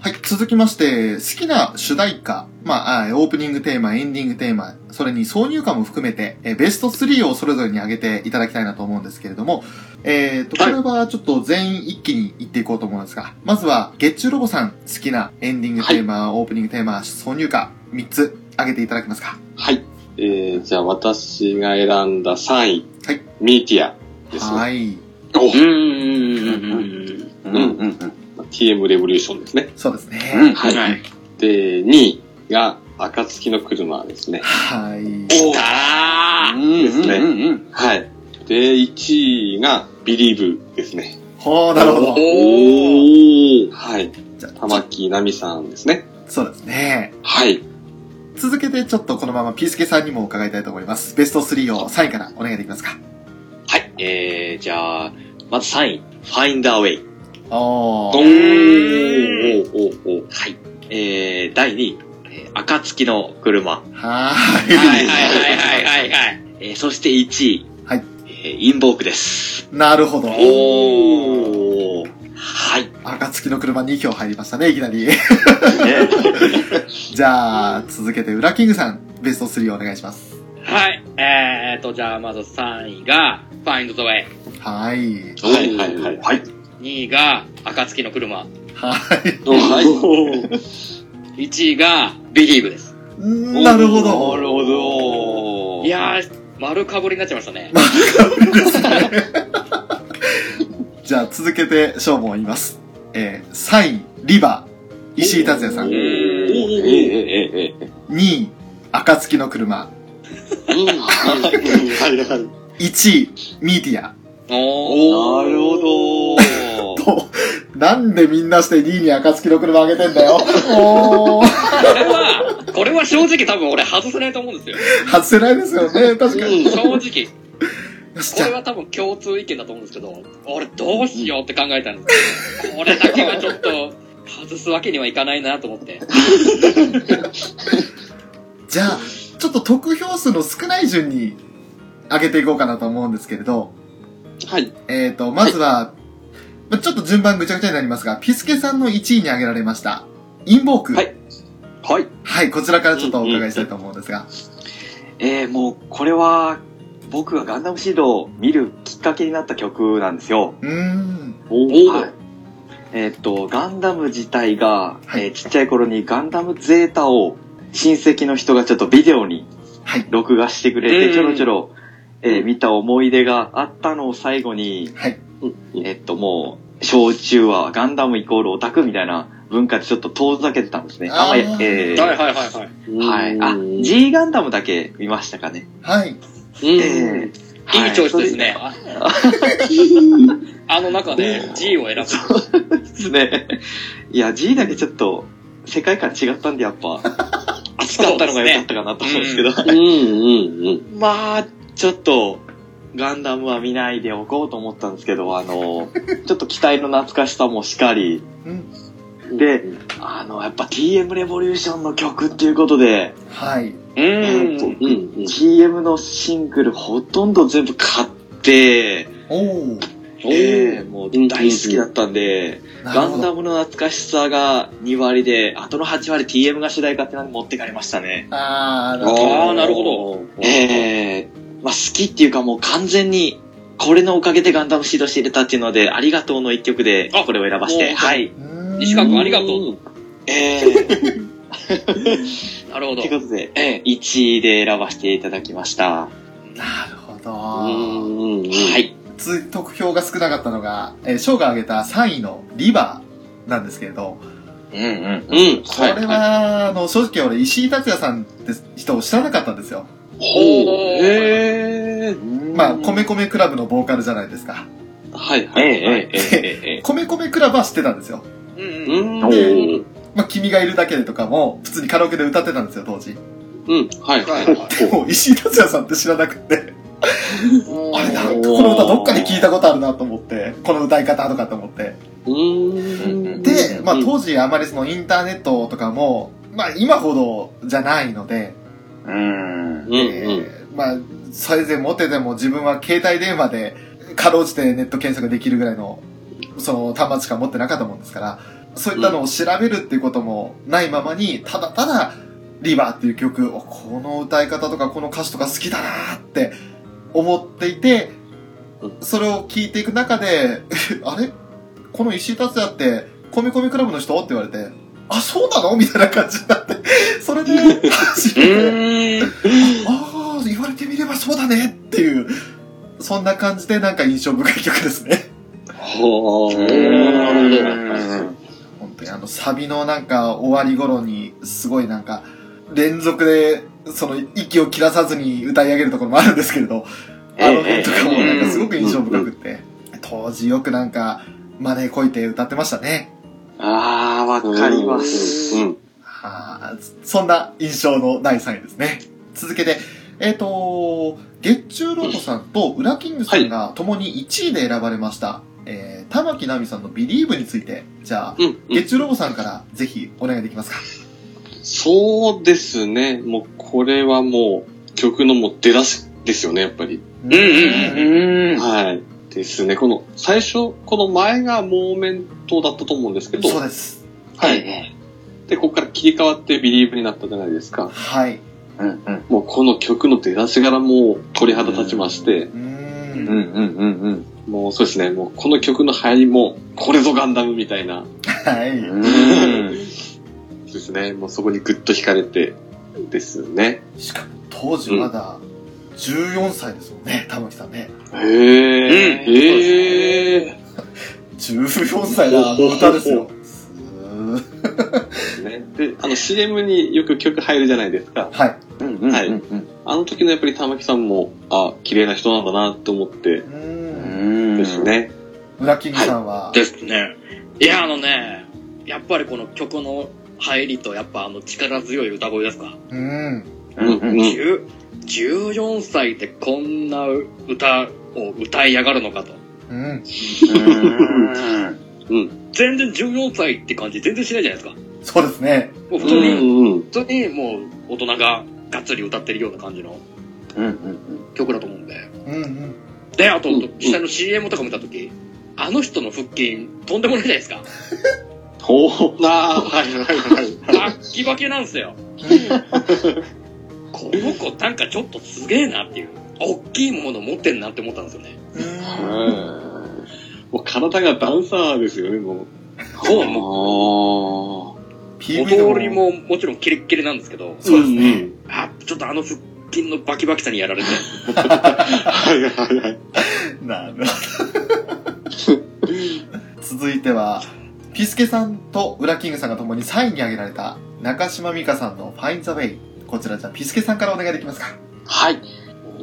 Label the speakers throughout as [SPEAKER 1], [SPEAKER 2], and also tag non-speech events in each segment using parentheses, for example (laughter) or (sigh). [SPEAKER 1] はい、続きまして、好きな主題歌、まあ、あーオープニングテーマ、エンディングテーマ、それに挿入歌も含めて、えーベスト3をそれぞれに挙げていただきたいなと思うんですけれども、えーと、こ
[SPEAKER 2] はい
[SPEAKER 1] れはちょっと全員一気に言っていこうと思うんですが、まずは、月中ロボさん、好きなエンディングテーマ、オープニングテーマ、挿入歌、3つ挙げていただけますか。
[SPEAKER 2] はい。えー、じゃあ私が選んだ3位。
[SPEAKER 1] はい。
[SPEAKER 2] ミーティアですね。
[SPEAKER 1] はい。
[SPEAKER 2] お
[SPEAKER 3] うんうんうんうんうんうん
[SPEAKER 2] TM レボリューションですね。
[SPEAKER 1] そうです
[SPEAKER 3] うん
[SPEAKER 1] ね。
[SPEAKER 3] はい
[SPEAKER 2] はいで、2位が、暁の車ですね。
[SPEAKER 1] はい。
[SPEAKER 2] お
[SPEAKER 3] た
[SPEAKER 2] ーですね
[SPEAKER 3] うんうんうん
[SPEAKER 2] はい。で、1位が、ビリーブですね。
[SPEAKER 1] ほう、なるほど。
[SPEAKER 3] おー
[SPEAKER 2] おはい。
[SPEAKER 1] じゃあ
[SPEAKER 2] 玉木奈美さんですね。
[SPEAKER 1] そうですね。
[SPEAKER 2] はい。
[SPEAKER 1] 続けてちょっとこのままピースケさんにも伺いたいと思います。ベスト3を3位からお願いできますか。
[SPEAKER 3] はいえーじゃあまず3位「Find a Way
[SPEAKER 1] お
[SPEAKER 2] お
[SPEAKER 1] ー。
[SPEAKER 2] ーおーおーおー」
[SPEAKER 3] はいえー第2位えー「暁の車」
[SPEAKER 1] は
[SPEAKER 3] は
[SPEAKER 1] ー
[SPEAKER 3] いはいはいはいはいはい。えーそして1位。
[SPEAKER 1] はい。
[SPEAKER 3] えーインボークです。
[SPEAKER 1] い。なるほど。
[SPEAKER 3] おー。はい。
[SPEAKER 1] 暁の車2票入りましたね、いきなり。 (laughs) じゃあ、続けて、ウラキングさん、ベスト3をお願いします。
[SPEAKER 4] はい。えーっと、じゃあ、まず3位が、Find the Way。
[SPEAKER 1] はい。
[SPEAKER 2] はいはいはい
[SPEAKER 3] (laughs) はい。
[SPEAKER 4] 2位が、暁の車。
[SPEAKER 1] はい。
[SPEAKER 2] おはい。
[SPEAKER 4] 1位が、Believe です。
[SPEAKER 1] んーなるほ
[SPEAKER 3] なる
[SPEAKER 1] ど。
[SPEAKER 3] ほど。
[SPEAKER 4] いやー、丸かぶりになっちゃいました
[SPEAKER 3] (laughs)
[SPEAKER 4] ね。
[SPEAKER 1] じゃあ、続けて、勝負を言います。えー、3位、リバー、石井達也さん。
[SPEAKER 2] おー
[SPEAKER 1] 2
[SPEAKER 2] えーえーえーえ
[SPEAKER 1] 位、暁の車。
[SPEAKER 2] ーはいはいはい。
[SPEAKER 1] 1位、ミーティア。
[SPEAKER 4] お
[SPEAKER 3] なるほど。
[SPEAKER 1] と、 (laughs) なんでみんなして2位に暁の車あげてんだよ。おー、
[SPEAKER 4] これは、これは正直多分俺外せないと思うんですよ。
[SPEAKER 1] 外せないですよね、確かに。
[SPEAKER 4] 正直。
[SPEAKER 1] よし、
[SPEAKER 4] こ
[SPEAKER 1] じ
[SPEAKER 4] れ
[SPEAKER 1] ゃ
[SPEAKER 4] は多分共通意見だと思うんですけど、俺どうしようって考えたんですけど、これだけはちょっと、外すわけにはいかないなと思って。
[SPEAKER 1] あ、じゃあ、ちょっと得票数の少ない順に上げていこうかなと思うんですけれど、
[SPEAKER 2] はい。
[SPEAKER 1] えーと、まずは、まあちょっと順番ぐちゃぐちゃになりますが、ピスケさんの1位に上げられました、インボーク。
[SPEAKER 3] はい。はい。
[SPEAKER 1] はい、こちらからちょっとお伺いしたいと思うんですが。
[SPEAKER 3] えー、もう、これは、僕がガンダムシードを見るきっかけになった曲なんですよ。
[SPEAKER 1] うーん。
[SPEAKER 2] お
[SPEAKER 3] はい。えーっと、ガンダム自体が、
[SPEAKER 1] はい
[SPEAKER 3] えーちっちゃい頃にガンダムゼータを親戚の人がちょっとビデオに
[SPEAKER 1] はい。
[SPEAKER 3] 録画してくれ
[SPEAKER 4] うん
[SPEAKER 3] て、ちょろちょろ、えー見た思い出があったのを最後に、
[SPEAKER 1] はい。
[SPEAKER 3] えっと、もう、小中はガンダムイコールオタクみたいな文化でちょっと遠ざけてたんですね。あんまり
[SPEAKER 1] あ、
[SPEAKER 3] え
[SPEAKER 1] ー
[SPEAKER 3] ー
[SPEAKER 4] はいはいはいはい。
[SPEAKER 3] はい。あ、G ガンダムだけ見ましたかね。
[SPEAKER 1] はい。
[SPEAKER 4] うん
[SPEAKER 3] えー
[SPEAKER 4] いい調子です。ね。あの中で G を選ぶ。
[SPEAKER 3] はいそれですね。いや、G だけちょっと、世界観違ったんで、やっぱ、
[SPEAKER 4] (laughs)
[SPEAKER 3] 熱かったのが良かったかなと思うんですけど。
[SPEAKER 2] うんうんうん。
[SPEAKER 3] まあ、ちょっと、ガンダムは見ないでおこうと思ったんですけど、あの、ちょっと機体の懐かしさもしかり、
[SPEAKER 1] うん。
[SPEAKER 3] で、あの、やっぱ TM レボリューションの曲っていうことで、
[SPEAKER 1] はい。
[SPEAKER 4] う
[SPEAKER 3] えーと
[SPEAKER 4] ん。
[SPEAKER 2] うんうん。
[SPEAKER 3] TM のシングルほとんど全部買って、
[SPEAKER 1] おー。
[SPEAKER 3] えーもう大好きだったんで、
[SPEAKER 1] なる
[SPEAKER 3] ガ
[SPEAKER 1] ほ
[SPEAKER 3] ンダ
[SPEAKER 1] ど。
[SPEAKER 3] ムの懐かしさが2割で、あとの8割 TM が主題歌ってなんで持ってかれましたね。
[SPEAKER 1] あー、なるほど。
[SPEAKER 4] あーなるほ
[SPEAKER 2] ど
[SPEAKER 3] えー、まあ好きっていうかもう完全に、これのおかげでガンダムシードして入れたっていうので、ありがとうの一曲で
[SPEAKER 4] あ
[SPEAKER 3] これを選ばし
[SPEAKER 4] も
[SPEAKER 3] て、
[SPEAKER 4] う
[SPEAKER 3] はい。
[SPEAKER 1] うーん
[SPEAKER 4] 西川君ありがとう。
[SPEAKER 3] (laughs) えー、
[SPEAKER 4] なるほど
[SPEAKER 3] という。ことで、えー、1位で選ばせていただきました。
[SPEAKER 1] なるほ
[SPEAKER 2] うん
[SPEAKER 1] ど。
[SPEAKER 2] うんうん。
[SPEAKER 3] は。い。
[SPEAKER 1] つ得票が少なかったのが、えー、翔が挙げた3位のリバーなんですけれど、
[SPEAKER 3] うんうん。
[SPEAKER 2] うん。
[SPEAKER 1] これは、
[SPEAKER 2] い。
[SPEAKER 1] あの、正直俺、石井達也さんって人を知らなかったんですよ。
[SPEAKER 2] ほう。
[SPEAKER 3] へえ。
[SPEAKER 1] まあ、米米クラブのボーカルじゃないですか。
[SPEAKER 2] はいは
[SPEAKER 3] え
[SPEAKER 2] い。
[SPEAKER 3] えええええ
[SPEAKER 1] 米米クラブは知ってたんですよ。
[SPEAKER 4] うん
[SPEAKER 2] う
[SPEAKER 4] うん。
[SPEAKER 2] ん。
[SPEAKER 3] おー
[SPEAKER 1] まあ、君がいるだけでとかも、普通にカラオケで歌ってたんですよ、当時。
[SPEAKER 2] うん。はい
[SPEAKER 4] は
[SPEAKER 2] はいい。
[SPEAKER 4] は
[SPEAKER 1] でも、石井達也さんって知らなくて、あれ、なんかこの歌どっかで聞いたことあるなと思って、この歌い方とかと思って。
[SPEAKER 2] うーん。
[SPEAKER 1] で、まあ、
[SPEAKER 2] うん
[SPEAKER 1] 当時あまりそのインターネットとかも、まあ、今ほどじゃないので、
[SPEAKER 3] うん。
[SPEAKER 2] うん
[SPEAKER 1] え
[SPEAKER 2] うん。
[SPEAKER 1] ーまあ、最善持てても自分は携帯電話で、かろうじてネット検索できるぐらいの、その端末しか持ってなかったもんですから、そういったのを調べるっていうこともないままに、ただただ、リバーっていう曲、おこの歌い方とかこの歌詞とか好きだなーって思っていて
[SPEAKER 2] うん、
[SPEAKER 1] それを聞いていく中で、 (laughs) あれこの石井達也って、コミコミクラブの人って言われて、あ、そうなのみたいな感じになって、それで、初めて
[SPEAKER 4] ーん。
[SPEAKER 1] ああ、言われてみればそうだねっていう、そんな感じでなんか印象深い曲ですね。
[SPEAKER 2] ほー。
[SPEAKER 3] うん
[SPEAKER 1] 本当にあのサビのなんか終わり頃にすごいなんか連続でその息を切らさずに歌い上げるところもあるんですけれど、あの辺とかもなんかすごく印象深くって、当時よくなんか真似こいて歌ってましたね。
[SPEAKER 3] あー、わかります。
[SPEAKER 2] うん。
[SPEAKER 1] あーそんな印象の第3位ですね。続けて、えっ、と、月中ロートさんとウラキングさんが共に1位で選ばれました、えー、玉木奈美さんのビリーブについて、じゃあ、
[SPEAKER 2] うん。うん
[SPEAKER 1] 月中ロボさんからぜひお願いできますか。
[SPEAKER 2] そうですね。もう、これはもう、曲のもう出だしですよね、やっぱり。
[SPEAKER 1] う
[SPEAKER 4] うんうんうん。
[SPEAKER 2] はい。ですね。この、最初、この前がモーメントだったと思うんですけど、
[SPEAKER 1] そうです。
[SPEAKER 2] はい。で、ここから切り替わってビリーブになったじゃないですか。
[SPEAKER 1] はい。
[SPEAKER 3] うんうん
[SPEAKER 2] もう、この曲の出だしからもう、鳥肌立ちまして、
[SPEAKER 1] うー
[SPEAKER 3] うん
[SPEAKER 1] ん。
[SPEAKER 3] うんうんうん。
[SPEAKER 2] もうそうですね、もう、この曲の入りも、これぞガンダムみたいな、
[SPEAKER 1] は
[SPEAKER 3] うん
[SPEAKER 2] そうですね。もうそこにグッと惹かれて、ですね。
[SPEAKER 1] い。しかも、当時まだ14歳ですもんね、玉木さんね。
[SPEAKER 2] へえ。
[SPEAKER 4] うん
[SPEAKER 2] へえ。
[SPEAKER 1] 14歳だ、あの歌ですよ。すー
[SPEAKER 2] ね、で、あの CM によく曲入るじゃないですか。
[SPEAKER 1] はい。
[SPEAKER 3] うんうん
[SPEAKER 2] はい
[SPEAKER 3] うん
[SPEAKER 2] あの時のやっぱり玉木さんも、あ、綺麗な人なんだなって思って
[SPEAKER 1] う
[SPEAKER 3] う
[SPEAKER 1] ーん。
[SPEAKER 3] ん。
[SPEAKER 2] です。ね。
[SPEAKER 1] ウラキングさんは、
[SPEAKER 4] ですね。いや、あのね、やっぱりこの曲の入りと、やっぱあの力強い歌声ですか。
[SPEAKER 1] うん。
[SPEAKER 3] うんうんうん。
[SPEAKER 4] 10 14歳でこんな歌を歌いやがるのかと。
[SPEAKER 1] うん。
[SPEAKER 4] 全然14歳って感じ全然しないじゃないですか。
[SPEAKER 1] そうですね。
[SPEAKER 4] もう普
[SPEAKER 2] う
[SPEAKER 4] 通
[SPEAKER 2] ん
[SPEAKER 4] に、
[SPEAKER 2] うん。
[SPEAKER 4] 普通にもう大人ががっつり歌ってるような感じの
[SPEAKER 3] うんうん
[SPEAKER 4] 曲だと思うんで。
[SPEAKER 1] うんうん。
[SPEAKER 4] で、あと
[SPEAKER 2] うん
[SPEAKER 4] 実際の CM とか見たとき、あの人の腹筋とんでもないじゃないですか。
[SPEAKER 2] ほう。あーはい
[SPEAKER 4] (laughs)
[SPEAKER 2] はいはい。
[SPEAKER 4] バッキバキなんですよ。この子なんかちょっとすげえなっていう。大きいもの持ってんなって思ったんですよね。
[SPEAKER 1] うーん
[SPEAKER 2] うんもう体がダンサーですよね、も
[SPEAKER 4] そう、も
[SPEAKER 2] う。ああ。
[SPEAKER 4] う、
[SPEAKER 1] PV で
[SPEAKER 4] 踊りももちろんキレッキレなんですけど、
[SPEAKER 1] そうですね。
[SPEAKER 4] あ、ちょっとあの腹筋のバキバキさにやられて、
[SPEAKER 2] はいはいはい。
[SPEAKER 1] なるほど。続いては、ピスケさんとウラキングさんが共に3位に挙げられた中島美嘉さんのファインザウェイ。こちらじゃあピスケさんからお願いできますか。
[SPEAKER 3] はい。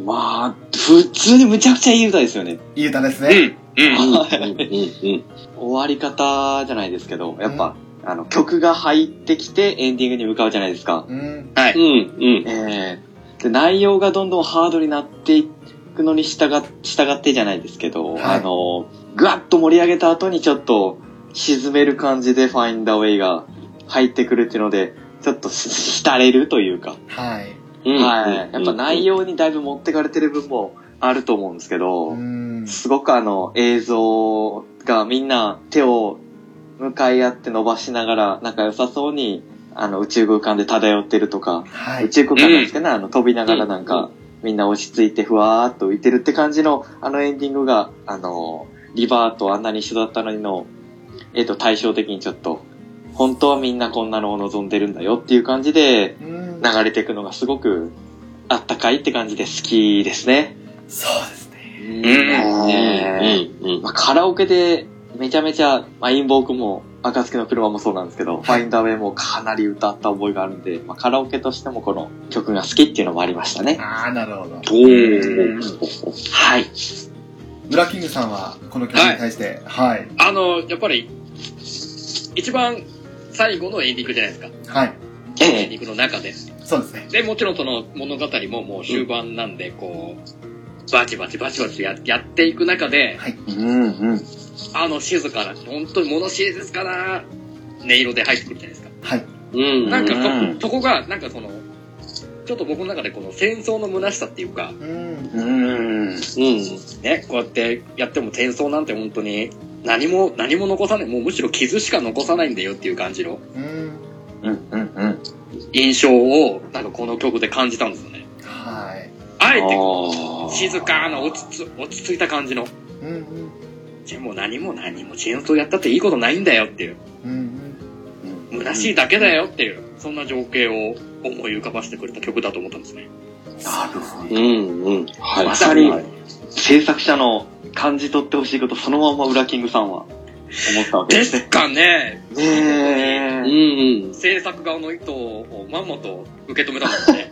[SPEAKER 3] まあ、普通にむちゃくちゃいい歌ですよね。
[SPEAKER 1] いい歌です
[SPEAKER 4] う
[SPEAKER 1] ね。
[SPEAKER 4] ん、うん。
[SPEAKER 2] うん
[SPEAKER 3] 終わり方じゃないですけど、やっぱ、あの、曲が入ってきてエンディングに向かうじゃないですか。
[SPEAKER 1] うん。
[SPEAKER 2] うんうん。
[SPEAKER 3] えーで、内容がどんどんハードになっていくのに従っ従ってじゃないですけど、
[SPEAKER 1] はい
[SPEAKER 3] あの、ぐわっと盛り上げた後にちょっと沈める感じでファインダーウェイが入ってくるっていうので、ちょっとし浸れるというか、
[SPEAKER 1] はい。
[SPEAKER 2] うん。
[SPEAKER 3] はい。やっぱ内
[SPEAKER 2] 容。
[SPEAKER 3] 容にだいぶ持ってかれてる部分もあると思うんですけど、
[SPEAKER 1] うん。
[SPEAKER 3] すごくあの映像がみんな手を向かい合って伸ばしながら仲良さそうにあの宇宙空間で漂ってるとか、
[SPEAKER 1] は
[SPEAKER 3] 宇
[SPEAKER 1] い。
[SPEAKER 3] 宙空間なんですかね、あの飛びながらなんか、みんな落ち着いてふわーっと浮いてるって感じのあのエンディングがあのリバーとあんなに一緒だったのにの絵と対照的にちょっと本当はみんなこんなのを望んでるんだよっていう感じで
[SPEAKER 1] うん。
[SPEAKER 3] 流れていくのがすごくあったかいって感じで好きですね。
[SPEAKER 1] そうですね。
[SPEAKER 2] うん
[SPEAKER 3] ねえ
[SPEAKER 2] うん
[SPEAKER 3] まあ、カラオケでめちゃめちゃ、まあ、インボークも、暁の車もそうなんですけど、ファインダーウェイもかなり歌った覚えがあるんで、まあ、カラオケとしてもこの曲が好きっていうのもありましたね。
[SPEAKER 1] ああ、なるほど。
[SPEAKER 2] おー。
[SPEAKER 3] はい。
[SPEAKER 1] ウラキングさんはこの曲に対して、はい。
[SPEAKER 4] あの、やっぱり、一番最後のエンディングじゃないですか。
[SPEAKER 1] はい。
[SPEAKER 4] エン
[SPEAKER 3] え
[SPEAKER 4] デ
[SPEAKER 3] え
[SPEAKER 4] ィングの中で。
[SPEAKER 1] そうですね。
[SPEAKER 4] で、もちろんその物語ももう終盤なんで、こう、バチバチバチバチややっていく中で、
[SPEAKER 3] うんうん。
[SPEAKER 4] あの静かな、本当に物静かな音色で入ってくるじゃないですか。
[SPEAKER 1] はい。
[SPEAKER 2] うん。
[SPEAKER 4] なんか
[SPEAKER 3] うん
[SPEAKER 4] そ、そこが、なんかその、ちょっと僕の中でこの戦争の虚しさっていうか、
[SPEAKER 1] うん。
[SPEAKER 3] うん。
[SPEAKER 2] うん。
[SPEAKER 4] ね、こうやってやっても戦争なんて本当に何も、何も残さない、もうむしろ傷しか残さないんだよっていう感じの
[SPEAKER 1] うん。
[SPEAKER 3] うんうんうん。
[SPEAKER 4] 印象を、なんかこの曲で感じたんですよね。
[SPEAKER 1] はい。
[SPEAKER 4] あえて、
[SPEAKER 2] ああ。
[SPEAKER 4] 静かな落ちつ、落ち着いた感じの、
[SPEAKER 1] うんうん。
[SPEAKER 4] じゃあもう何も何もチェーンソーやったっていいことないんだよっていう、
[SPEAKER 1] うん
[SPEAKER 4] 虚しいだけだよっていう、そんな情景を思い浮かばしてくれた曲だと思ったんですね。
[SPEAKER 1] うん。
[SPEAKER 3] なるほ
[SPEAKER 2] うんうん。はい。
[SPEAKER 3] まさに
[SPEAKER 2] はい
[SPEAKER 3] 制作者の感じ取ってほしいことそのままウラキングさんは思ったわけ
[SPEAKER 4] で
[SPEAKER 3] です
[SPEAKER 4] す
[SPEAKER 3] ね。
[SPEAKER 4] か
[SPEAKER 2] (laughs)
[SPEAKER 4] ね
[SPEAKER 3] ね
[SPEAKER 2] う
[SPEAKER 3] え。
[SPEAKER 2] んうん。
[SPEAKER 4] 制作側の意図をまんまと受け止めたんですね。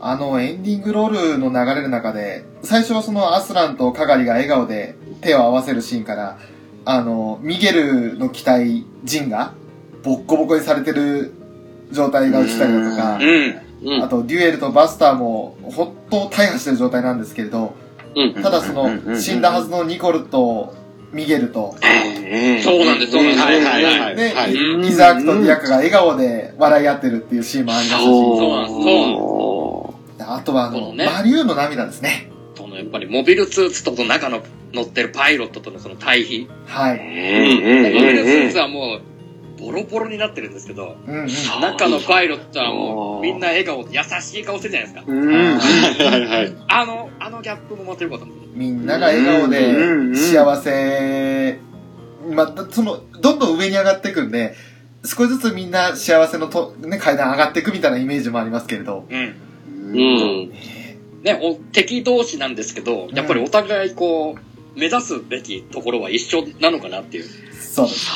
[SPEAKER 1] あの、エンディングロールの流れの中で、最初はそのアスランとカガリが笑顔で手を合わせるシーンから、あの、ミゲルの機体、ジンが、ボッコボコにされてる状態が映ったりだとか
[SPEAKER 3] う
[SPEAKER 4] う、ん。
[SPEAKER 2] うん
[SPEAKER 1] あと、デュエルとバスターも、ほっと大破してる状態なんですけれど、
[SPEAKER 2] うん
[SPEAKER 1] ただそ
[SPEAKER 3] うんうんうんう
[SPEAKER 1] の、
[SPEAKER 3] ん
[SPEAKER 1] 死んだはずのニコルと、ミゲルと、
[SPEAKER 3] ええ
[SPEAKER 4] そうなんです、そうなんです。
[SPEAKER 2] はいはいはい
[SPEAKER 1] ね、
[SPEAKER 2] はい
[SPEAKER 1] イザークとディアクが笑顔で笑い合ってるっていうシーンもありましたし、
[SPEAKER 4] そうなんですそ
[SPEAKER 1] あとはあ
[SPEAKER 4] こ
[SPEAKER 1] の、
[SPEAKER 4] のね
[SPEAKER 1] マリューの涙ですね。
[SPEAKER 4] そのやっぱりモビルスーツとこの中の乗ってるパイロットとのその対比。
[SPEAKER 1] は
[SPEAKER 3] え
[SPEAKER 1] い。
[SPEAKER 3] え
[SPEAKER 4] モビルス
[SPEAKER 3] え
[SPEAKER 4] ー
[SPEAKER 3] え
[SPEAKER 4] ツはもうボロボロになってるんですけど、
[SPEAKER 1] うんうん。
[SPEAKER 3] そう
[SPEAKER 4] 中のパイロットはもうみんな笑顔で優しい顔してるじゃないですか。
[SPEAKER 3] うん。
[SPEAKER 2] はいはい。
[SPEAKER 4] あの、あのギャップもまた良かったんですよ。
[SPEAKER 1] みんなが笑顔
[SPEAKER 3] うんうん
[SPEAKER 1] で
[SPEAKER 3] うん
[SPEAKER 1] 幸せ、またその、どんどん上に上がっていくんで、少しずつみんな幸せのと、ね、階段上がっていくみたいなイメージもありますけれど。
[SPEAKER 4] うん。
[SPEAKER 2] う。ん。
[SPEAKER 4] ね、お敵同士なんですけど、やっぱりお互いこう、目指すべきところは一緒なのかなっていう。
[SPEAKER 1] そうです。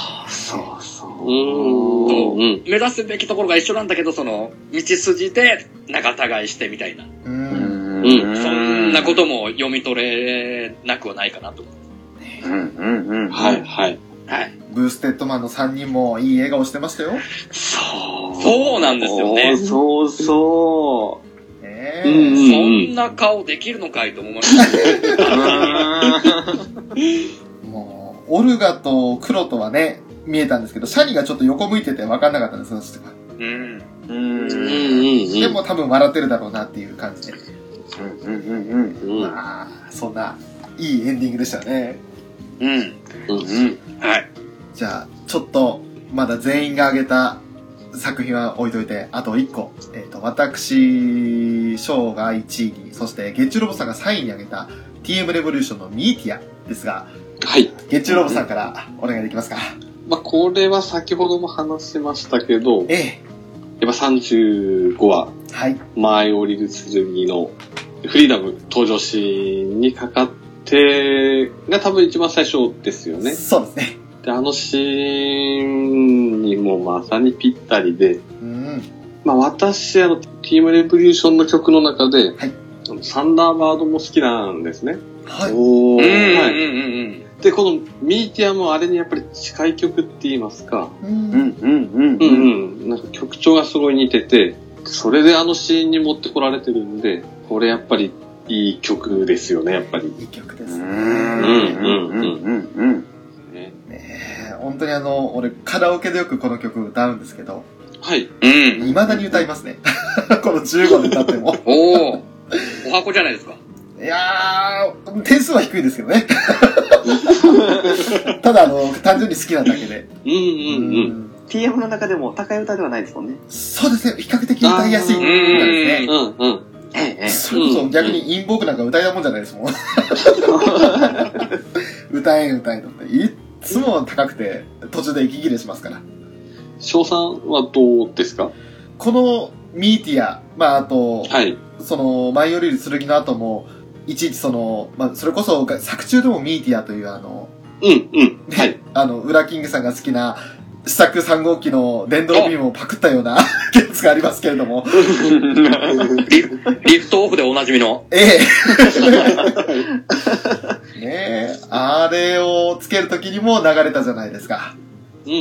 [SPEAKER 3] そうそうそ
[SPEAKER 2] うん。
[SPEAKER 3] う。
[SPEAKER 2] うん。
[SPEAKER 4] 目指すべきところが一緒なんだけど、その、道筋で仲違いしてみたいな。
[SPEAKER 1] う。
[SPEAKER 3] うんん
[SPEAKER 2] う
[SPEAKER 4] そんなことも読み取れなくはないかなと思
[SPEAKER 3] うんうんうん。
[SPEAKER 2] はい。はい。
[SPEAKER 4] う。はい。
[SPEAKER 1] ブーステッドマンの3人もいい笑顔してましたよ。
[SPEAKER 3] そう。
[SPEAKER 4] そうなんですよね
[SPEAKER 3] そうそうそう。
[SPEAKER 1] ねえ
[SPEAKER 2] うんうん
[SPEAKER 4] そんな顔できるのかいと思いました。
[SPEAKER 1] もう、オルガとクロとはね、見えたんですけど、シャニがちょっと横向いてて分かんなかったんです、私は
[SPEAKER 4] うん。
[SPEAKER 3] う
[SPEAKER 2] うんうん
[SPEAKER 3] ん。
[SPEAKER 2] うん。
[SPEAKER 1] でも多分笑ってるだろうなっていう感じで。
[SPEAKER 3] うんうんうん
[SPEAKER 2] うん。うん。
[SPEAKER 1] まあ、そんな、いいエンディングでしたね。
[SPEAKER 4] うん。
[SPEAKER 3] うん。
[SPEAKER 4] はい。
[SPEAKER 1] じゃあ、ちょっと、まだ全員が挙げた作品は置いといて、あと1個。えっ、と、私、翔が1位に、そして、ゲッチュロボさんが3位に挙げた、TM レボリューションのミーティアですが、
[SPEAKER 2] はい。
[SPEAKER 1] ゲッチュロボさんからお願いできますか。
[SPEAKER 2] まあ、これは先ほども話しましたけど、やっ
[SPEAKER 1] ええ、
[SPEAKER 2] ぱ35話、
[SPEAKER 1] はい。
[SPEAKER 2] 前降りる剣のフリーダム登場シーンにかかって、が多分一番最初ですよね。
[SPEAKER 1] そうですね。
[SPEAKER 2] で、あのシーンにもまさにぴったりで、
[SPEAKER 1] うん。
[SPEAKER 2] まあ私、あの、ティームレボリューションの曲の中で、
[SPEAKER 1] はい
[SPEAKER 2] あのサンダーバードも好きなんですね。
[SPEAKER 1] はい。
[SPEAKER 2] お
[SPEAKER 4] うん。うん
[SPEAKER 2] はい。
[SPEAKER 4] うん
[SPEAKER 2] で、このミーティアもあれにやっぱり近い曲って言いますか、
[SPEAKER 1] うん
[SPEAKER 3] うんうん
[SPEAKER 2] う
[SPEAKER 3] うんん。
[SPEAKER 2] うん。なんか曲調がすごい似てて、それであのシーンに持ってこられてるんで、これやっぱりいい曲ですよね、やっぱり。
[SPEAKER 1] いい曲で
[SPEAKER 3] う
[SPEAKER 1] すね。
[SPEAKER 3] んうんうんうん。
[SPEAKER 2] ね
[SPEAKER 1] ねえ本当にあの、俺カラオケでよくこの曲歌うんですけど、
[SPEAKER 2] はい。
[SPEAKER 4] うん。うん。
[SPEAKER 1] 未だに歌いますね。 (laughs) この15で歌っても。
[SPEAKER 4] おお。お箱じゃないですか。
[SPEAKER 1] いやー、点数は低いですけどね。 (laughs) ただあの、単純に好きなだけで。
[SPEAKER 2] うんうんうん。
[SPEAKER 3] TF の中でも高い歌ではないですもんね。
[SPEAKER 1] そうですね、比較的歌いやすい歌ですね。
[SPEAKER 2] うんうん。
[SPEAKER 3] ええ
[SPEAKER 1] それこそ逆に陰謀区なんか歌いだもんじゃないですもん。 (laughs) 歌えん歌えんとって。いっつも高くて、途中で息切れしますから。
[SPEAKER 2] 翔さんはどうですか
[SPEAKER 1] このミーティア、まああと、
[SPEAKER 2] はい。
[SPEAKER 1] その、前より剣の後も、いちいちその、まあ、それこそ、作中でもミーティアというあの、
[SPEAKER 2] うんうん。
[SPEAKER 1] ね
[SPEAKER 2] はい。
[SPEAKER 1] あの、ウラキングさんが好きな、試作3号機の電動ビームをパクったような (laughs) やつがありますけれども、
[SPEAKER 4] リリフトオフでおなじみの。
[SPEAKER 1] え
[SPEAKER 4] (laughs)
[SPEAKER 1] えねえ、あれをつけるときにも流れたじゃないですか。
[SPEAKER 2] うん。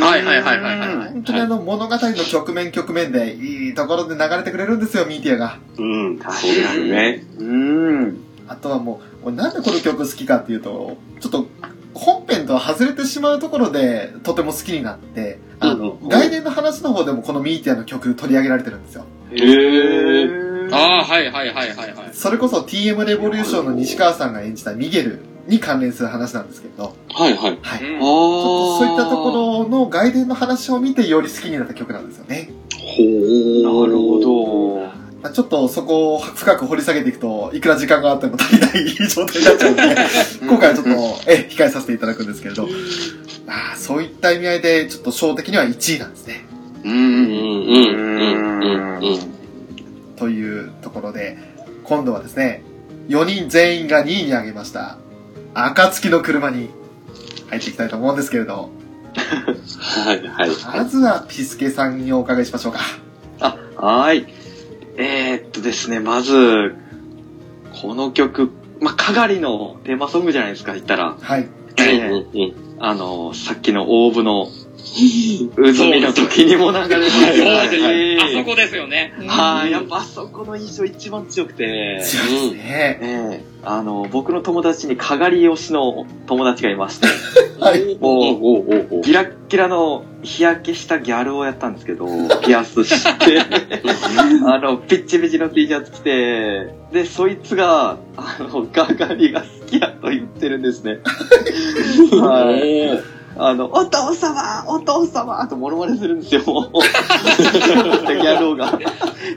[SPEAKER 4] はいはいはいはいはい
[SPEAKER 1] 本当にあの、物語の局面局面で、いいところで流れてくれるんですよ、ミーティアが。
[SPEAKER 2] うん。
[SPEAKER 3] 確
[SPEAKER 2] そうで
[SPEAKER 3] か
[SPEAKER 2] す
[SPEAKER 3] に
[SPEAKER 2] ね。
[SPEAKER 3] うん。
[SPEAKER 1] あとはもう、俺なんでこの曲好きかっていうと、ちょっと、本編とは外れてしまうところで、とても好きになって、あの、
[SPEAKER 2] うん
[SPEAKER 1] 来年の話の方でもこのミーティアの曲取り上げられてるんですよ。
[SPEAKER 2] へえ。
[SPEAKER 4] ああ、はいはいはいはいはい。
[SPEAKER 1] それこそ TM レボリューションの西川さんが演じたミゲルに関連する話なんですけど、
[SPEAKER 2] はいはい。
[SPEAKER 1] はい。ち
[SPEAKER 4] う
[SPEAKER 1] ょっ
[SPEAKER 2] ああ。
[SPEAKER 4] ん
[SPEAKER 1] とそういったと
[SPEAKER 2] ろ。
[SPEAKER 1] ころの外伝の話を見てより好きになった曲なんですよね。
[SPEAKER 2] ほう。
[SPEAKER 3] なるほ。ど。
[SPEAKER 1] まあちょっとそこを深く掘り下げていくといくら時間があっても足りない状態になっちゃう
[SPEAKER 4] (laughs)
[SPEAKER 1] ので今回はちょっと、え控えさせていただくんですけれどあーそういった意味合いでちょっと賞的には1位なんですね
[SPEAKER 3] う
[SPEAKER 2] うんんう
[SPEAKER 3] うん
[SPEAKER 2] ん
[SPEAKER 3] う
[SPEAKER 2] うんうんうん
[SPEAKER 3] ん。
[SPEAKER 1] というところで今度はですね4人全員が2位に上げました暁の車に入っていきたいと思うんですけれど
[SPEAKER 2] はいはいは
[SPEAKER 1] まずはピスケさんにお伺いしましょうか
[SPEAKER 3] はい。えー、っとですね、まず、この曲、まあ、かがりのテーマソングじゃないですか、言ったら。
[SPEAKER 1] はい
[SPEAKER 2] い。
[SPEAKER 3] えーあの、さっきのオーブの、渦見の時にも流れて
[SPEAKER 4] そうです
[SPEAKER 2] はい
[SPEAKER 4] よ
[SPEAKER 2] はい
[SPEAKER 4] あそこですよね。
[SPEAKER 3] はい、やっぱあそこの印象一番強くて。
[SPEAKER 1] 強いですね、
[SPEAKER 3] ええあの、僕の友達にかがり推しの友達がいまして、
[SPEAKER 1] はい
[SPEAKER 2] おうおうおうおう。
[SPEAKER 3] ギラッギラの日焼けしたギャルをやったんですけど、 (laughs) ピアスして、あの、ピッチピチの T シャツ着て、で、そいつが、あの、ガガリが好きやと言ってるんですね。はい。
[SPEAKER 4] おー
[SPEAKER 3] あの、お父様お父様とモノマネするんですよ、 (laughs) もう。で、ギャル男が。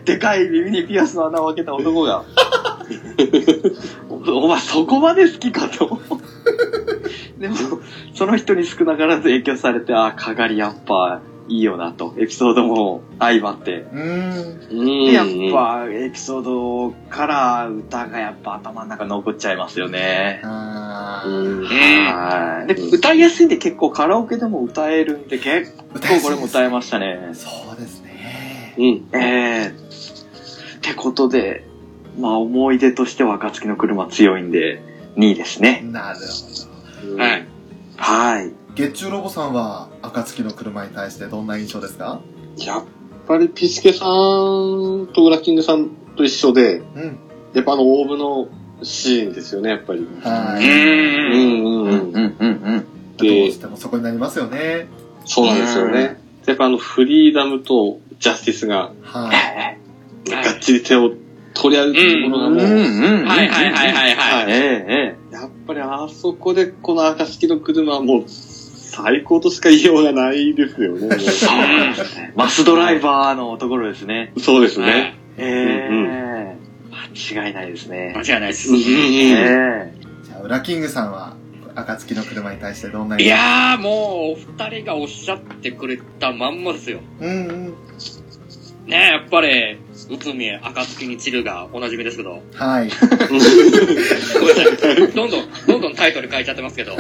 [SPEAKER 3] でかい耳にピアスの穴を開けた男が。 (laughs) おお前そこまで好きかと。 (laughs) でも、その人に少なからず影響されて、あ、かがりやっぱいいよなと。エピソードも相まって。
[SPEAKER 1] うーん
[SPEAKER 2] うん
[SPEAKER 3] で、やっぱエピソードから歌がやっぱ頭の中残っちゃいますよね。
[SPEAKER 1] あ
[SPEAKER 2] う
[SPEAKER 1] ー
[SPEAKER 2] ん
[SPEAKER 3] はい。で、歌いやすいんで結構カラオケでも歌えるんで結
[SPEAKER 1] 歌
[SPEAKER 3] 構
[SPEAKER 1] い
[SPEAKER 3] これも歌えましたね。
[SPEAKER 1] そうですね
[SPEAKER 2] うん。
[SPEAKER 3] ええってことで、まあ思い出としては暁の車強いんで、2位ですね。
[SPEAKER 1] なるほど
[SPEAKER 2] はい。
[SPEAKER 3] はい。
[SPEAKER 1] 月中ロボさんは暁の車に対してどんな印象ですか
[SPEAKER 2] やっぱりピスケさんとウラキングさんと一緒で、
[SPEAKER 1] うん
[SPEAKER 2] やっぱあの、オーブのシーンですよね、やっぱり。
[SPEAKER 1] は
[SPEAKER 4] う。
[SPEAKER 1] い
[SPEAKER 2] うんんうんうん。
[SPEAKER 3] んうん。
[SPEAKER 1] どう
[SPEAKER 2] で
[SPEAKER 1] してもそこになりますよね
[SPEAKER 2] そうなんですよね。やっぱあの、フリーダムとジャスティスが、
[SPEAKER 1] はい
[SPEAKER 2] がっちり手を取り合うところがもう、
[SPEAKER 3] うん
[SPEAKER 4] はいはいはいはいはい。
[SPEAKER 3] えええ
[SPEAKER 2] やっぱりあそこでこの暁の車はもう、最高としか言いようがないですよ
[SPEAKER 4] (laughs)
[SPEAKER 2] ね。も
[SPEAKER 3] えマスドライバーのところですね。
[SPEAKER 2] うそうです
[SPEAKER 4] は
[SPEAKER 2] ね
[SPEAKER 4] い。
[SPEAKER 3] ええ間違いないです
[SPEAKER 4] 間
[SPEAKER 3] ね。
[SPEAKER 4] 違いないです
[SPEAKER 2] う。んう
[SPEAKER 3] え
[SPEAKER 2] んうん
[SPEAKER 3] え
[SPEAKER 1] じゃあ裏キングさんは暁の車に対してどんない印象
[SPEAKER 4] やー、もう、お二人がおっしゃってくれたまんまですよ。
[SPEAKER 1] うんうん
[SPEAKER 4] ねえ、やっぱり、宇都宮、暁に散るがおなじみですけど、 (laughs)
[SPEAKER 1] はい
[SPEAKER 4] ごめんなさい。どんどん、どんどんタイトル変えちゃってますけ
[SPEAKER 2] (laughs)
[SPEAKER 4] ど。あ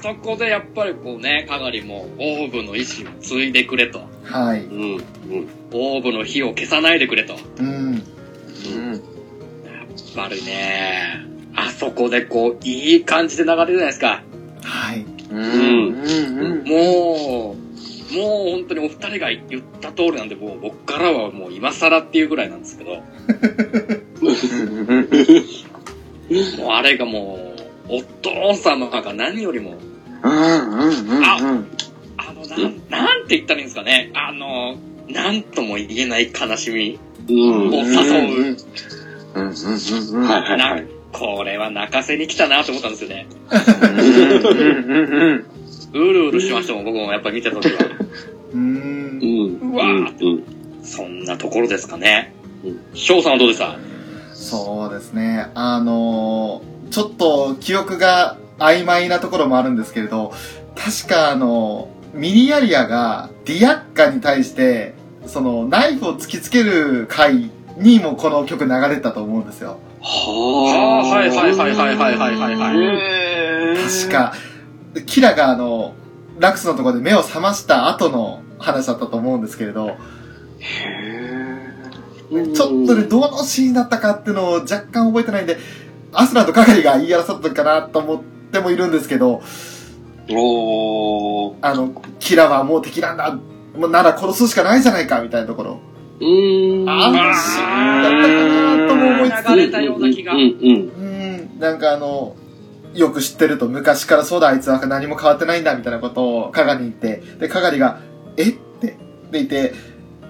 [SPEAKER 4] そこでやっぱりこうね、かなりもう、オーブの意志を継いでくれと。
[SPEAKER 1] はい
[SPEAKER 2] うんうん
[SPEAKER 4] オーブの火を消さないでくれと。や
[SPEAKER 1] うん
[SPEAKER 4] っぱりね、あそこでこう、いい感じで流れるじゃないですか。
[SPEAKER 1] はい
[SPEAKER 3] うん
[SPEAKER 4] もう、もう本当にお二人が言った通りなんで、もう僕からはもう今更っていうぐらいなんですけど、もうあれがもう、お父様が何よりも、あの、なん、なんて言ったらいいんですかね、あの、なんとも言えない悲しみ
[SPEAKER 2] うん
[SPEAKER 4] を
[SPEAKER 2] うん。
[SPEAKER 4] 誘う。
[SPEAKER 2] はいはいは。
[SPEAKER 4] ないこれは泣かせに来たなと思ったんですよね。
[SPEAKER 3] う
[SPEAKER 4] うるうるしましたもん、僕もやっぱり見た時
[SPEAKER 2] (laughs)
[SPEAKER 4] は。
[SPEAKER 1] うー
[SPEAKER 2] うんん
[SPEAKER 4] うわー
[SPEAKER 2] うんうん
[SPEAKER 4] そんなところですかね
[SPEAKER 2] うん。
[SPEAKER 4] 翔さんはどうでした
[SPEAKER 1] そうですねあのーちょっと記憶が曖昧なところもあるんですけれど確かあのミニアリアがディアッカに対してそのナイフを突きつける回にもこの曲流れてたと思うんですよ
[SPEAKER 2] は
[SPEAKER 4] あーはいはいはいはいはいはいはいはい
[SPEAKER 1] 確か、キラがあの、ラクスのところで目を覚ました後の話だったと思うんですけれど、ちょっとね、どのシーンだったかっていうのを若干覚えてないんで、アスラとカカリが言い争った時かなと思ってもいるんですけど、
[SPEAKER 2] おー。
[SPEAKER 1] あの、キラはもう敵なんだ、もうなら殺すしかないじゃないか、みたいなところ。
[SPEAKER 2] うーん。
[SPEAKER 1] あのシーンだったかなとも思いつ
[SPEAKER 4] あー
[SPEAKER 1] つ、
[SPEAKER 4] 流れたような気が
[SPEAKER 2] うんうん。
[SPEAKER 1] うん、なんかあの、よく知ってると昔からそうだあいつは何も変わってないんだみたいなことをかがりに言って、で、かがりが、えって、でいて、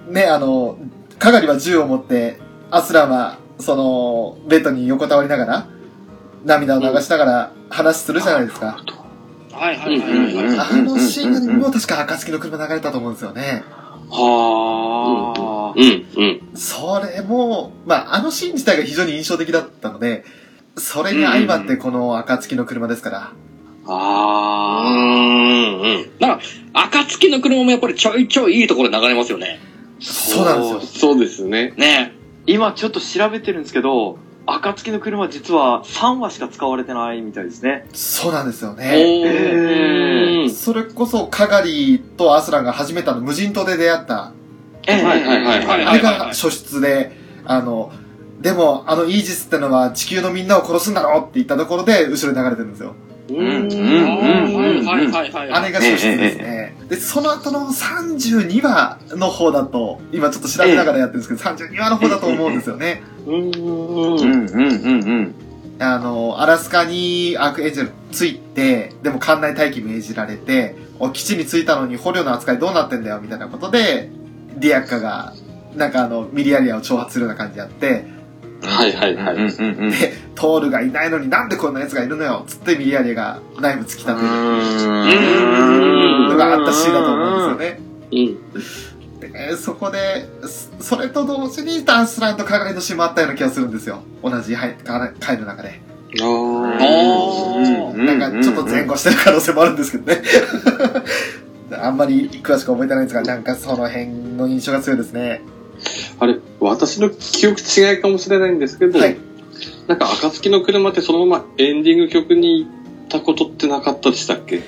[SPEAKER 1] ね、あの、かがりは銃を持って、アスラは、その、ベッドに横たわりながら、涙を流しながら話するじゃないですか。
[SPEAKER 4] はいはいはいはいはい。
[SPEAKER 2] うん
[SPEAKER 1] あのシーンにも確か暁の車流れたと思うんですよね。
[SPEAKER 3] はあ、
[SPEAKER 2] うん、うん。
[SPEAKER 1] それも、まあ、あのシーン自体が非常に印象的だったので、それに相まってこの暁の車ですから。
[SPEAKER 3] あ
[SPEAKER 2] うん、うん。
[SPEAKER 4] 暁の車もやっぱりちょいちょいいいところで流れますよね。
[SPEAKER 1] そうなんですよ。
[SPEAKER 2] そうですね。
[SPEAKER 4] ね
[SPEAKER 3] ー今ちょっと調べてるんですけど、暁の車実は3話しか使われてないみたいですね。
[SPEAKER 1] そうなんですよね。
[SPEAKER 2] へ
[SPEAKER 3] へ
[SPEAKER 2] ー
[SPEAKER 1] それこそ、カガリとアスランが始めたの無人島で出会った。
[SPEAKER 3] え
[SPEAKER 2] はいはいは
[SPEAKER 1] あ
[SPEAKER 2] いはい
[SPEAKER 1] れ
[SPEAKER 4] はいはい
[SPEAKER 1] が初出で、あの、でも、あのイージスってのは地球のみんなを殺すんだろうって言ったところで、後ろに流れてるんですよ。
[SPEAKER 2] うん
[SPEAKER 3] うん
[SPEAKER 4] え。
[SPEAKER 3] うんうん
[SPEAKER 4] はいはいはいはい
[SPEAKER 1] あ
[SPEAKER 4] は
[SPEAKER 1] れ
[SPEAKER 4] い。
[SPEAKER 1] が初出ですね。で、その後の32話の方だと、今ちょっと調べながらやってるんですけど、32話の方だと思うんですよね。
[SPEAKER 2] うん、うん、
[SPEAKER 3] う
[SPEAKER 2] うん。
[SPEAKER 3] んうんうんうん。
[SPEAKER 1] あの、アラスカにアークエンジェルついて、でも艦内待機命じられて、お基地に着いたのに捕虜の扱いどうなってんだよ、みたいなことで、ディアッカが、なんかあの、ミリアリアを挑発するような感じやって、
[SPEAKER 2] はいはい
[SPEAKER 3] うんう
[SPEAKER 2] は
[SPEAKER 3] ん
[SPEAKER 2] い。
[SPEAKER 3] うん
[SPEAKER 1] トールがいないのになんでこんな奴がいるのよ、つってミリアリアがナイフ突き立てるのがあったシーンだと思うんですよね。
[SPEAKER 2] うん。
[SPEAKER 1] で、そこで、そそれと同時にダンスランと鏡のシーンもあったような気がするんですよ。同じはいか回の中で。
[SPEAKER 4] あ
[SPEAKER 1] なんかちょっと前後してる可能性もあるんですけどね。 (laughs) あんまり詳しく覚えてないんですが、なんかその辺の印象が強いですね。
[SPEAKER 2] あれ、私の記憶違いかもしれないんですけど、
[SPEAKER 1] はい
[SPEAKER 2] なんか、暁の車ってそのままエンディング曲に行ったことってなかったでしたっけ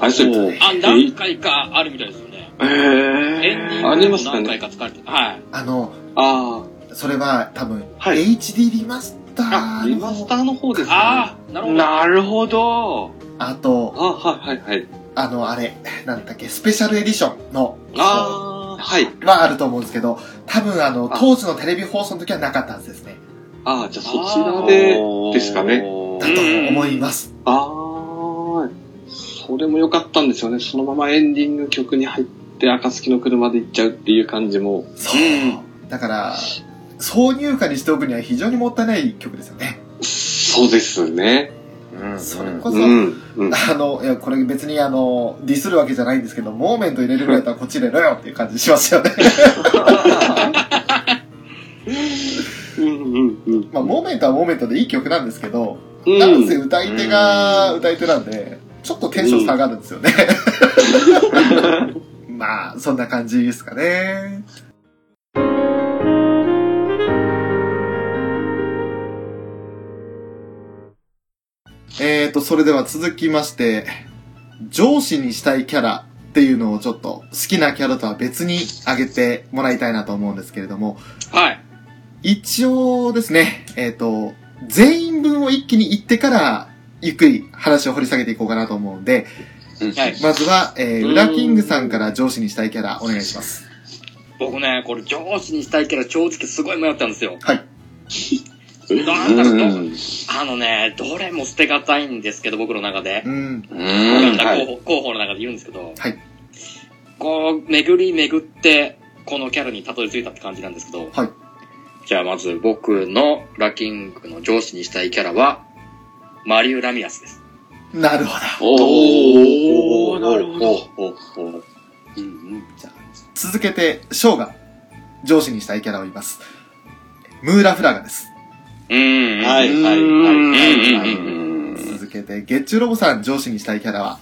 [SPEAKER 2] あれ、そ
[SPEAKER 1] そう
[SPEAKER 2] れ
[SPEAKER 1] ね、
[SPEAKER 4] あ、何回かあるみたいですよね。
[SPEAKER 3] え
[SPEAKER 4] エンデ
[SPEAKER 3] ー
[SPEAKER 4] ィ
[SPEAKER 2] あ
[SPEAKER 4] ン
[SPEAKER 2] り
[SPEAKER 4] グ
[SPEAKER 2] ま
[SPEAKER 4] も
[SPEAKER 2] したね
[SPEAKER 4] 何回か使われて、はい。
[SPEAKER 1] あの、
[SPEAKER 2] あ
[SPEAKER 1] それは多分、
[SPEAKER 2] はい
[SPEAKER 1] HD リマスター
[SPEAKER 2] あ、
[SPEAKER 1] の
[SPEAKER 2] リマスターの方ですね。
[SPEAKER 4] ああ、なるほど。
[SPEAKER 3] なるほど。
[SPEAKER 1] あと、
[SPEAKER 2] あはいはいはい。
[SPEAKER 1] あの、あれ、なんだっけ、スペシャルエディションの、
[SPEAKER 2] ああ、はい。
[SPEAKER 1] はあると思うんですけど、多分あの、
[SPEAKER 2] あ
[SPEAKER 1] 当時のテレビ放送の時はなかったはずですね。
[SPEAKER 2] ああ、じゃあそちらで、ですかね
[SPEAKER 1] だと思います。
[SPEAKER 2] ああ、それも良かったんですよね。そのままエンディング曲に入って、暁の車で行っちゃうっていう感じも。
[SPEAKER 1] そう。だから、挿入歌にしておくには非常にもったいない曲ですよね。
[SPEAKER 2] そうですね。
[SPEAKER 1] それこ
[SPEAKER 2] う
[SPEAKER 1] そ、
[SPEAKER 2] ん。うん。
[SPEAKER 1] あの、いや、これ別にあの、ディスるわけじゃないんですけど、モーメント入れるぐらいだったらこっち入れろよっていう感じしますよね。 (laughs)
[SPEAKER 2] うんうんうん。
[SPEAKER 1] まあ、モーメントはモーメントでいい曲なんですけど、
[SPEAKER 2] うん
[SPEAKER 1] なんせ歌い手が歌い手なんで、ちょっとテンション下がるんですよね。 (laughs) まあ、そんな感じですかね。えーと、それでは続きまして、上司にしたいキャラっていうのをちょっと好きなキャラとは別に挙げてもらいたいなと思うんですけれども、
[SPEAKER 4] はい。
[SPEAKER 1] 一応ですね、えっ、と、全員分を一気に言ってから、ゆっくり話を掘り下げていこうかなと思うんで、
[SPEAKER 4] はい。
[SPEAKER 1] まずは、えー、ウラキングさんから上司にしたいキャラお願いします。
[SPEAKER 4] 僕ね、これ上司にしたいけど、正直すごい迷ったんですよ。
[SPEAKER 1] はい。
[SPEAKER 4] なんだろう
[SPEAKER 2] う
[SPEAKER 4] ど、
[SPEAKER 2] ん
[SPEAKER 4] あのね、どれも捨てがたいんですけど、僕の中で
[SPEAKER 1] う。ん。
[SPEAKER 4] 選んだ
[SPEAKER 2] は
[SPEAKER 4] 候
[SPEAKER 2] い
[SPEAKER 4] 補、候補の中で言うんですけど。
[SPEAKER 1] はい。
[SPEAKER 4] こう、巡り巡って、このキャラにたどり着いたって感じなんですけど。
[SPEAKER 1] はい。
[SPEAKER 4] じゃあまず僕のラキングの上司にしたいキャラは、マリウ・ラミアスです。
[SPEAKER 1] なるほど。
[SPEAKER 2] お
[SPEAKER 3] おーなるほど
[SPEAKER 2] ど。
[SPEAKER 4] うんうん。
[SPEAKER 1] じゃあ続けて、ショウが上司にしたいキャラを言います。ムーラ・フラガです。
[SPEAKER 4] うんうん。
[SPEAKER 2] はいはいはいはい。
[SPEAKER 4] うん
[SPEAKER 1] 続けて、ゲッチュロボさん上司にしたいキャラは、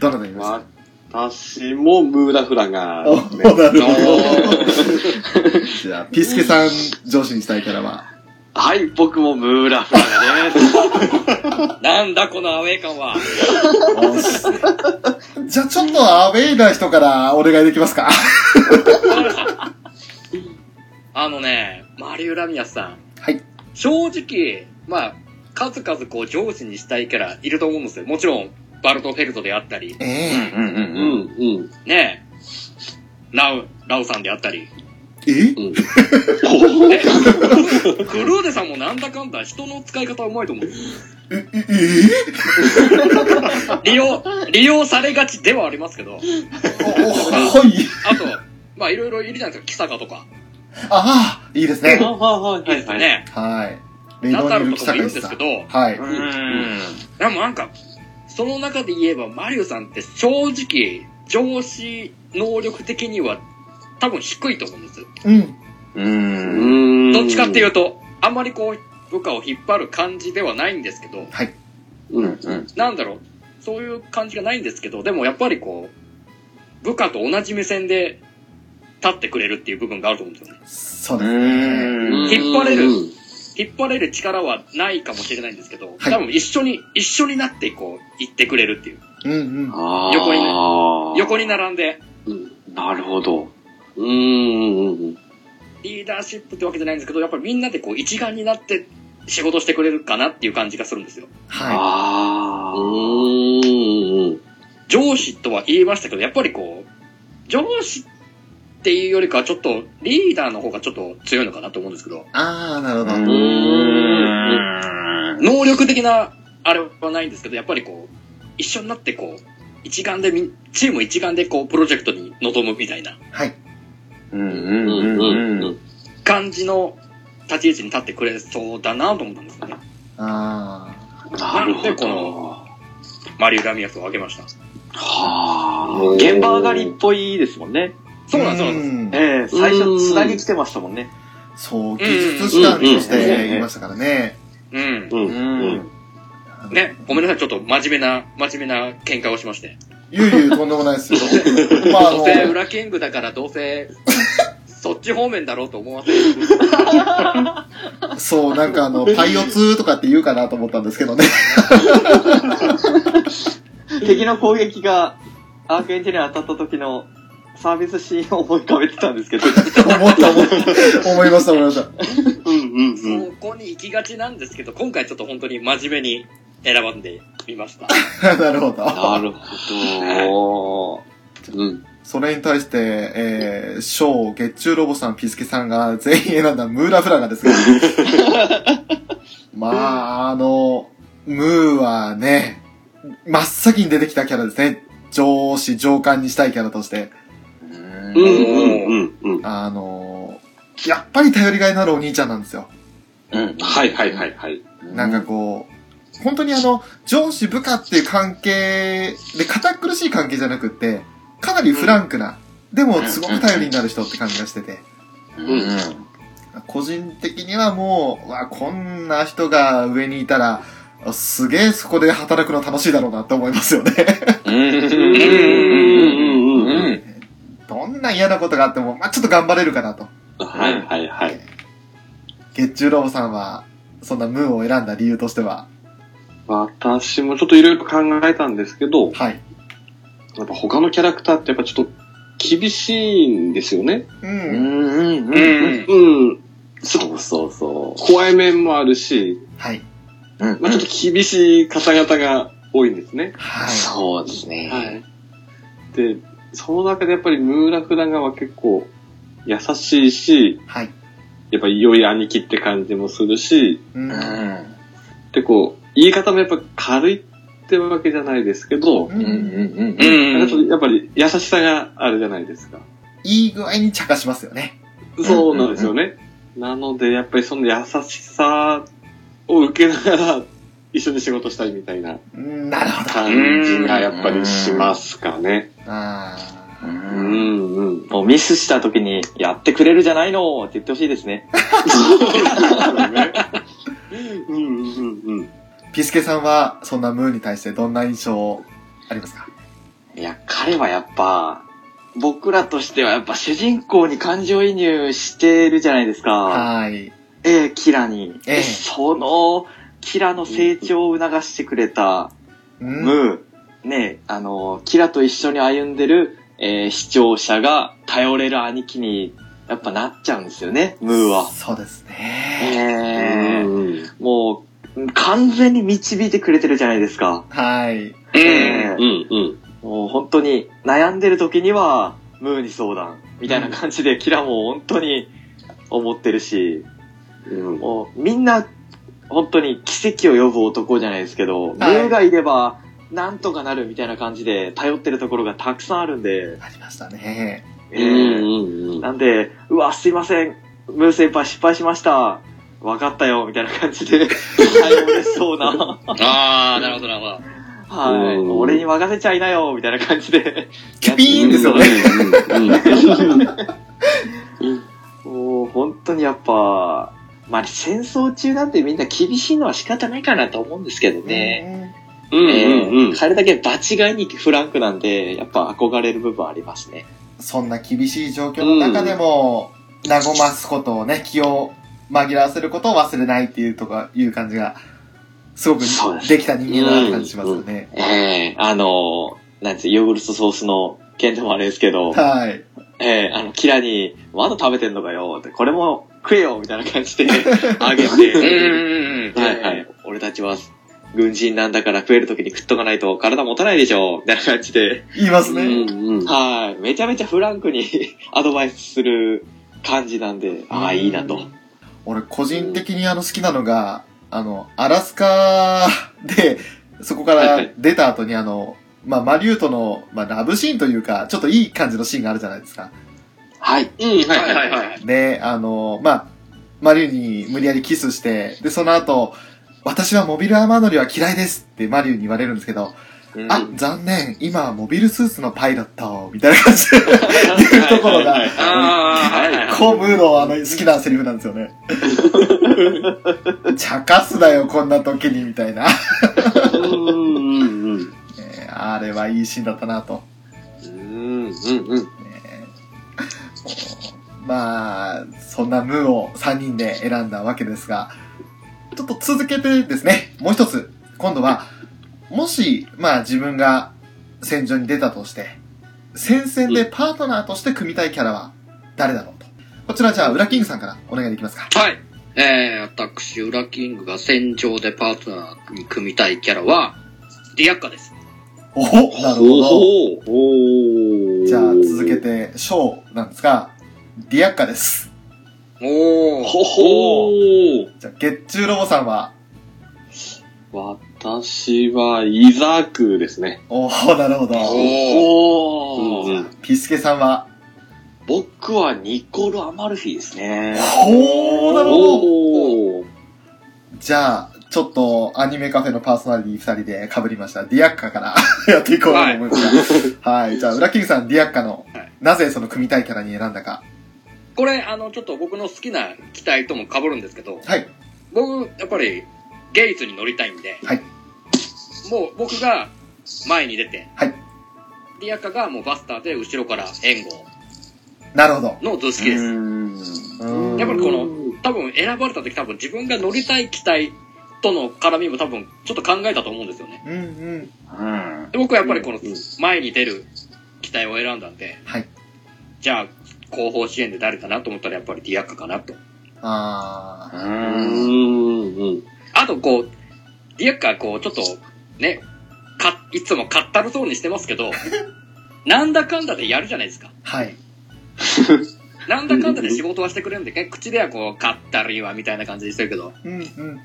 [SPEAKER 1] どなたにいますか、
[SPEAKER 2] 私もムーラフラが、
[SPEAKER 1] おなるほど。
[SPEAKER 4] お
[SPEAKER 1] じゃあ、ピスケさん上司にしたいキャラは、
[SPEAKER 3] はい、僕もムーラフラガです。
[SPEAKER 4] ーなんだこのアウェー感は。
[SPEAKER 1] おし (laughs) じゃあちょっとアウェイな人からお願いできますか
[SPEAKER 4] あのね、マリウ・ラミアスさん。
[SPEAKER 1] はい。
[SPEAKER 4] 正直、まあ、数々こう上司にしたいキャラいると思うんですよ。もちろん、バルトフェルトであったり、
[SPEAKER 1] え
[SPEAKER 3] う
[SPEAKER 1] え
[SPEAKER 3] んうん
[SPEAKER 2] う
[SPEAKER 3] うん。
[SPEAKER 2] んうん。
[SPEAKER 4] ねえ、ラウ、ラウさんであったり、
[SPEAKER 1] え
[SPEAKER 2] うん
[SPEAKER 4] ねクルーデさんもなんだかんだ人の使い方うまいと思う。
[SPEAKER 1] ええ
[SPEAKER 4] 利用、利用されがちではありますけど、
[SPEAKER 1] おおはい。
[SPEAKER 4] あと、まあいろいろいるじゃないですか、キサカとか。
[SPEAKER 1] あいいですね。
[SPEAKER 4] はあはあ、いいです
[SPEAKER 2] はい
[SPEAKER 4] ね。
[SPEAKER 1] はい。レイ
[SPEAKER 4] ナ
[SPEAKER 1] ド
[SPEAKER 4] タ
[SPEAKER 1] にい
[SPEAKER 4] ル
[SPEAKER 1] る
[SPEAKER 4] とか
[SPEAKER 1] 北
[SPEAKER 4] もいるん
[SPEAKER 1] 海
[SPEAKER 4] で
[SPEAKER 1] さ
[SPEAKER 4] すけ
[SPEAKER 1] ん。
[SPEAKER 4] ど、
[SPEAKER 1] はい。
[SPEAKER 2] ん
[SPEAKER 4] でもなんか、その中で言えば、マリオさんって正直、上司能力的には多分低いと思うんです。
[SPEAKER 1] うん。
[SPEAKER 3] うん。
[SPEAKER 2] ん。
[SPEAKER 4] どっちかっていううと、あんまりこう、部下を引っ張る感じではないんですけど、
[SPEAKER 2] うん。
[SPEAKER 3] うん。
[SPEAKER 4] なんだろう、そういう感じがないんですけど、でもやっぱりこう、部下と同じ目線で立ってくれるっていう部分があると思うんです
[SPEAKER 1] そう
[SPEAKER 4] よね。
[SPEAKER 3] う
[SPEAKER 1] ですね。
[SPEAKER 3] ん。
[SPEAKER 4] 引っ張れる引っ張れる力はないかもしれないんですけど、
[SPEAKER 1] はい
[SPEAKER 4] 多分一緒に、一緒になってこう、行ってくれるっていう。
[SPEAKER 1] うんうん。
[SPEAKER 2] あー
[SPEAKER 4] 横にね横に並んで、
[SPEAKER 2] うんなるほど。うーん。
[SPEAKER 4] リーダーシップってわけじゃないんですけど、やっぱりみんなでこう、一丸になって仕事してくれるかなっていう感じがするんですよ。
[SPEAKER 1] は
[SPEAKER 3] あ
[SPEAKER 2] うーん。
[SPEAKER 4] 上司とは言いましたけど、やっぱりこう、上司っていうよりかはちょっとリーダーの方がちょっと強いのかなと思うんですけど
[SPEAKER 1] い。、あー、なる
[SPEAKER 3] あ。
[SPEAKER 1] ほ
[SPEAKER 2] ん
[SPEAKER 1] ど。
[SPEAKER 3] ん。
[SPEAKER 4] 能力的なあれはないんですけど、やっぱりこう、一緒になってこう、一丸でみん、チーム一丸でこう、プロジェクトに臨むみたいな
[SPEAKER 1] はい。
[SPEAKER 3] うん
[SPEAKER 2] うん
[SPEAKER 3] うんうんうん。
[SPEAKER 4] 感じの立ち位置に立ってくれそうだなと思ったんですよね。
[SPEAKER 1] あー。
[SPEAKER 2] なるほ
[SPEAKER 4] でこ
[SPEAKER 2] ど。
[SPEAKER 4] のマリウ・ラミアスを挙げました。
[SPEAKER 3] はあ。現場上がりっぽいですもんね。
[SPEAKER 4] そうなんです、そうなんです。
[SPEAKER 1] ん
[SPEAKER 3] ええ、最初、つなぎ来てましたもんね。
[SPEAKER 1] そう、技術士官としていましたからね。
[SPEAKER 4] うん。
[SPEAKER 2] うん
[SPEAKER 3] う
[SPEAKER 2] うん。。
[SPEAKER 4] ね、ごめんなさい、ちょっと真面目な、真面目な喧嘩をしまして。
[SPEAKER 1] ゆうゆうとんでもないですよ。
[SPEAKER 4] (laughs)
[SPEAKER 1] まあ、あ
[SPEAKER 4] どうせ
[SPEAKER 1] の、
[SPEAKER 4] 裏キングだからどうせ、そっち方面だろうと思わせ
[SPEAKER 1] そう、なんかあの、パイオツとかって言うかなと思ったんですけどね。 (laughs)
[SPEAKER 3] 敵の攻撃がアークエンジェリアに当たった時のサービスシーンを思い浮かべてたんですけど。
[SPEAKER 1] 思った思った。思いました思いました。
[SPEAKER 2] うんうんうん。
[SPEAKER 4] そこに行きがちなんですけど、今回ちょっと本当に真面目に選ばんでみまし
[SPEAKER 1] (laughs)
[SPEAKER 4] た。
[SPEAKER 1] なるほど。
[SPEAKER 2] なるほ
[SPEAKER 3] おー。
[SPEAKER 2] ど。うん。
[SPEAKER 1] それに対して、えー、ショー、月中ロボさん、ピスケさんが全員選んだムーラフラガですが。まあ、あの、ムーはね、真っ先に出てきたキャラですね。上司、上官にしたいキャラとして。
[SPEAKER 2] うんうんうんうん。
[SPEAKER 1] あの、やっぱり頼りがいのあるお兄ちゃんなんですよ。
[SPEAKER 3] うん
[SPEAKER 2] はいはいはいはい。
[SPEAKER 1] なんかこう、本当にあの、上司部下っていう関係で堅苦しい関係じゃなくって、かなりフランクな、でもすごく頼りになる人って感じがしてて、
[SPEAKER 3] うん
[SPEAKER 2] うん
[SPEAKER 1] 個人的にはもう、うわ、こんな人が上にいたら、すげえそこで働くの楽しいだろうなって思いますよ
[SPEAKER 3] (laughs)
[SPEAKER 1] ね。
[SPEAKER 2] うんうんうんうんうん。
[SPEAKER 1] どんな嫌なことがあっても、まあちょっと頑張れるかなと。
[SPEAKER 2] はいはいはい。
[SPEAKER 1] 月中ロボさんは、そんなムーを選んだ理由としては、
[SPEAKER 2] 私もちょっといろいろ考えたんですけど、
[SPEAKER 1] はい。
[SPEAKER 2] やっぱ他のキャラクターってやっぱちょっと厳しいんですよね。
[SPEAKER 1] う。
[SPEAKER 3] うんんうん
[SPEAKER 4] う
[SPEAKER 3] うん。
[SPEAKER 4] ん。
[SPEAKER 2] うん。
[SPEAKER 3] そうそうそ
[SPEAKER 2] 怖い面もあるし、
[SPEAKER 1] はい。
[SPEAKER 3] う。うん
[SPEAKER 2] まあ、ちょっと厳しい方々が多いんですね。
[SPEAKER 1] はい。
[SPEAKER 3] そうですね。
[SPEAKER 2] い。で、その中でやっぱりムーラフラガは結構優しいし、
[SPEAKER 1] はい。
[SPEAKER 2] やっぱ良い兄貴って感じもするし、
[SPEAKER 1] うん。
[SPEAKER 3] う。
[SPEAKER 1] うん
[SPEAKER 2] でこう、言い方もやっぱ軽いってわけじゃないですけど、
[SPEAKER 3] うんうん
[SPEAKER 1] ん。
[SPEAKER 3] うん
[SPEAKER 4] う。
[SPEAKER 2] なんかちょっ
[SPEAKER 4] ん。
[SPEAKER 2] とやっぱり優しさがあるじゃないですか。
[SPEAKER 1] いい具合に茶化しますよね。
[SPEAKER 2] そうなんですよね。なので、やっぱりその優しさを受けながら、一緒に仕事したいみたいな
[SPEAKER 1] うんなるほど。
[SPEAKER 2] 感じがやっぱりしますかね。
[SPEAKER 1] あ
[SPEAKER 3] う
[SPEAKER 1] ー
[SPEAKER 2] うんんうん。
[SPEAKER 3] もうミスした時に、やってくれるじゃないのって言ってほしいですね。
[SPEAKER 2] うんうんうん
[SPEAKER 1] ピスケさんは、そんなムーに対してどんな印象ありますか
[SPEAKER 3] いや、彼はやっぱ、僕らとしてはやっぱ主人公に感情移入してるじゃないですか。
[SPEAKER 1] はい。
[SPEAKER 3] ええキラに。
[SPEAKER 1] ええ
[SPEAKER 3] その、キラの成長を促してくれた、
[SPEAKER 1] うん
[SPEAKER 3] ムー。ねえあの、キラと一緒に歩んでる、えー視聴者が頼れる兄貴に、やっぱなっちゃうんですよね、ムーは。
[SPEAKER 1] そうです
[SPEAKER 3] え
[SPEAKER 1] ね。
[SPEAKER 3] え
[SPEAKER 2] うんうん。
[SPEAKER 3] もう、完全に導いてくれてるじゃないですか。
[SPEAKER 1] はい。
[SPEAKER 4] うん。
[SPEAKER 2] うんうん。
[SPEAKER 3] もう本当に悩んでる時には、ムーに相談、みたいな感じで、キラも本当に思ってるし、
[SPEAKER 2] うん
[SPEAKER 3] もうみんな、本当に奇跡を呼ぶ男じゃないですけど、ムーがいれば、なんとかなるみたいな感じで、頼ってるところがたくさんあるんで、
[SPEAKER 1] ありましたね。
[SPEAKER 2] うんうんうん。
[SPEAKER 3] なんで、うわ、すいません。ムー先輩失敗しました。わかったよ、みたいな感じ
[SPEAKER 2] (laughs)
[SPEAKER 3] で、対応でしそうな。
[SPEAKER 4] ああ、なるほど、なるほど。
[SPEAKER 3] はい。
[SPEAKER 2] うん
[SPEAKER 3] 俺に任せちゃいなよ、みたいな感じで。
[SPEAKER 1] キュピーンですよね。
[SPEAKER 2] うんうんうん
[SPEAKER 3] もう、本当にやっぱ、まあ、戦争中なんてみんな厳しいのは仕方ないかなと思うんですけどね。
[SPEAKER 2] うんうんうん。
[SPEAKER 3] 彼だけ場違いにフランクなんで、やっぱ憧れる部分ありますね。
[SPEAKER 1] そんな厳しい状況の中でも、和ますことをね、気を紛らわせることを忘れないっていうとか、いう感じが、すごく
[SPEAKER 3] そうです
[SPEAKER 1] できた人間だなって感じしますよね。
[SPEAKER 3] ええあの、なんつう、ヨーグルトソースの件でもあれですけど、
[SPEAKER 1] はい。
[SPEAKER 3] ええあの、キラに、まだ食べてんのかよ、って、これも食えよ、みたいな感じ
[SPEAKER 2] (laughs)
[SPEAKER 3] で、あげ
[SPEAKER 4] う
[SPEAKER 3] て、
[SPEAKER 4] ん。
[SPEAKER 3] はいはい、俺たちは、軍人なんだから食える時に食っとかないと体持たないでしょ、みたいな感じで、
[SPEAKER 1] 言います
[SPEAKER 2] う
[SPEAKER 1] ね。
[SPEAKER 2] んうん。
[SPEAKER 3] はい、めちゃめちゃフランクに (laughs) アドバイスする感じなんで、ああ、いいなと。
[SPEAKER 1] 俺、個人的にあの好きなのが、あの、アラスカで、そこか
[SPEAKER 3] はいは
[SPEAKER 1] ら
[SPEAKER 3] い
[SPEAKER 1] 出た後にあの、まあ、マリュートの、まあ、ラブシーンというか、ちょっといい感じのシーンがあるじゃないですか。
[SPEAKER 3] はい。
[SPEAKER 2] うん、は
[SPEAKER 4] はいい
[SPEAKER 2] は
[SPEAKER 4] はいい
[SPEAKER 2] は。
[SPEAKER 4] はいい。
[SPEAKER 1] で、あの、まあ、マリューに無理やりキスして、で、その後、私はモビルアーマー乗りは嫌いですってマリューに言われるんですけど、
[SPEAKER 3] うん
[SPEAKER 1] あ、残念、今はモビルスーツのパイロット、みたいな感じで言うところが、
[SPEAKER 4] ああ、はいはいはい。
[SPEAKER 1] コムのあの好きなセリフなんですよ (laughs) ね。茶化すなよ、こんな時に、みたいな。
[SPEAKER 2] うんうんうん。
[SPEAKER 1] ねあれはいいシーンだったなと。
[SPEAKER 2] うんうんうん。
[SPEAKER 1] ねまあ、そんなムーを3人で選んだわけですが、ちょっと続けてですね、もう一つ、今度は、もし、まあ自分が戦場に出たとして、戦線でパートナーとして組みたいキャラは誰だろうと。こちらじゃあ、ウラキングさんからお願いできますか。
[SPEAKER 4] はい。えー、私、ウラキングが戦場でパートナーに組みたいキャラは、ディアッカです。
[SPEAKER 1] おおなるほど。
[SPEAKER 2] おーおー
[SPEAKER 1] じゃあ、続け。て、ショーなんですが、ディアッカです。
[SPEAKER 4] おー。
[SPEAKER 2] ほほー
[SPEAKER 1] じゃあ、月中ロボさんは、
[SPEAKER 2] 私は、イザークですね。
[SPEAKER 1] おおなるほど。
[SPEAKER 4] おー。
[SPEAKER 3] おー、
[SPEAKER 1] ピスケさんは、
[SPEAKER 3] 僕はニコル・アマルフィですね。
[SPEAKER 1] おおなるほど。
[SPEAKER 2] おー
[SPEAKER 1] じゃあ、ちょっとアニメカフェのパーソナリティ二人で被りました。ディアッカから (laughs) やっていこうと思いますが。はい。じゃあ、裏キングさん、ディアッカの、
[SPEAKER 4] はい
[SPEAKER 1] なぜその組みたいキャラに選んだか。
[SPEAKER 4] これ、あの、ちょっと僕の好きな機体とも被るんですけど、
[SPEAKER 1] はい。
[SPEAKER 4] 僕、やっぱり、ゲイツに乗りたいんで、
[SPEAKER 1] はい
[SPEAKER 4] もう僕が前に出て、
[SPEAKER 1] はい
[SPEAKER 4] ディアッカがもうバスターで後ろから援護
[SPEAKER 1] なるほど。
[SPEAKER 4] の図式です。
[SPEAKER 1] うーん
[SPEAKER 4] やっぱりこの、多分選ばれた時多分自分が乗りたい機体との絡みも多分ちょっと考えたと思うんですよね。
[SPEAKER 1] うんうん。
[SPEAKER 3] うん。
[SPEAKER 4] で僕はやっぱりこの
[SPEAKER 2] うん
[SPEAKER 4] 前に出る機体を選んだんで、
[SPEAKER 1] はい
[SPEAKER 4] じゃあ後方支援で誰かなと思ったらやっぱりディアッカかなと。
[SPEAKER 1] あ
[SPEAKER 2] う
[SPEAKER 3] う
[SPEAKER 2] ん
[SPEAKER 3] ん。
[SPEAKER 2] うん。
[SPEAKER 4] あとこう、ディアッカはこうちょっとね、か、いつもかったるそうにしてますけど、なんだかんだでやるじゃないですか
[SPEAKER 1] ー。。はい。
[SPEAKER 4] なんだかんだで仕事はしてくれるんで、ね、口ではこう、かったるいわみたいな感じにしてるけど、
[SPEAKER 1] うんうん。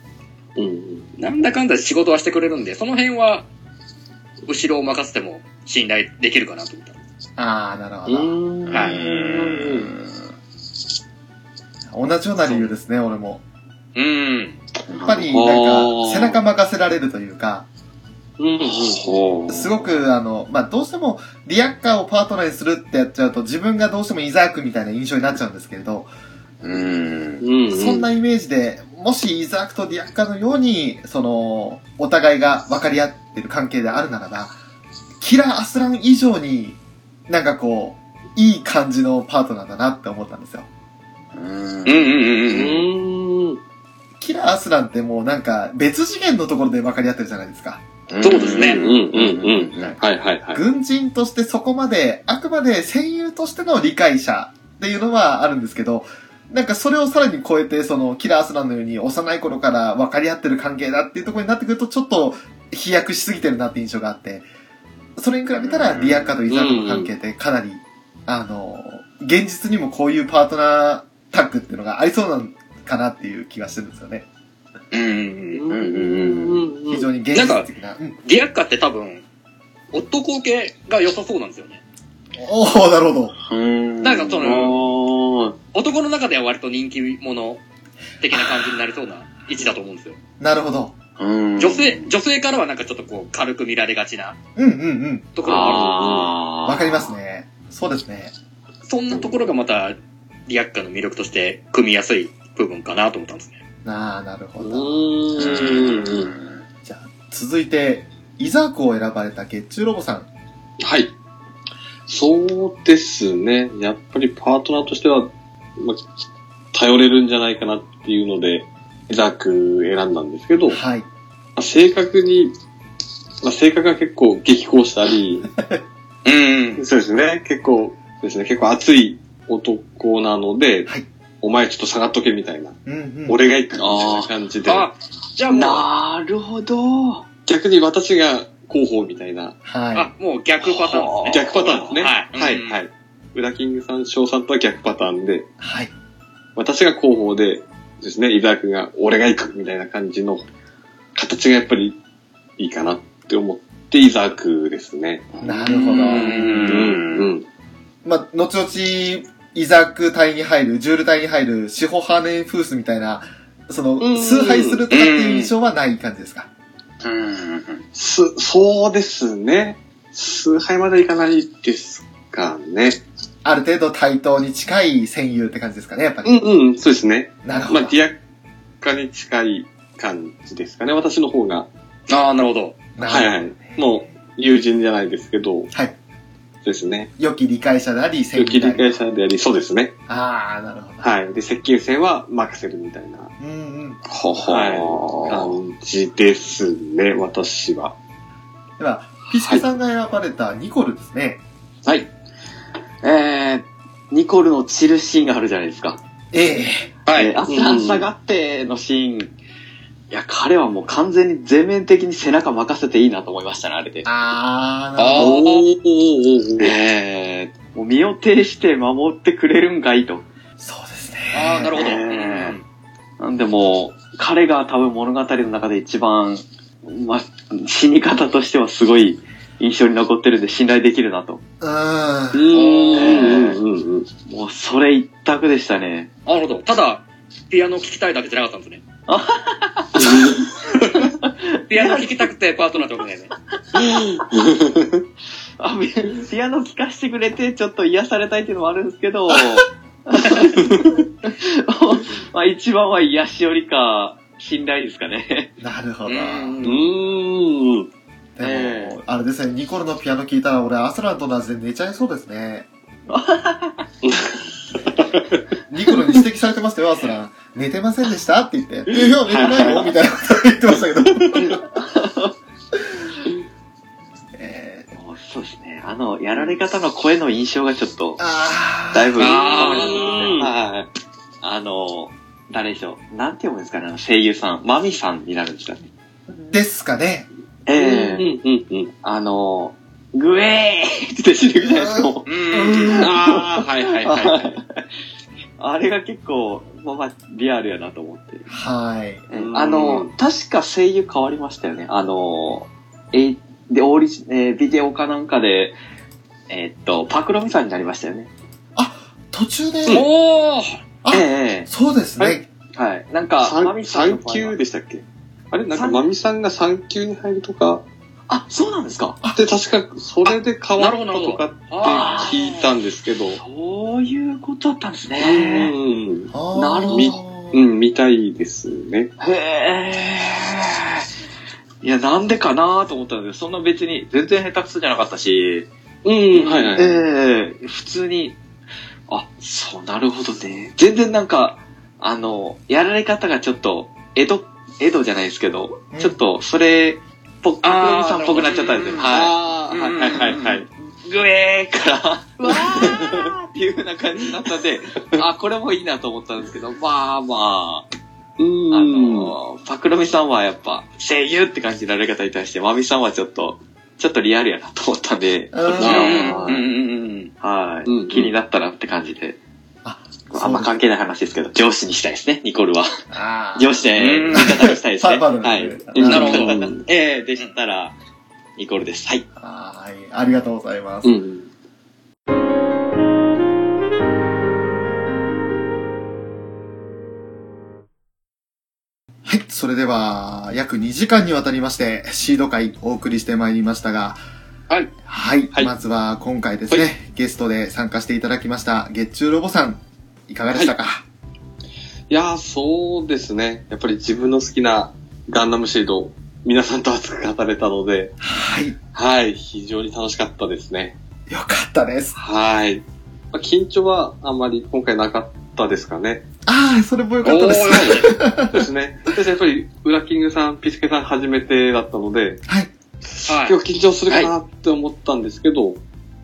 [SPEAKER 2] うんうん。
[SPEAKER 4] なんだかんだ仕事はしてくれるんで、その辺は、後ろを任せても信頼できるかなと思った。
[SPEAKER 1] あー、なるほ
[SPEAKER 2] う
[SPEAKER 1] ど。
[SPEAKER 2] ん
[SPEAKER 4] はいう
[SPEAKER 1] ーん同じような理由ですね、俺も。
[SPEAKER 4] うん。
[SPEAKER 1] やっぱり、なんか、背中任せられるというか、
[SPEAKER 2] うん。ほ
[SPEAKER 1] すごく、あの、まあ、どうしても、リアッカーをパートナーにするってやっちゃうと、自分がどうしてもイザークみたいな印象になっちゃうんですけれど、
[SPEAKER 4] うん。
[SPEAKER 2] うん。
[SPEAKER 1] そんなイメージで、もしイザークとディアッカーのように、その、お互いが分かり合ってる関係であるならば、キラー・アスラン以上に、なんかこう、いい感じのパートナーだなって思ったんですよ。
[SPEAKER 4] うんう
[SPEAKER 2] う
[SPEAKER 4] んうんうん。
[SPEAKER 2] ん。
[SPEAKER 1] キラー・アスランってもうなんか、別次元のところで分かり合ってるじゃないですか。
[SPEAKER 4] そうですね
[SPEAKER 2] うんうんうん。はいはいはい。
[SPEAKER 1] 軍人としてそこまで、あくまで戦友としての理解者っていうのはあるんですけど、なんかそれをさらに超えて、その、キラーアスランのように幼い頃から分かり合ってる関係だっていうところになってくると、ちょっと飛躍しすぎてるなって印象があって、それに比べたら、
[SPEAKER 3] うん
[SPEAKER 1] リアッカとイザークの関係ってかなり、あの、現実にもこういうパートナータッグっていうのがありそうなのかなっていう気がしてるんですよね。
[SPEAKER 4] うん。
[SPEAKER 2] うんうんうん。
[SPEAKER 1] 非常に現実的な。うん
[SPEAKER 4] ディアッカって多分、男系が良さそうなんですよね。
[SPEAKER 1] おおなるほど。
[SPEAKER 4] なんかその、
[SPEAKER 2] あ
[SPEAKER 4] 男の中では割と人気者的な感じになりそうな位置だと思うんですよ。
[SPEAKER 1] なるほど。
[SPEAKER 2] うん
[SPEAKER 4] 女性、女性からはなんかちょっとこう軽く見られがちな
[SPEAKER 1] うんうんうん。
[SPEAKER 4] ところがあ
[SPEAKER 2] ああ。
[SPEAKER 1] わかりますね。そうですね。
[SPEAKER 4] ると思うそんなところがまたリアッカの魅力として組みやすい部分かなと思ったんですね。
[SPEAKER 1] ああ、なるほ
[SPEAKER 2] う
[SPEAKER 1] ど。
[SPEAKER 2] ーん。
[SPEAKER 1] じゃあ、続いて、イザークを選ばれた月中ロボさん。
[SPEAKER 2] はい。そうですね。やっぱりパートナーとしては、まあ、き頼れるんじゃないかなっていうので、イザーク選んだんですけど、ま
[SPEAKER 1] はい。
[SPEAKER 2] あ性格に、まあ、性格が結構激高したり、
[SPEAKER 4] うん。
[SPEAKER 2] そうですね。結構、そうですね。結構熱い男なので、
[SPEAKER 1] はい
[SPEAKER 2] お前ちょっと下がっとけみたいな、
[SPEAKER 1] うんうん。
[SPEAKER 2] 俺が行くみたいな感じで、
[SPEAKER 4] あ、じゃあもう、
[SPEAKER 3] なるほど。
[SPEAKER 2] 逆に私が広報みたいな、
[SPEAKER 1] は
[SPEAKER 4] あ、もう逆パターンですね。
[SPEAKER 2] 逆パターンですね。
[SPEAKER 4] はい
[SPEAKER 2] はい、
[SPEAKER 4] うん
[SPEAKER 2] はい。ウラキングさん、翔さんとは逆パターンで、
[SPEAKER 1] い。はい。
[SPEAKER 2] 私が広報でですね、伊沢くんが俺が行くみたいな感じの形がやっぱりいいかなって思って伊沢くですね。
[SPEAKER 1] なるほど。
[SPEAKER 2] うんうん。
[SPEAKER 1] まあ、後々、イザーク隊に入る、ジュール隊に入る、シホハネンフースみたいな、その
[SPEAKER 2] う、ん
[SPEAKER 1] 崇拝するとかっていう印象はない感じですか。
[SPEAKER 4] うん。
[SPEAKER 2] す、そうですね。崇拝までいかないですかね。
[SPEAKER 1] ある程度対等に近い戦友って感じですかね、やっぱ
[SPEAKER 2] う
[SPEAKER 1] り。
[SPEAKER 2] んうん、そうですね。
[SPEAKER 1] なるほ
[SPEAKER 2] まあ、
[SPEAKER 1] ど
[SPEAKER 2] デ。ィアッカに近い感じですかね。私の方が。
[SPEAKER 4] ああ、なるほど。
[SPEAKER 1] な
[SPEAKER 2] はい
[SPEAKER 1] る
[SPEAKER 2] は
[SPEAKER 1] ほ
[SPEAKER 2] い。もう、友人じゃないですけど。
[SPEAKER 1] はい。
[SPEAKER 2] そうですね。
[SPEAKER 1] ど。良き理解者であり、戦
[SPEAKER 2] 受
[SPEAKER 1] 友
[SPEAKER 2] け
[SPEAKER 1] であ
[SPEAKER 2] 理
[SPEAKER 1] り。
[SPEAKER 2] 解者であり、そうですね。
[SPEAKER 1] ああ、なるほど。
[SPEAKER 2] はい。で、接近戦は任せるみたいな。
[SPEAKER 1] うんうん。
[SPEAKER 3] ほ
[SPEAKER 2] はい。感じですね、私は。
[SPEAKER 1] では、ピシケさんが選ばれたニコルですね。
[SPEAKER 3] はい。えー、ニコルの散るシーンがあるじゃないですか。
[SPEAKER 1] ええ
[SPEAKER 4] は
[SPEAKER 3] え
[SPEAKER 4] い
[SPEAKER 3] ー。朝下がってのシーン。いや、彼はもう完全に全面的に背中任せていいなと思いましたね、あれで。
[SPEAKER 1] ああ、なる
[SPEAKER 4] あ
[SPEAKER 1] ほど。
[SPEAKER 2] おー
[SPEAKER 4] ー
[SPEAKER 2] おーおー
[SPEAKER 3] えー、もう身を挺して守ってくれるんかいと。
[SPEAKER 1] そうですね。
[SPEAKER 4] ああ、なるほど。
[SPEAKER 3] え
[SPEAKER 4] う
[SPEAKER 3] ー
[SPEAKER 4] ん
[SPEAKER 3] なんでもう、彼が多分物語の中で一番、まあ、死に方としてはすごい印象に残ってるんで信頼できるなと。
[SPEAKER 1] うー。
[SPEAKER 2] うんんうんうんうん。
[SPEAKER 3] もうそれ一択でしたね。
[SPEAKER 4] あなるほど。ただ、ピアノ聴きたいだけじゃなかったんですね。ピアノ聴きたくてパートナーってことだよね。
[SPEAKER 3] あ、みピアノ聴かせてくれて、ちょっと癒されたいっていうのもあるんですけ (laughs) ど、まあ一番は癒しよりか、信頼ですかね。
[SPEAKER 1] なるほど。
[SPEAKER 4] うん
[SPEAKER 2] うーん。
[SPEAKER 1] でも、
[SPEAKER 3] ええ
[SPEAKER 1] あれですね、ニコルのピアノ聴いたら俺、アスランと同じで寝ちゃいそうですね。ニコルに指摘されてましたよ、アスラン。寝てませんでしたって言って。いや、寝てないよみたいなこと言ってましたけど。えー、
[SPEAKER 3] もうそうですね。あの、やられ方の声の印象がちょっと、
[SPEAKER 1] あ
[SPEAKER 3] だいぶ、
[SPEAKER 4] あー
[SPEAKER 3] はい。あの、誰でしょう。なんて読むんですかね、あの声優さん。マミさんになるんですかね。
[SPEAKER 1] ー、ですかね。
[SPEAKER 3] え
[SPEAKER 2] う
[SPEAKER 3] え
[SPEAKER 2] んうんうん。
[SPEAKER 3] あの、グエーって死ぬじゃないですか。
[SPEAKER 4] う
[SPEAKER 1] うん
[SPEAKER 4] ん。ああ、はいはいはい。
[SPEAKER 3] (laughs) あれが結構、まあまあ、リアルやなと思って。
[SPEAKER 1] はい。
[SPEAKER 2] うん
[SPEAKER 3] あの、確か声優変わりましたよね。あの、えいで、オリジ、えービデオかなんかで、えーっと、パクロミさんになりましたよね。
[SPEAKER 1] 途中で、
[SPEAKER 4] おー
[SPEAKER 1] あ
[SPEAKER 3] ええ
[SPEAKER 1] そうですね。
[SPEAKER 2] は
[SPEAKER 3] ええはい。なんか、マミさんの
[SPEAKER 2] 3
[SPEAKER 3] 声が
[SPEAKER 2] 級でしたっけあれなんか、
[SPEAKER 3] 三
[SPEAKER 2] まみさんが3級に入るとか、
[SPEAKER 3] あ、そうなんですか
[SPEAKER 2] で、確か、それで変わったとかって
[SPEAKER 4] あー
[SPEAKER 2] 聞いたんですけど、
[SPEAKER 3] そういうことだったんです
[SPEAKER 2] う
[SPEAKER 3] ね。
[SPEAKER 2] ん。
[SPEAKER 1] あー
[SPEAKER 3] なるほど
[SPEAKER 2] みうん、見たいですね。
[SPEAKER 3] へえ。いや、なんでかなと思ったんですけど、そんな別に全然下手くそじゃなかったし、
[SPEAKER 2] うん、はいは
[SPEAKER 3] え
[SPEAKER 2] い。
[SPEAKER 3] え普通に、あ、そう、なるほどね。全然なんか、あの、やられ方がちょっと、江戸、江戸じゃないですけど、
[SPEAKER 1] うん
[SPEAKER 3] ちょっと、それ、ぽ、
[SPEAKER 4] あー
[SPEAKER 3] パクロミさんっぽくなっちゃったんです
[SPEAKER 4] なるほ
[SPEAKER 3] よ。
[SPEAKER 4] ど
[SPEAKER 3] は
[SPEAKER 2] あー
[SPEAKER 4] うん
[SPEAKER 2] はいはいはいはい。
[SPEAKER 3] い。グエーから、わーっていう風な感じになったん (laughs) で、あ、これもいいなと思ったんですけど、まあまあ、
[SPEAKER 2] う
[SPEAKER 3] あ
[SPEAKER 2] ん。
[SPEAKER 3] の、パクロミさんはやっぱ、声優って感じのやられ方に対して、マミさんはちょっと、ちょっとリアルやなと思ったんで、
[SPEAKER 1] うん
[SPEAKER 3] そっち
[SPEAKER 4] う
[SPEAKER 3] の
[SPEAKER 4] ん
[SPEAKER 3] 方が
[SPEAKER 4] うんうん
[SPEAKER 3] はい、
[SPEAKER 2] うんうん
[SPEAKER 3] 気になったなって感じで。
[SPEAKER 1] あ
[SPEAKER 3] まあ、あんま関係ない話ですけど、上司にしたいですね、ニコ (laughs) ルは。
[SPEAKER 1] あー
[SPEAKER 3] 上司で、
[SPEAKER 4] うん
[SPEAKER 3] 味方にしたいですね。
[SPEAKER 1] パパの
[SPEAKER 3] はい。
[SPEAKER 1] うん
[SPEAKER 4] なるほど
[SPEAKER 3] うんええでしたら、ニコルです。はい。
[SPEAKER 1] はい。ありがとうございます。
[SPEAKER 2] うん。
[SPEAKER 1] それでは、約2時間にわたりまして、シード会お送りしてまいりましたが、
[SPEAKER 4] はい。
[SPEAKER 1] はい。
[SPEAKER 2] はい
[SPEAKER 1] まずは今回ですね、
[SPEAKER 2] はい
[SPEAKER 1] ゲストで参加していただきました、月中ロボさん、いかがでしたか、
[SPEAKER 2] いやー、そうですね。やっぱり自分の好きなガンダムシード、皆さんと熱く語れたので、
[SPEAKER 1] はい。
[SPEAKER 2] はい、非常に楽しかったですね。
[SPEAKER 1] よかったです。
[SPEAKER 2] はい。まあ緊張はあんまり今回なかったですかね。
[SPEAKER 1] ああ、それもよかったです。
[SPEAKER 4] おー
[SPEAKER 2] ですね。先生、やっぱり、ウラキングさん、ピスケさん初めてだったので、
[SPEAKER 1] はい。
[SPEAKER 4] はい
[SPEAKER 2] 今日緊張するかなって思ったんですけど、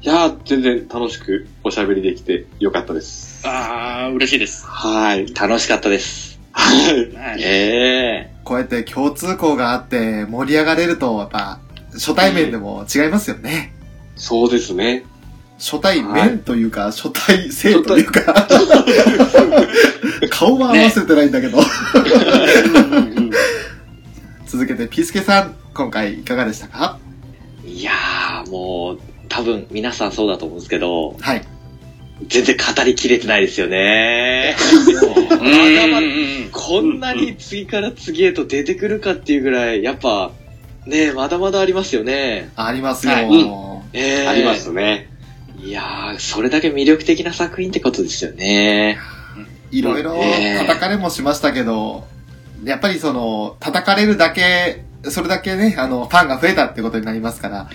[SPEAKER 2] い、やー、全然楽しくおしゃべりできてよかったです。
[SPEAKER 4] ああ、嬉しいです。
[SPEAKER 2] はい。
[SPEAKER 3] 楽しかったです。
[SPEAKER 2] はい。
[SPEAKER 4] はい。
[SPEAKER 3] ええ
[SPEAKER 1] こうやって共通項があって盛り上がれると、やっぱ、初対面でも違いますよね。
[SPEAKER 2] そうですね。
[SPEAKER 1] 初対
[SPEAKER 2] は
[SPEAKER 1] 面
[SPEAKER 2] い
[SPEAKER 1] というか、初対性というか、顔は合わせてないんだけど。 (laughs) 続けて、ピースケさん、今回いかがでしたか
[SPEAKER 3] いやー、もう、多分皆さんそうだと思うんですけど、
[SPEAKER 1] はい。
[SPEAKER 3] 全然語りきれてないですよね。
[SPEAKER 4] うんうんうん。
[SPEAKER 3] こんなに次から次へと出てくるかっていうぐらい、やっぱ、ねえまだまだありますよね。
[SPEAKER 1] ありますよ。
[SPEAKER 4] はい
[SPEAKER 3] ええ
[SPEAKER 2] ありますね。
[SPEAKER 3] いやー、それだけ魅力的な作品ってことですよね。
[SPEAKER 1] いろいろ
[SPEAKER 3] ねえ
[SPEAKER 1] 叩かれもしましたけど、やっぱりその、叩かれるだけ、それだけね、あの、ファンが増えたってことになりますから。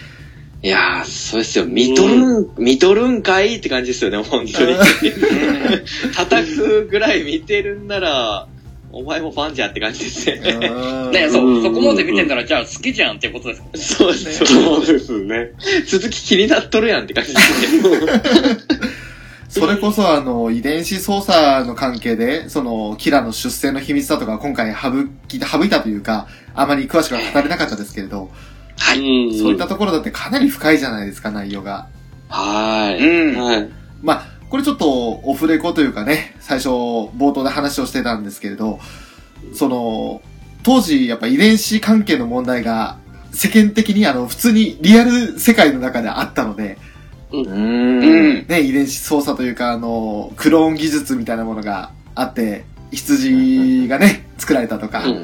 [SPEAKER 3] いやー、そうですよ。見とるん、見とるんかいって感じですよね、本当に。叩くぐらい見てるんなら、お前もファンじゃんって感じですよね。
[SPEAKER 1] うん
[SPEAKER 4] ね
[SPEAKER 2] う
[SPEAKER 4] そ
[SPEAKER 2] ん
[SPEAKER 4] う、そこまで見てんなら、じゃあ好きじゃんってことですもんね。
[SPEAKER 3] (laughs) そうです
[SPEAKER 2] (laughs)
[SPEAKER 3] よ。
[SPEAKER 2] そうですね。
[SPEAKER 3] 続き気になっとるやんって感じですね。 (laughs)
[SPEAKER 1] それこそあの、遺伝子操作の関係で、その、キラの出生の秘密だとか、今回省き、省いたというか、あまり詳しくは語れなかったですけれど、
[SPEAKER 2] は
[SPEAKER 1] そういったところだってかなり深いじゃないですか、内容が。
[SPEAKER 3] はーい。
[SPEAKER 4] うん。
[SPEAKER 2] はい。
[SPEAKER 1] まあ、これちょっとオフレコというかね、最初冒頭で話をしてたんですけれど、その、当時やっぱ遺伝子関係の問題が世間的にあの普通にリアル世界の中であったので、
[SPEAKER 3] う
[SPEAKER 4] う
[SPEAKER 3] ーん。
[SPEAKER 4] ん。
[SPEAKER 1] ね、遺伝子操作というかあの、クローン技術みたいなものがあって、羊がね、作られたとか、
[SPEAKER 3] うん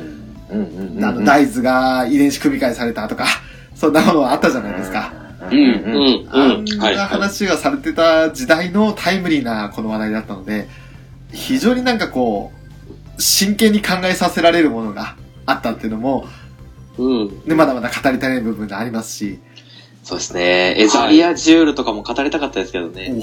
[SPEAKER 3] うんうん
[SPEAKER 1] あの大豆が遺伝子組み換えされたとか、そんなものはあったじゃないですか。
[SPEAKER 3] う
[SPEAKER 2] う
[SPEAKER 3] んうん。
[SPEAKER 2] ん。
[SPEAKER 1] あん
[SPEAKER 2] うん。はい。
[SPEAKER 1] な話がされてた時代のタイムリーなこの話題だったので、非常になんかこう、真剣に考えさせられるものがあったっていうのも、
[SPEAKER 2] うん。
[SPEAKER 1] ね、まだまだ語り足りない部分がありますし、
[SPEAKER 3] そうですね。エザリア・ジュールとかも語りたかったですけどね。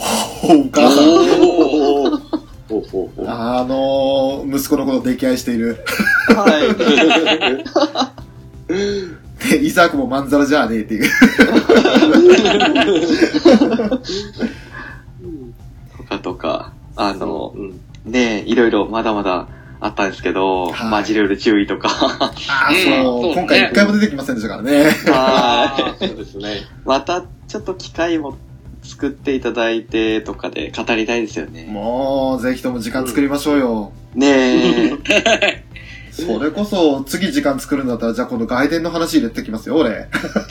[SPEAKER 1] おお、お母さん。
[SPEAKER 4] おー
[SPEAKER 2] ほうほうほう。
[SPEAKER 1] あのー息子のことを溺愛している。
[SPEAKER 3] はい。
[SPEAKER 1] で、 (laughs) イザークもまんざらじゃねえっていう。
[SPEAKER 3] とかとか、あの、
[SPEAKER 2] うん
[SPEAKER 3] ねえ、いろいろまだまだあったんですけど、
[SPEAKER 1] はい
[SPEAKER 3] マジルール注意とか。
[SPEAKER 1] ああ、
[SPEAKER 4] そ
[SPEAKER 1] そうう、
[SPEAKER 4] ね
[SPEAKER 1] 今回一回も出てきませんでしたからね。
[SPEAKER 3] は
[SPEAKER 2] あーそうですね。
[SPEAKER 3] い。また、ちょっと機会も作っていただいてとかで語りたいですよね。
[SPEAKER 1] もう、ぜひとも時間作りましょうよ。
[SPEAKER 3] ねえ。
[SPEAKER 1] それこそ、次時間作るんだったら、じゃあ今度外伝の話入れてきますよ、俺。
[SPEAKER 3] (laughs)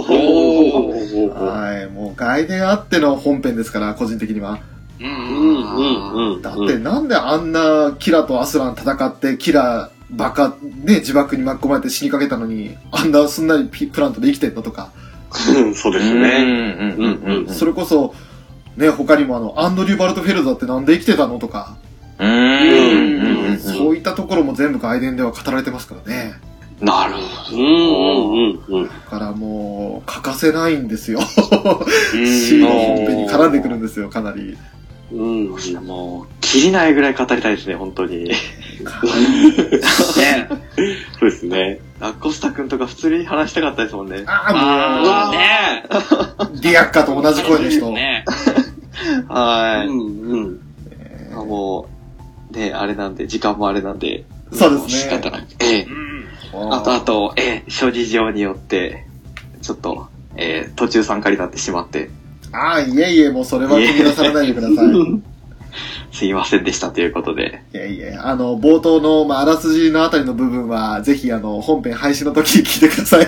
[SPEAKER 2] ほうほうほう
[SPEAKER 3] ー。
[SPEAKER 2] ほうほう
[SPEAKER 1] はい、もう外伝あっての本編ですから、個人的には。
[SPEAKER 4] うん
[SPEAKER 2] うんうんうん。
[SPEAKER 1] だってなんであんなキラとアスラン戦って、キラバカ、ね、自爆に巻き込まれて死にかけたのに、あんなすんなりピプラントで生きてんのとか、
[SPEAKER 2] うん、そうですね。
[SPEAKER 3] うんうんうんうん。
[SPEAKER 1] それこそ、ね、他にもあの、アンドリュー・バルトフェルザってなんで生きてたのとか、
[SPEAKER 3] うんうんうんうん
[SPEAKER 1] そういったところも全部外伝では語られてますからね。
[SPEAKER 3] なる
[SPEAKER 2] う
[SPEAKER 3] ほど。
[SPEAKER 2] んうんうんうん。
[SPEAKER 1] だからもう、欠かせないんですよ。シーの
[SPEAKER 4] う
[SPEAKER 1] 本編に絡んでくるんですよ、かなり。
[SPEAKER 2] うん。
[SPEAKER 3] いやもう、切りないぐらい語りたいですね、本当に。
[SPEAKER 4] ん。ね。
[SPEAKER 2] そうですね。
[SPEAKER 3] ラッコスタ君とか普通に話したかったですもんね。
[SPEAKER 1] あ
[SPEAKER 4] あ
[SPEAKER 1] あ、
[SPEAKER 4] ー
[SPEAKER 1] も
[SPEAKER 4] ね
[SPEAKER 1] う、ディアッカと同じ声の人。
[SPEAKER 4] ね。
[SPEAKER 2] う
[SPEAKER 3] はい。
[SPEAKER 2] んうん。
[SPEAKER 1] え
[SPEAKER 3] あ
[SPEAKER 1] ー
[SPEAKER 3] もう、ね、あれなんで、時間もあれなんで。
[SPEAKER 1] そうですね。
[SPEAKER 3] 仕方ない。ええ。
[SPEAKER 4] うん。
[SPEAKER 3] あと、あと、ええ、諸事情によって、ちょっと、ええ、途中参加になってしまって、
[SPEAKER 1] ああ、いえいえ、もうそれは気になさらないでください。
[SPEAKER 3] すいませんでしたということで。
[SPEAKER 1] いえいえ、あの、冒頭の、まあ、あらすじのあたりの部分は、ぜひ、あの、本編配信の時に聞いてください。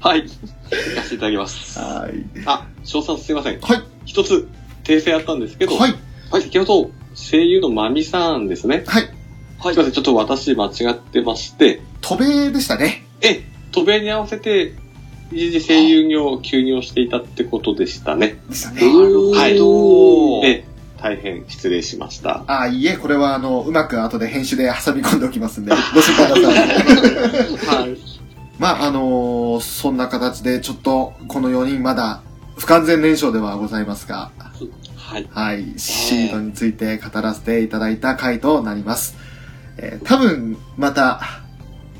[SPEAKER 3] はい。行かせていただきます。
[SPEAKER 1] はい。
[SPEAKER 2] あ、翔さんすいません。
[SPEAKER 1] はい。
[SPEAKER 2] 一つ訂正あったんですけど、
[SPEAKER 1] はい。
[SPEAKER 2] 先ほど声優のまみさんですね。
[SPEAKER 1] はい。
[SPEAKER 2] すいません、ちょっと私間違ってまして、
[SPEAKER 1] 渡米でしたね。
[SPEAKER 2] え、渡米に合わせて、一時声優業を休業していたってことでしたね。
[SPEAKER 1] でした
[SPEAKER 4] な
[SPEAKER 1] ね。
[SPEAKER 4] るほど。
[SPEAKER 2] はい
[SPEAKER 3] おー
[SPEAKER 2] で、大変失礼しました。
[SPEAKER 1] ああ、いいえ、これはあの、うまく後で編集で挟み込んでおきますんで、ご心配なさい。
[SPEAKER 2] はい。
[SPEAKER 1] まあ、あのーそんな形で、ちょっと、この4人まだ、不完全燃焼ではございますが、
[SPEAKER 2] はい。
[SPEAKER 1] はい、シードについて語らせていただいた回となります。えー多分、また、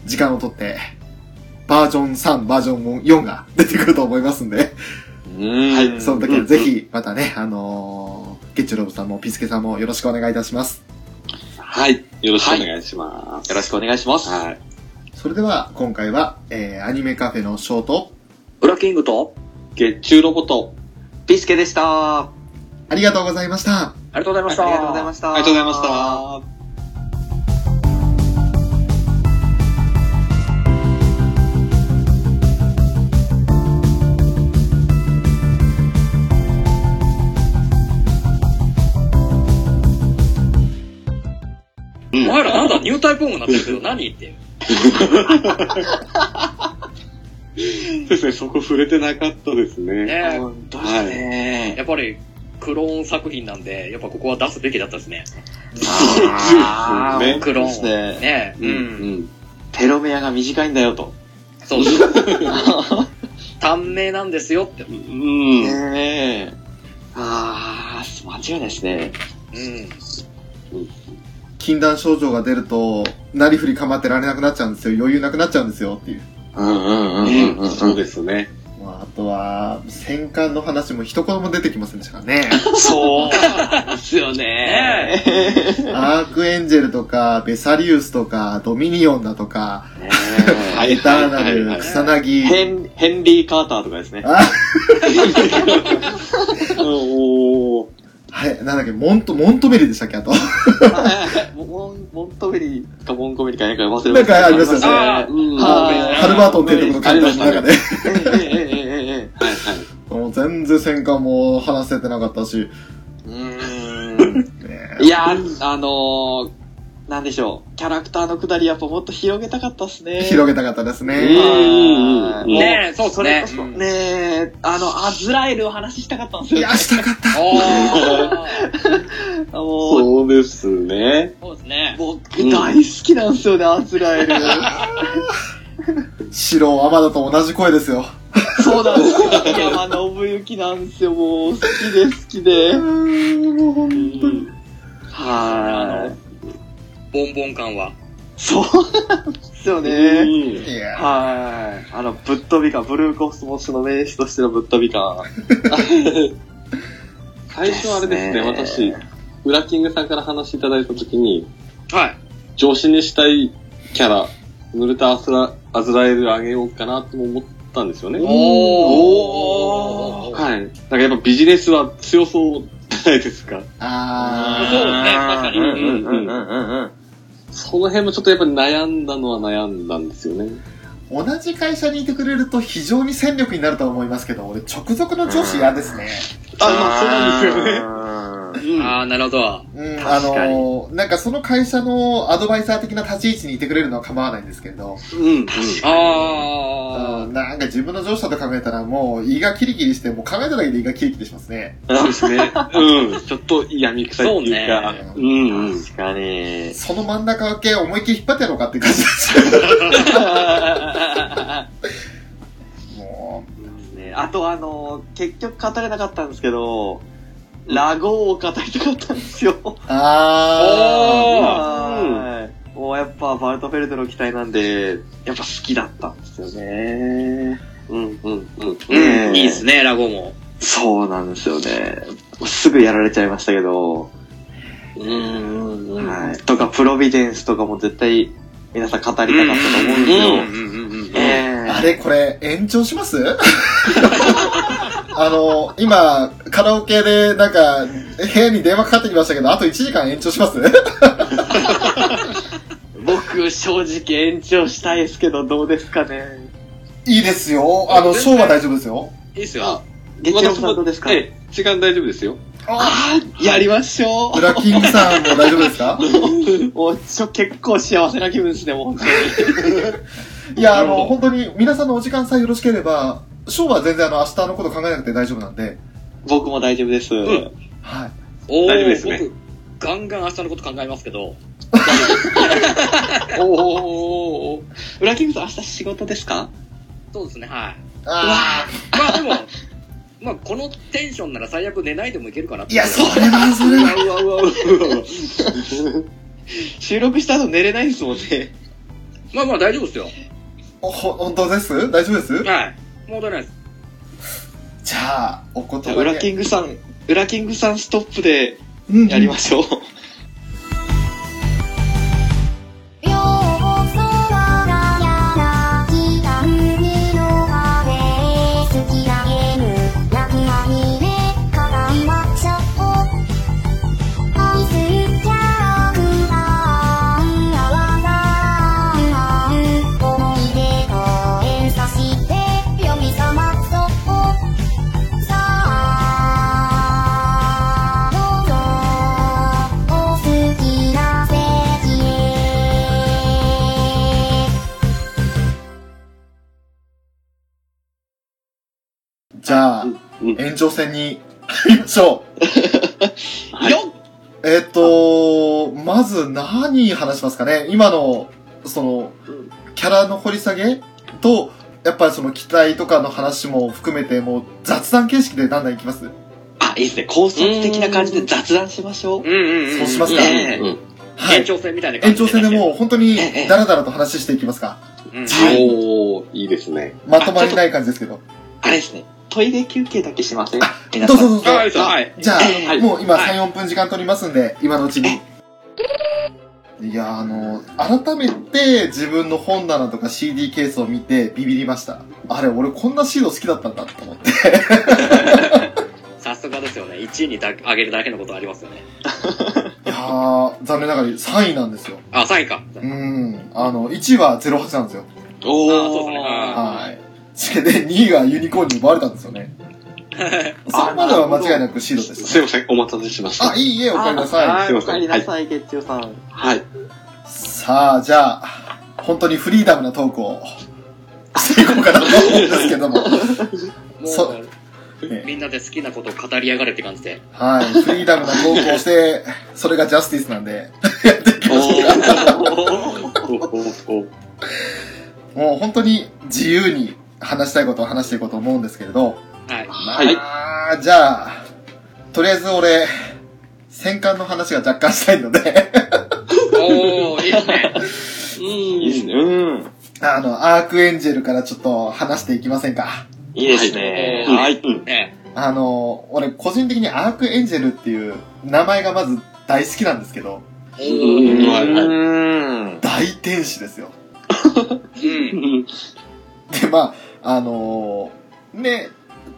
[SPEAKER 1] 時間をとって、バージョン3、バージョン4が出てくると思いますんで、
[SPEAKER 2] は
[SPEAKER 1] はい、その時はぜひ、またね、あのーゲッチュロブさんもピスケさんもよろしくお願いいたします。
[SPEAKER 2] はい。よろしくお願いします。
[SPEAKER 3] よろしくお願いします。
[SPEAKER 2] はい。
[SPEAKER 1] それでは、今回は、えーアニメカフェのショート、
[SPEAKER 4] 裏キングと、
[SPEAKER 2] 月中ロボット。
[SPEAKER 3] ピスケでした。あ
[SPEAKER 1] ありがとうございました。
[SPEAKER 4] ありがとうございま
[SPEAKER 3] り
[SPEAKER 4] した。
[SPEAKER 3] がとうございました。
[SPEAKER 2] ありがとうございました。
[SPEAKER 4] お前
[SPEAKER 2] (laughs)
[SPEAKER 4] らなんだ、ニュータイプ音になってるけど何って。
[SPEAKER 2] そうですね、そこ触れてなかったですね。
[SPEAKER 4] ね
[SPEAKER 3] 本当ですね。
[SPEAKER 4] やっぱり、クローン作品なんで、やっぱここは出すべきだったですね。
[SPEAKER 3] (laughs) あー
[SPEAKER 2] ね
[SPEAKER 4] クロ
[SPEAKER 3] そ
[SPEAKER 4] ーン。
[SPEAKER 3] うですね。
[SPEAKER 4] ね
[SPEAKER 2] うん、うん。
[SPEAKER 3] テロメアが短いんだよと。
[SPEAKER 2] (laughs)
[SPEAKER 4] そうそう。短命なんですよって。
[SPEAKER 2] うん。うん
[SPEAKER 3] ねえ。ああ、間違いないですね。
[SPEAKER 4] うん。
[SPEAKER 1] 禁断症状が出ると、なりふり構ってられなくなっちゃうんですよ。余裕なくなっちゃうんですよっていう。
[SPEAKER 3] うんうんう
[SPEAKER 2] うん
[SPEAKER 3] ん
[SPEAKER 2] う
[SPEAKER 3] うんん。
[SPEAKER 2] そうですね。
[SPEAKER 1] まあ、あとは、戦艦の話も一言も出てきませんでしたから
[SPEAKER 2] (laughs)
[SPEAKER 1] ね。
[SPEAKER 3] そうなんですよね。
[SPEAKER 1] アークエンジェルとか、ベサリウスとか、ドミニオンだとか、
[SPEAKER 3] ね
[SPEAKER 2] は
[SPEAKER 1] エ
[SPEAKER 2] い
[SPEAKER 1] ターナ
[SPEAKER 2] はいはい
[SPEAKER 1] ル、
[SPEAKER 2] はい
[SPEAKER 1] 草薙
[SPEAKER 3] え。ヘン、ヘンリー・カーターとかです (laughs) ね。
[SPEAKER 1] あ、
[SPEAKER 2] おー。
[SPEAKER 1] はい、なんだっけ、モント、モントベリーでしたっけ、あと。
[SPEAKER 3] モン、モントベリーかモンコベリーかなんか忘れ
[SPEAKER 1] なんかありましたね
[SPEAKER 4] ああ、
[SPEAKER 2] うん。
[SPEAKER 3] は
[SPEAKER 2] はい
[SPEAKER 1] ハルバートン提督の監督の中で。
[SPEAKER 3] ええええええええ。
[SPEAKER 2] いはい。
[SPEAKER 1] (laughs) もう全然戦艦も話せてなかったし。
[SPEAKER 3] うーん。
[SPEAKER 1] ね
[SPEAKER 3] いやー、あのー、なんでしょう。キャラクターのくだりやっぱもっと広げたかったっすね。
[SPEAKER 1] 広げたかったです
[SPEAKER 2] うん
[SPEAKER 1] ね。
[SPEAKER 3] はい
[SPEAKER 2] うん
[SPEAKER 4] ねえ、そうっす
[SPEAKER 3] それ
[SPEAKER 4] ね
[SPEAKER 3] こ。そ、
[SPEAKER 4] うん
[SPEAKER 3] ねえ、あの、アズラエルを話したかったんです
[SPEAKER 1] い
[SPEAKER 3] よ。
[SPEAKER 1] や、したかった。
[SPEAKER 4] あ
[SPEAKER 2] (laughs)
[SPEAKER 4] ー
[SPEAKER 3] もう、
[SPEAKER 2] (laughs) そうですね。
[SPEAKER 4] そうですね。
[SPEAKER 3] 僕大好きなんですよね、アズラエル。
[SPEAKER 1] 白、アマダと同じ声ですよ。
[SPEAKER 3] (laughs) そうなんですよ。山信之なんですよ、もう。好きで好きで。
[SPEAKER 2] うん
[SPEAKER 3] はーい。
[SPEAKER 4] ボンボン感は。
[SPEAKER 3] そうなんですよ
[SPEAKER 2] う
[SPEAKER 3] ね。
[SPEAKER 2] ん
[SPEAKER 1] いや
[SPEAKER 3] はーい。あの、ぶっ飛び感、ブルーコスモスの名手としてのぶっ飛び感。
[SPEAKER 2] 最初あれですね、
[SPEAKER 3] ですね
[SPEAKER 2] 私、ウラキングさんから話いただいたときに、
[SPEAKER 4] はい。
[SPEAKER 2] 上司にしたいキャラ、濡れたアスラアズラエルあげようかなとも思ったんですよね。
[SPEAKER 4] おー。
[SPEAKER 2] はい。なんかやっぱビジネスは強そうじゃないですか。
[SPEAKER 1] あー。
[SPEAKER 4] そうですね確かに
[SPEAKER 3] うんうんうんうんうん。
[SPEAKER 2] その辺もちょっとやっぱり悩んだのは悩んだんですよね。
[SPEAKER 1] 同じ会社にいてくれると非常に戦力になるとは思いますけど、俺直属の上司嫌ですね。
[SPEAKER 2] あ、まあそうなんですよね。
[SPEAKER 3] よね。
[SPEAKER 2] うん
[SPEAKER 4] ああ、なるほど。
[SPEAKER 1] うん、あ
[SPEAKER 3] 確かに
[SPEAKER 1] のー、なんかその会社のアドバイザー的な立ち位置にいてくれるのは構わないんですけれど、
[SPEAKER 2] うん。
[SPEAKER 1] う
[SPEAKER 4] あ
[SPEAKER 1] んなんか自分の上司だと考えたらもう胃がキリキリして、もう考えただけで胃がキリキリしますね。
[SPEAKER 2] そうですね。
[SPEAKER 3] (laughs)
[SPEAKER 2] うん。ちょっと嫌みくさいっていうか。
[SPEAKER 1] そううん
[SPEAKER 2] うん。
[SPEAKER 3] 確かに。
[SPEAKER 1] その真ん中分け思いっきり引っ張ってやろうかっていう感じなんですよ。も
[SPEAKER 3] ねあとあのー、結局語れなかったんですけど、ラゴーを語りたかったんですよ。
[SPEAKER 1] う、あ
[SPEAKER 4] おー
[SPEAKER 3] はいもうやっぱバルトフェルトの機体なんで、やっぱ好きだったんですよね。
[SPEAKER 2] うんうんうん。
[SPEAKER 4] あ。うん、いいですね、ラゴも。
[SPEAKER 3] そうなんですよね。すぐやられちゃいましたけど、
[SPEAKER 2] うんうん。
[SPEAKER 3] はい。とか、プロビデンスとかも絶対皆さん語りたかったと思うん
[SPEAKER 2] う
[SPEAKER 3] ですよ。
[SPEAKER 2] んうんうん。
[SPEAKER 3] ええ
[SPEAKER 1] ー、あれこれ延長しますあの、今、カラオケでなんか、部屋に電話かかってきましたけど、あと1時間延長します
[SPEAKER 3] 僕、正直延長したいですけど、どうですかね。
[SPEAKER 1] いいですよ。あの、ショーは大丈夫ですよ。
[SPEAKER 4] いいっすよ。
[SPEAKER 3] 月曜さんどうですか、
[SPEAKER 2] ええ、時間大丈夫ですよ。
[SPEAKER 1] あ
[SPEAKER 5] やりましょ
[SPEAKER 1] ブラッキングさんも大丈夫で
[SPEAKER 5] (laughs)
[SPEAKER 1] すか
[SPEAKER 5] う。もう、ちょ、結構幸せな気分ですね、もう。
[SPEAKER 1] いや、あの、本当に皆さんのお時間さえよろしければ、ショーは全然あの、明日のこと考えなくて大丈夫なんで、
[SPEAKER 5] 僕も大丈夫です。
[SPEAKER 2] ん
[SPEAKER 1] はい。
[SPEAKER 4] お
[SPEAKER 2] 大丈夫です
[SPEAKER 4] ー、
[SPEAKER 2] ね
[SPEAKER 4] 僕、ガンガン明日のこと考えますけど、
[SPEAKER 5] おーおーおーおー。裏キングさん、明日仕事ですか
[SPEAKER 4] そうですね、はい。
[SPEAKER 1] あ
[SPEAKER 4] まあでも、 (laughs) まあこのテンションなら最悪寝ないでもいけるかなっ
[SPEAKER 1] あ。
[SPEAKER 4] て
[SPEAKER 1] いや、それは、それは。
[SPEAKER 2] うわうわうわうわ。
[SPEAKER 5] 収録した後寝れないですもんね。
[SPEAKER 4] まあまあ大丈夫ですよ。
[SPEAKER 1] ほ、本当です大丈夫です
[SPEAKER 4] はい。問題ないです。
[SPEAKER 1] じゃあ、お言
[SPEAKER 5] じゃあ、
[SPEAKER 1] 葉
[SPEAKER 5] 裏キ
[SPEAKER 1] で。
[SPEAKER 5] ングさん、裏キングさんストップで
[SPEAKER 1] うん
[SPEAKER 5] やりましょう。
[SPEAKER 6] 「ようこそ我が家が来た海のカフェ」「好きなゲームラクアニメ課題はショー」「愛するキャラクターがわざる思い出と連鎖して呼び覚まそとさあどうぞお好きな席へ」
[SPEAKER 1] じゃあ、
[SPEAKER 2] うん
[SPEAKER 1] 延長戦に (laughs) 入りましょ
[SPEAKER 2] はい。
[SPEAKER 5] よっ
[SPEAKER 1] う。えっ、と、まず何話しますかね今の、その、キャラの掘り下げと、やっぱりその期待とかの話も含めて、もう雑談形式でだんだんいきます
[SPEAKER 5] あ、いいですね。高速的な感じで雑談しましょう。
[SPEAKER 4] うんうん、
[SPEAKER 1] そうしますか
[SPEAKER 4] ね
[SPEAKER 2] うん
[SPEAKER 1] はい
[SPEAKER 4] 延。長戦みたいな感
[SPEAKER 1] 延
[SPEAKER 4] じ
[SPEAKER 1] 長戦でもう本当に
[SPEAKER 5] ええ
[SPEAKER 1] ダラダラと話していきますか。
[SPEAKER 4] うん
[SPEAKER 2] おー、いいですね。
[SPEAKER 1] まとまりない感じですけど。
[SPEAKER 5] あれですね。トイレ休憩だけしません皆
[SPEAKER 1] ど
[SPEAKER 5] さ
[SPEAKER 1] うぞ
[SPEAKER 5] ん。
[SPEAKER 1] どうぞ。
[SPEAKER 4] はい、そうはい。
[SPEAKER 1] じゃあ、
[SPEAKER 2] い
[SPEAKER 1] もう今
[SPEAKER 4] はい
[SPEAKER 1] 3、4分時間取りますんで、今のうちに。いやーあの、改めて自分の本棚とか CD ケースを見てビビりました。あれ、俺こんなシード好きだったんだと思って。
[SPEAKER 4] さすがですよね。1位にだ上げるだけのことありますよね。
[SPEAKER 1] いやー、残念ながら3位なんですよ。
[SPEAKER 4] あ、3位か。
[SPEAKER 1] うーん。あの、1位は08なんですよ。
[SPEAKER 5] お
[SPEAKER 4] あそうですねあ
[SPEAKER 1] はい。それで2位がユニコーンに奪われたんですよね。それまでは間違いなくシードですす
[SPEAKER 2] い。ません、お待たせしました
[SPEAKER 1] あ、。いいえ、おかえりなさい。
[SPEAKER 5] はい
[SPEAKER 2] すい
[SPEAKER 5] お
[SPEAKER 2] ません
[SPEAKER 5] かえりなさい、月曜さん。
[SPEAKER 2] はい。
[SPEAKER 1] さあ、じゃあ、本当にフリーダムなトークをしていこうかなと思うんですけ
[SPEAKER 2] (laughs)
[SPEAKER 1] ども。
[SPEAKER 4] も、
[SPEAKER 1] そう
[SPEAKER 4] みんなで好きなことを語りやがれって感じで。
[SPEAKER 1] はい。フリーダムなトークをして、それがジャスティスなんで、やっていきましょうか。 (laughs) もう本当に自由に話したいことを話していこうと思うんですけれど。
[SPEAKER 4] はい。
[SPEAKER 2] はい。
[SPEAKER 1] あーじゃあ、とりあえず俺、戦艦の話が若干したいので、
[SPEAKER 4] おー、いいです
[SPEAKER 2] (laughs)
[SPEAKER 4] ね。
[SPEAKER 5] いいですね。うん。
[SPEAKER 1] あの、アークエンジェルからちょっと話していきませんか。
[SPEAKER 5] いいですね。
[SPEAKER 4] は
[SPEAKER 5] はい。
[SPEAKER 4] いね
[SPEAKER 1] あの、俺個人的にアークエンジェルっていう名前がまず大好きなんですけど、
[SPEAKER 4] お
[SPEAKER 2] うん
[SPEAKER 4] ー、
[SPEAKER 2] はいはい
[SPEAKER 5] うん。
[SPEAKER 1] 大天使ですよ。
[SPEAKER 4] うん。
[SPEAKER 1] で、まあ、あのーね、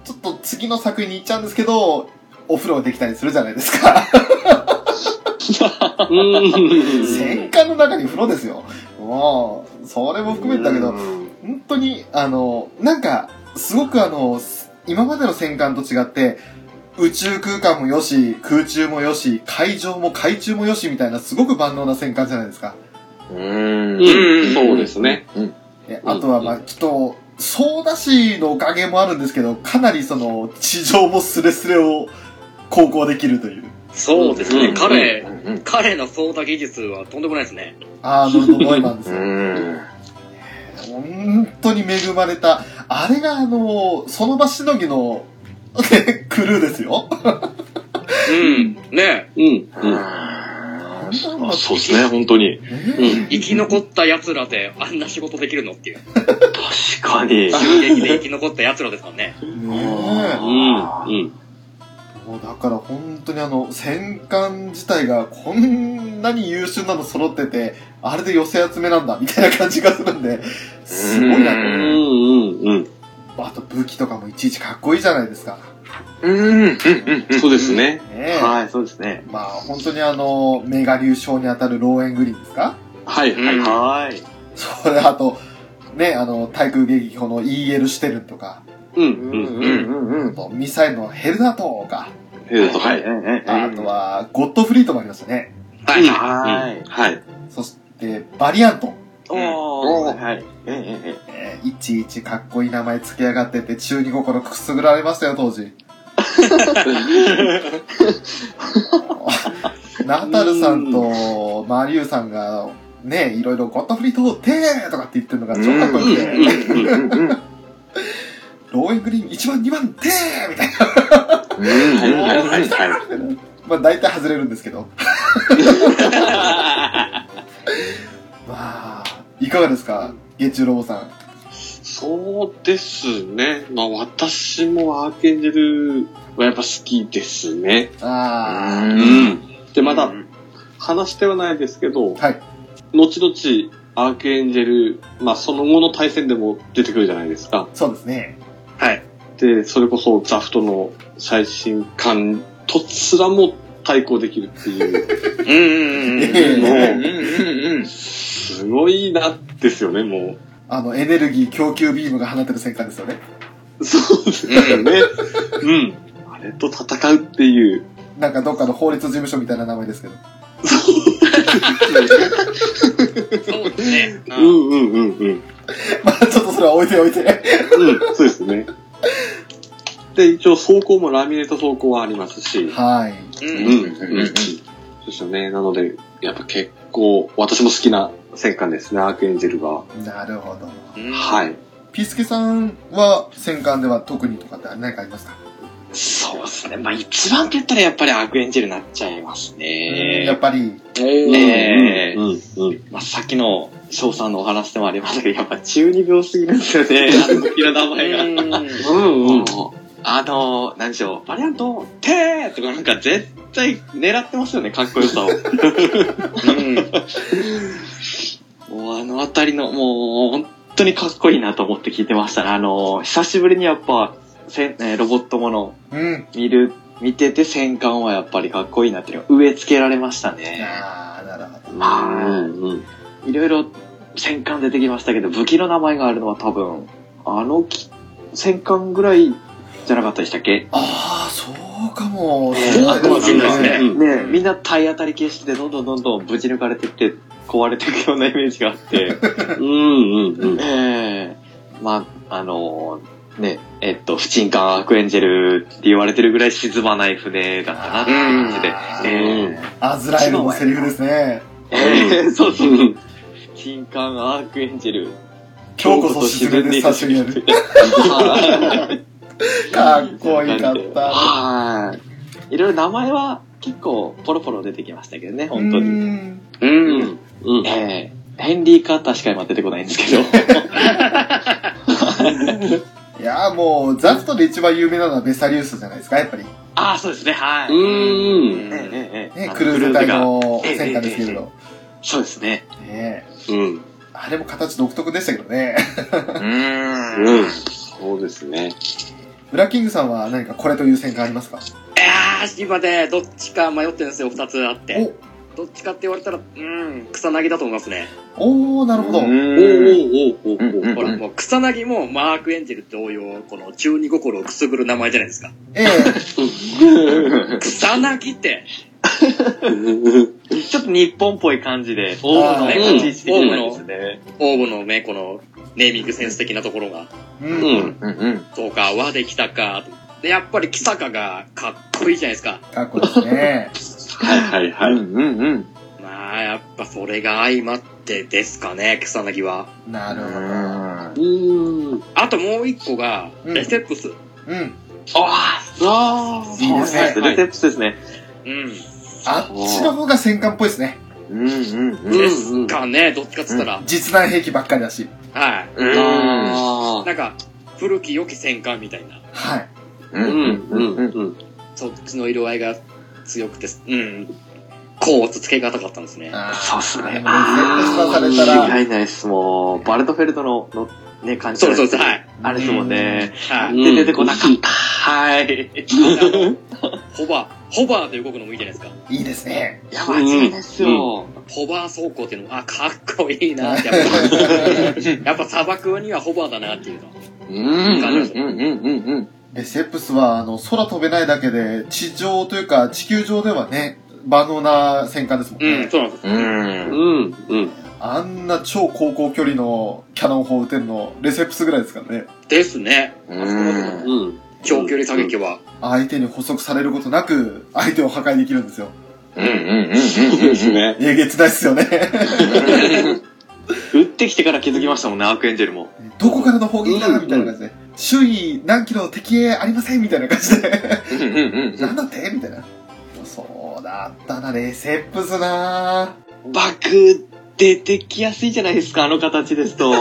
[SPEAKER 1] ちょっと次の作品に行っちゃうんですけど、お風呂できたりするじゃないですか。戦艦の中に風呂ですよ。もう、それも含めてだけど、本当に、あのーなんか、すごくあのー今までの戦艦と違って、宇宙空間もよし、空中もよし、海上も海中もよしみたいなすごく万能な戦艦じゃないですか。
[SPEAKER 5] うん。
[SPEAKER 2] うん、そうですね。
[SPEAKER 1] ねあとは、まあ、ちょっと、ソーダ市のおかげもあるんですけど、かなりその、地上もスレスレを航行できるという。
[SPEAKER 4] そうです
[SPEAKER 2] う
[SPEAKER 4] ね。
[SPEAKER 2] ん
[SPEAKER 4] 彼、
[SPEAKER 5] う
[SPEAKER 4] 彼の相談技術はとんでもないですね。
[SPEAKER 1] アーノルド・ノイマン
[SPEAKER 3] (laughs)
[SPEAKER 1] ですよ。
[SPEAKER 5] ん。
[SPEAKER 1] 本当に恵まれた。あれが、あの、その場しのぎの、 (laughs) ねクルーですよ。
[SPEAKER 4] うん。ね
[SPEAKER 2] うん。
[SPEAKER 1] 本
[SPEAKER 2] そうですね、本当
[SPEAKER 1] ね
[SPEAKER 2] に。
[SPEAKER 4] 生き残った奴らであんな仕事できるのっていう。
[SPEAKER 5] 確かに。
[SPEAKER 4] 襲撃で生き残った奴らですからね。
[SPEAKER 1] ね
[SPEAKER 2] うん。
[SPEAKER 1] もうだから本当にあの、戦艦自体がこんなに優秀なの揃ってて、あれで寄せ集めなんだ、みたいな感じがするんで、すごいなと思って
[SPEAKER 2] うん。うん。うん。
[SPEAKER 1] あと武器とかもいちいちかっこいいじゃないですか。
[SPEAKER 5] うん。
[SPEAKER 2] そうですね。
[SPEAKER 1] ねえ。
[SPEAKER 5] はい、そうですね。
[SPEAKER 1] まあ本当にあの、メガ流症にあたるローエングリーンですか
[SPEAKER 2] はい、はい。
[SPEAKER 4] うん
[SPEAKER 5] はい。
[SPEAKER 1] それあと、ね、あの、対空撃破の EL シュテルンとか、
[SPEAKER 2] う、
[SPEAKER 7] うんんう
[SPEAKER 2] う。
[SPEAKER 7] んんうんうん。
[SPEAKER 1] あとミサイルのヘルナトが、
[SPEAKER 2] えっと、はい。
[SPEAKER 7] は
[SPEAKER 1] あとはゴッドフリートもありましたね。
[SPEAKER 4] はいはい。
[SPEAKER 7] はい。
[SPEAKER 2] はい。
[SPEAKER 1] そしてバリアント。
[SPEAKER 7] おー。はい。えええ
[SPEAKER 1] えーいちいちかっこいい名前つけやがってって中二心くすぐられましたよ、当時。ナタルさんとマリュウさんが、ね、いろいろゴッドフリートーテーとかって言ってるのが超かっこよくて、
[SPEAKER 2] うん、うん。
[SPEAKER 1] ローエングリーン1番2番テーみたい
[SPEAKER 2] はい、はい、はい、はい。
[SPEAKER 1] な。まあ大体外れるんですけど。まあ、いかがですか月中ロボさん。
[SPEAKER 2] そうですね。まあ、私もアーケンジェルはやっぱ好きですね。
[SPEAKER 1] あ
[SPEAKER 2] う
[SPEAKER 1] あ、
[SPEAKER 2] ん。で、まだ
[SPEAKER 4] うん
[SPEAKER 2] 話してはないですけど、
[SPEAKER 1] はい。
[SPEAKER 2] 後々、アーケンジェル、まあ、その後の対戦でも出てくるじゃないですか。
[SPEAKER 1] そうですね。
[SPEAKER 4] はい。
[SPEAKER 2] で、それこそザフトの最新刊とすらも対抗できるっていう、
[SPEAKER 3] うんうんうん。
[SPEAKER 2] も
[SPEAKER 3] うんうん
[SPEAKER 2] う、すごいなですよね、も
[SPEAKER 1] あの、エネルギー供給ビームが放てる戦艦ですよね。
[SPEAKER 2] う。そうですよね。うん。あれと戦うっていう。
[SPEAKER 1] なんかどっかの法律事務所みたいな名前ですけど。 (laughs)
[SPEAKER 4] そうですね。
[SPEAKER 2] うんうんうんうん。
[SPEAKER 1] まあちょっとそれは置いておいて。 (laughs)
[SPEAKER 2] うん、そうですね。で、一応走行もラミネート走行はありますし。
[SPEAKER 1] はい。
[SPEAKER 2] う
[SPEAKER 4] うんん。。
[SPEAKER 2] うんうん。そうですよね。なので、やっぱ結構、私も好きな戦艦ですね、アークエンジェルが。
[SPEAKER 1] なるほど。
[SPEAKER 2] はいい。
[SPEAKER 1] ピースケさんは戦艦では特にとかって何かありますか、
[SPEAKER 3] そうですね。まあ一番って言ったらやっぱりアークエンジェルになっちゃいます
[SPEAKER 1] やっ
[SPEAKER 3] ね。
[SPEAKER 1] ぱり、
[SPEAKER 3] ねえ
[SPEAKER 2] うんうんうん。
[SPEAKER 3] まあさっきの翔さんのお話でもありましたけど、やっぱ中二病すぎるんですよね。あの時の名前が。
[SPEAKER 2] うんうん。
[SPEAKER 3] もうあの、何でしょう、バリアント、てーとかなんか絶対狙ってますよね、かっこよ
[SPEAKER 2] (laughs)
[SPEAKER 3] さを。もうあのあたりの、もう本当にかっこいいなと思って聞いてましたね。あの、久しぶりにやっぱ、せんえーロボットもの
[SPEAKER 1] うん。
[SPEAKER 3] 見る、見てて戦艦はやっぱりかっこいいなっていうのが植え付けられましたね。
[SPEAKER 1] ああ、なるほど。
[SPEAKER 3] はい
[SPEAKER 2] うんうん。
[SPEAKER 3] いろいろ戦艦出てきましたけど、武器の名前があるのは多分、あのき戦艦ぐらいじゃなかったでしたっけ
[SPEAKER 1] ああ、そうかも。
[SPEAKER 4] あ
[SPEAKER 1] そう
[SPEAKER 4] かもしれないですね
[SPEAKER 2] うん
[SPEAKER 3] ねえ、みんな体当たり形式でどんどんどんどんぶち抜かれてって壊れていくようなイメージがあ (laughs) って、
[SPEAKER 2] うんうんうん。
[SPEAKER 3] ええまあ、あのね、えっと、不沈艦アークエンジェルって言われてるぐらい沈まない船だったなって感じで、
[SPEAKER 1] うんアズラエルのセリフですね。
[SPEAKER 3] ええそうそうう、
[SPEAKER 2] ん
[SPEAKER 3] 不沈艦アークエンジェル、
[SPEAKER 1] 今日こそ沈めで差し上げる。 (laughs) かっこよかった。
[SPEAKER 3] はい。いろいろ名前は結構ポロポロ出てきましたけどね、 (laughs) 本当
[SPEAKER 1] う
[SPEAKER 3] に。
[SPEAKER 1] ん
[SPEAKER 4] うん。
[SPEAKER 2] うん。
[SPEAKER 3] ええヘンリー・カーターしか今出てこないんですけど。
[SPEAKER 1] いやーもう、ザフトで一番有名なのはベサリウスじゃないですか、やっぱり。
[SPEAKER 3] (laughs) ああ、そうですね、は
[SPEAKER 2] う
[SPEAKER 3] い。
[SPEAKER 2] ん。
[SPEAKER 3] ええええええ
[SPEAKER 1] ね
[SPEAKER 3] あ、の
[SPEAKER 1] クルーズ隊
[SPEAKER 3] が
[SPEAKER 1] の戦艦ですけれど。
[SPEAKER 3] そうですね。
[SPEAKER 1] ね
[SPEAKER 2] うん。
[SPEAKER 1] あれも形独特でしたけどね。
[SPEAKER 2] うん。そうですね。
[SPEAKER 1] ブラッキングさんは何かこれという戦艦ありますか
[SPEAKER 4] いやー、今ね、どっちか迷ってるんですよ、二つあって。
[SPEAKER 1] お
[SPEAKER 4] どっちかって言われたら、うん、草薙だと思いますね。
[SPEAKER 1] おー、なるほど。
[SPEAKER 2] お
[SPEAKER 3] うん
[SPEAKER 2] おおおお
[SPEAKER 3] うん
[SPEAKER 4] ほら、もう草薙もマークエンジェル同様、この中二心をくすぐる名前じゃないですか。
[SPEAKER 1] ええ
[SPEAKER 4] 草薙って、
[SPEAKER 3] ちょっと日本っぽい感じで、オウムのね、
[SPEAKER 4] うん
[SPEAKER 3] 立ち位置的なんですね。
[SPEAKER 4] オウムのね、このネーミングセンス的なところが、
[SPEAKER 1] うん。
[SPEAKER 2] うん。
[SPEAKER 7] うんうん。
[SPEAKER 4] そうか、和で来たか、で、やっぱり木坂がかっこいいじゃないですか。
[SPEAKER 1] かっこいいですね。
[SPEAKER 2] はいはいは
[SPEAKER 7] う
[SPEAKER 2] い。
[SPEAKER 7] んうんうん。
[SPEAKER 4] まあ、やっぱそれが相まってですかね、草薙は。
[SPEAKER 1] なるほ
[SPEAKER 2] うん。
[SPEAKER 4] あともう一個が、
[SPEAKER 1] うん
[SPEAKER 4] レセプス。
[SPEAKER 1] ど。うん。
[SPEAKER 3] あ
[SPEAKER 2] ああ。
[SPEAKER 1] いいですね。
[SPEAKER 3] レセプスですね。
[SPEAKER 4] うん。
[SPEAKER 1] あっちの方が戦艦っぽいですね。
[SPEAKER 7] うんうんうん。
[SPEAKER 4] ですかね、どっちかっつったら。
[SPEAKER 1] 実弾兵器ばっかりだし。
[SPEAKER 4] は
[SPEAKER 3] う
[SPEAKER 4] い。
[SPEAKER 3] ん。あ
[SPEAKER 4] なんか、古き良き戦艦みたいな。
[SPEAKER 1] はい。
[SPEAKER 7] うん
[SPEAKER 2] うん
[SPEAKER 7] う
[SPEAKER 2] うんん
[SPEAKER 7] う。
[SPEAKER 2] うんん。
[SPEAKER 4] そっちの色合いが強くて、うん。こうつけがたかったんですね。
[SPEAKER 1] あ
[SPEAKER 3] そうっすね
[SPEAKER 1] 絶対出された
[SPEAKER 3] あ。
[SPEAKER 1] ら、
[SPEAKER 3] 違いないです。もう、バルトフェルトの、のね、感じ
[SPEAKER 4] そうそう
[SPEAKER 3] で
[SPEAKER 4] そう、
[SPEAKER 3] す
[SPEAKER 4] はい。
[SPEAKER 3] あれですもんね。
[SPEAKER 4] はい。
[SPEAKER 3] で、出てこなかった。はい。
[SPEAKER 4] あのホバー、ホバーで動くのもいいじゃないですか。
[SPEAKER 1] いいですね。
[SPEAKER 3] やばい、違いですよ。
[SPEAKER 4] ホバー走行っていうのも、あ、かっこいいなってやっぱ。やっぱ砂漠にはホバーだなっていうの。
[SPEAKER 3] うん
[SPEAKER 4] 感じました
[SPEAKER 3] うんうんうんうん。
[SPEAKER 1] レセプスは、あの、空飛べないだけで、地上というか、地球上ではね、万能な戦艦ですもん
[SPEAKER 4] うん、
[SPEAKER 1] ね。
[SPEAKER 4] そうなんですよ。
[SPEAKER 3] うん。
[SPEAKER 2] うん、うん。
[SPEAKER 1] あんな超高校距離のキャノン砲撃てるの、レセプスぐらいですからね。
[SPEAKER 4] ですね。
[SPEAKER 3] うん。 (laughs)
[SPEAKER 2] うん。
[SPEAKER 4] 長距離射撃は。
[SPEAKER 1] 相手に捕捉されることなく、相手を破壊できるんですよ。
[SPEAKER 3] うんうんうん
[SPEAKER 2] そうですね。
[SPEAKER 1] えげつないっすよね。
[SPEAKER 3] 打ってきてから気づきましたもんね、アークエンジェルも。
[SPEAKER 1] どこからの砲撃だみたいな感じで。周囲何キロ敵へありませんみたいな感じで。
[SPEAKER 3] うんうんうん
[SPEAKER 1] なんだってみたいな。そうだったな、レセプスな
[SPEAKER 3] うん。バク出てきやすいじゃないですか、あの形ですと。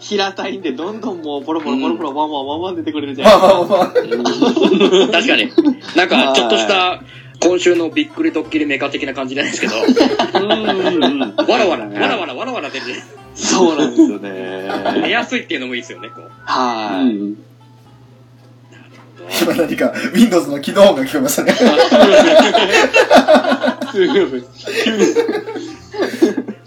[SPEAKER 3] 平たいんで、どんどんもう、ポロポロポロポロ、ワンワンワンワン出てくれるじゃ
[SPEAKER 1] ま
[SPEAKER 3] な
[SPEAKER 1] あ
[SPEAKER 3] い
[SPEAKER 1] まあまあまあ。
[SPEAKER 4] 確かに。なんか、ちょっとした、今週のびっくりドッキリメカ的な感じなんですけど、
[SPEAKER 2] うん、うん。
[SPEAKER 4] わらわら、わらわら、わらわら出て、
[SPEAKER 3] ですか。そうなんですよ
[SPEAKER 4] 寝
[SPEAKER 3] ね。
[SPEAKER 4] やすいっていうのもいいですよね、こう。
[SPEAKER 3] は
[SPEAKER 1] 今何か Windows の起動音が聞こえましたね。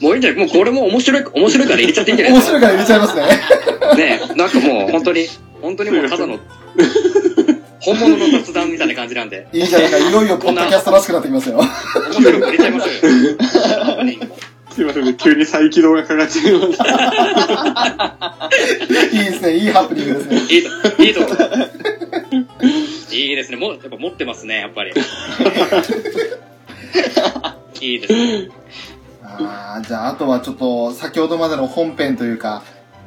[SPEAKER 4] もういいんじゃないもうこれも面白い、面白いから入れちゃっていいんじゃない
[SPEAKER 1] 面
[SPEAKER 4] です
[SPEAKER 1] 白いから入れちゃいますね。
[SPEAKER 4] かねえなんかもう本当に、本当にもうただの、本物の雑談みたいな感じなんで、
[SPEAKER 1] いいじゃないか、いよいよポッドキャストらしくなってきますよ。
[SPEAKER 4] 面白いの入れちゃいましょうよ。
[SPEAKER 2] い。すいませんね、急に再起動がかかっちゃいました。
[SPEAKER 1] いいですね、いいハプニングですね。
[SPEAKER 4] いいと、いいとこ。いいですね。もう、やっぱ持ってますね、やっぱり。いいですね。
[SPEAKER 1] あーじゃあ、あとはちょっと、先ほどまでの本編というか、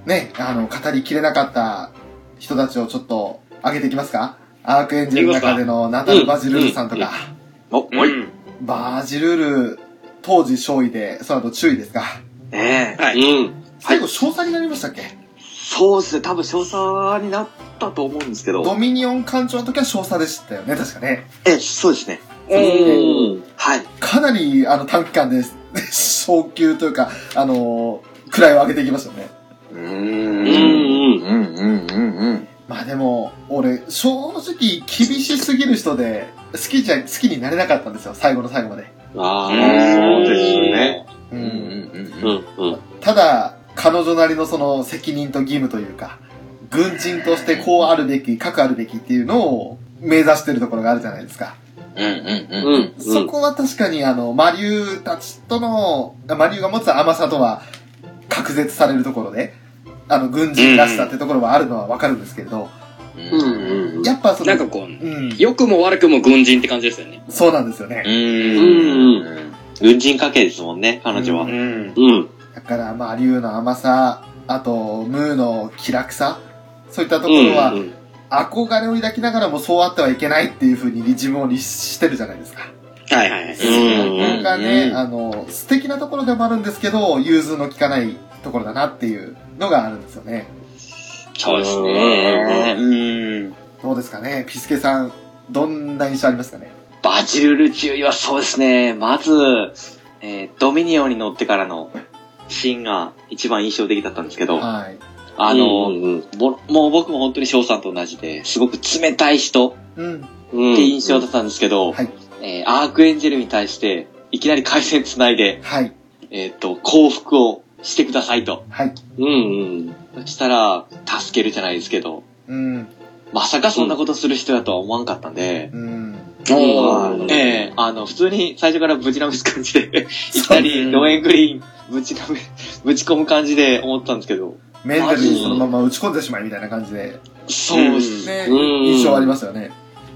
[SPEAKER 1] ね、あの、語りきれなかった人たちをちょっと、上げていきますかアークエンジェルの中でのナタル・バジルールさんとか、
[SPEAKER 3] い。
[SPEAKER 4] う
[SPEAKER 3] もう一
[SPEAKER 4] ん。
[SPEAKER 1] バージルール、当時勝位で、その後注意ですが、
[SPEAKER 3] ねえ。
[SPEAKER 4] はい。
[SPEAKER 2] うん。
[SPEAKER 1] 最後、詳細になりましたっけ、
[SPEAKER 3] そうですね、多分少佐になったと思うんですけ
[SPEAKER 1] ド
[SPEAKER 3] ど。
[SPEAKER 1] ミニオン艦長の時は詳細でしたよね、確かね。
[SPEAKER 3] え、そうですね。
[SPEAKER 4] おー
[SPEAKER 3] はい。
[SPEAKER 1] かなり、あの、短期間で、 (laughs) 昇級というか、あの、位を上げていきましたよね。
[SPEAKER 3] う。
[SPEAKER 2] うんん、うん。
[SPEAKER 3] うんうんうんうん。
[SPEAKER 1] まあでも、俺、正直、厳しすぎる人で、好きじゃ、好きになれなかったんですよ、最後の最後まで。
[SPEAKER 2] ああ、そうですね。
[SPEAKER 1] う
[SPEAKER 3] うん
[SPEAKER 1] ん。
[SPEAKER 3] うん
[SPEAKER 2] う
[SPEAKER 3] うん。
[SPEAKER 2] ん、うん。
[SPEAKER 1] ただ、彼女なりのその責任と義務というか、軍人としてこうあるべき、かくあるべきっていうのを目指してるところがあるじゃないですか。
[SPEAKER 3] うんうん
[SPEAKER 2] う
[SPEAKER 3] うん。
[SPEAKER 2] ん、う
[SPEAKER 1] そ
[SPEAKER 2] ん。
[SPEAKER 1] こは確かに、あの、魔竜たちとの、魔竜が持つ甘さとは、隔絶されるところで、あの、軍人らしさってところはあるのはわかるんですけれど、
[SPEAKER 2] うん、
[SPEAKER 3] うん
[SPEAKER 2] うん。
[SPEAKER 1] やっぱその、
[SPEAKER 4] なんかこう、
[SPEAKER 1] うん、
[SPEAKER 4] 良くも悪くも軍人って感じですよね。
[SPEAKER 1] そうなんですよね。
[SPEAKER 3] うんうん。軍人家系ですもんね、彼女は。
[SPEAKER 4] ん。
[SPEAKER 2] うん。
[SPEAKER 1] だから、まあ、竜の甘さ、あと、ムーの気楽さ、そういったところは、憧れを抱きながらもそうあってはいけないっていうふうに自分を律してるじゃないですか。
[SPEAKER 4] はいはいはい。
[SPEAKER 1] な
[SPEAKER 3] うん
[SPEAKER 1] かね、
[SPEAKER 3] ん
[SPEAKER 1] あの、素敵なところでもあるんですけど、融通の利かないところだなっていうのがあるんですよね。
[SPEAKER 3] そうですね。うん。
[SPEAKER 1] どうですかね、ピスケさん、どんな印象ありますかね。
[SPEAKER 3] バジルル注意はそうですね。まず、えードミニオンに乗ってからのシーンが一番印象的だったんですけど、
[SPEAKER 1] はい。
[SPEAKER 3] あ
[SPEAKER 2] う
[SPEAKER 3] の、
[SPEAKER 2] ん、
[SPEAKER 3] ぼもう僕も本当に翔さんと同じで、すごく冷たい人っ
[SPEAKER 1] うん。
[SPEAKER 2] うん。
[SPEAKER 3] て印象だったんですけど、
[SPEAKER 1] んはい
[SPEAKER 3] えーアークエンジェルに対して、いきなり回線つないで、
[SPEAKER 1] はい。
[SPEAKER 3] えっ、と、降伏をしてくださいと。
[SPEAKER 1] はい。
[SPEAKER 2] うん、うん。
[SPEAKER 3] そしたら、助けるじゃないですけど、
[SPEAKER 1] うん。
[SPEAKER 3] まさかそんなことする人だとは思わんかったんで、
[SPEAKER 1] うん。
[SPEAKER 2] おー
[SPEAKER 3] ええあの、普通に最初からぶちなめす感じで、いきなり農園グリーンぶちなめ、ぶち込む感じで思ったんですけど、
[SPEAKER 1] メンタルにそのまま打ち込んでしまいみたいな感じで、
[SPEAKER 3] そうです
[SPEAKER 1] ね、
[SPEAKER 3] ね。
[SPEAKER 2] うん
[SPEAKER 1] 印象ありますよね。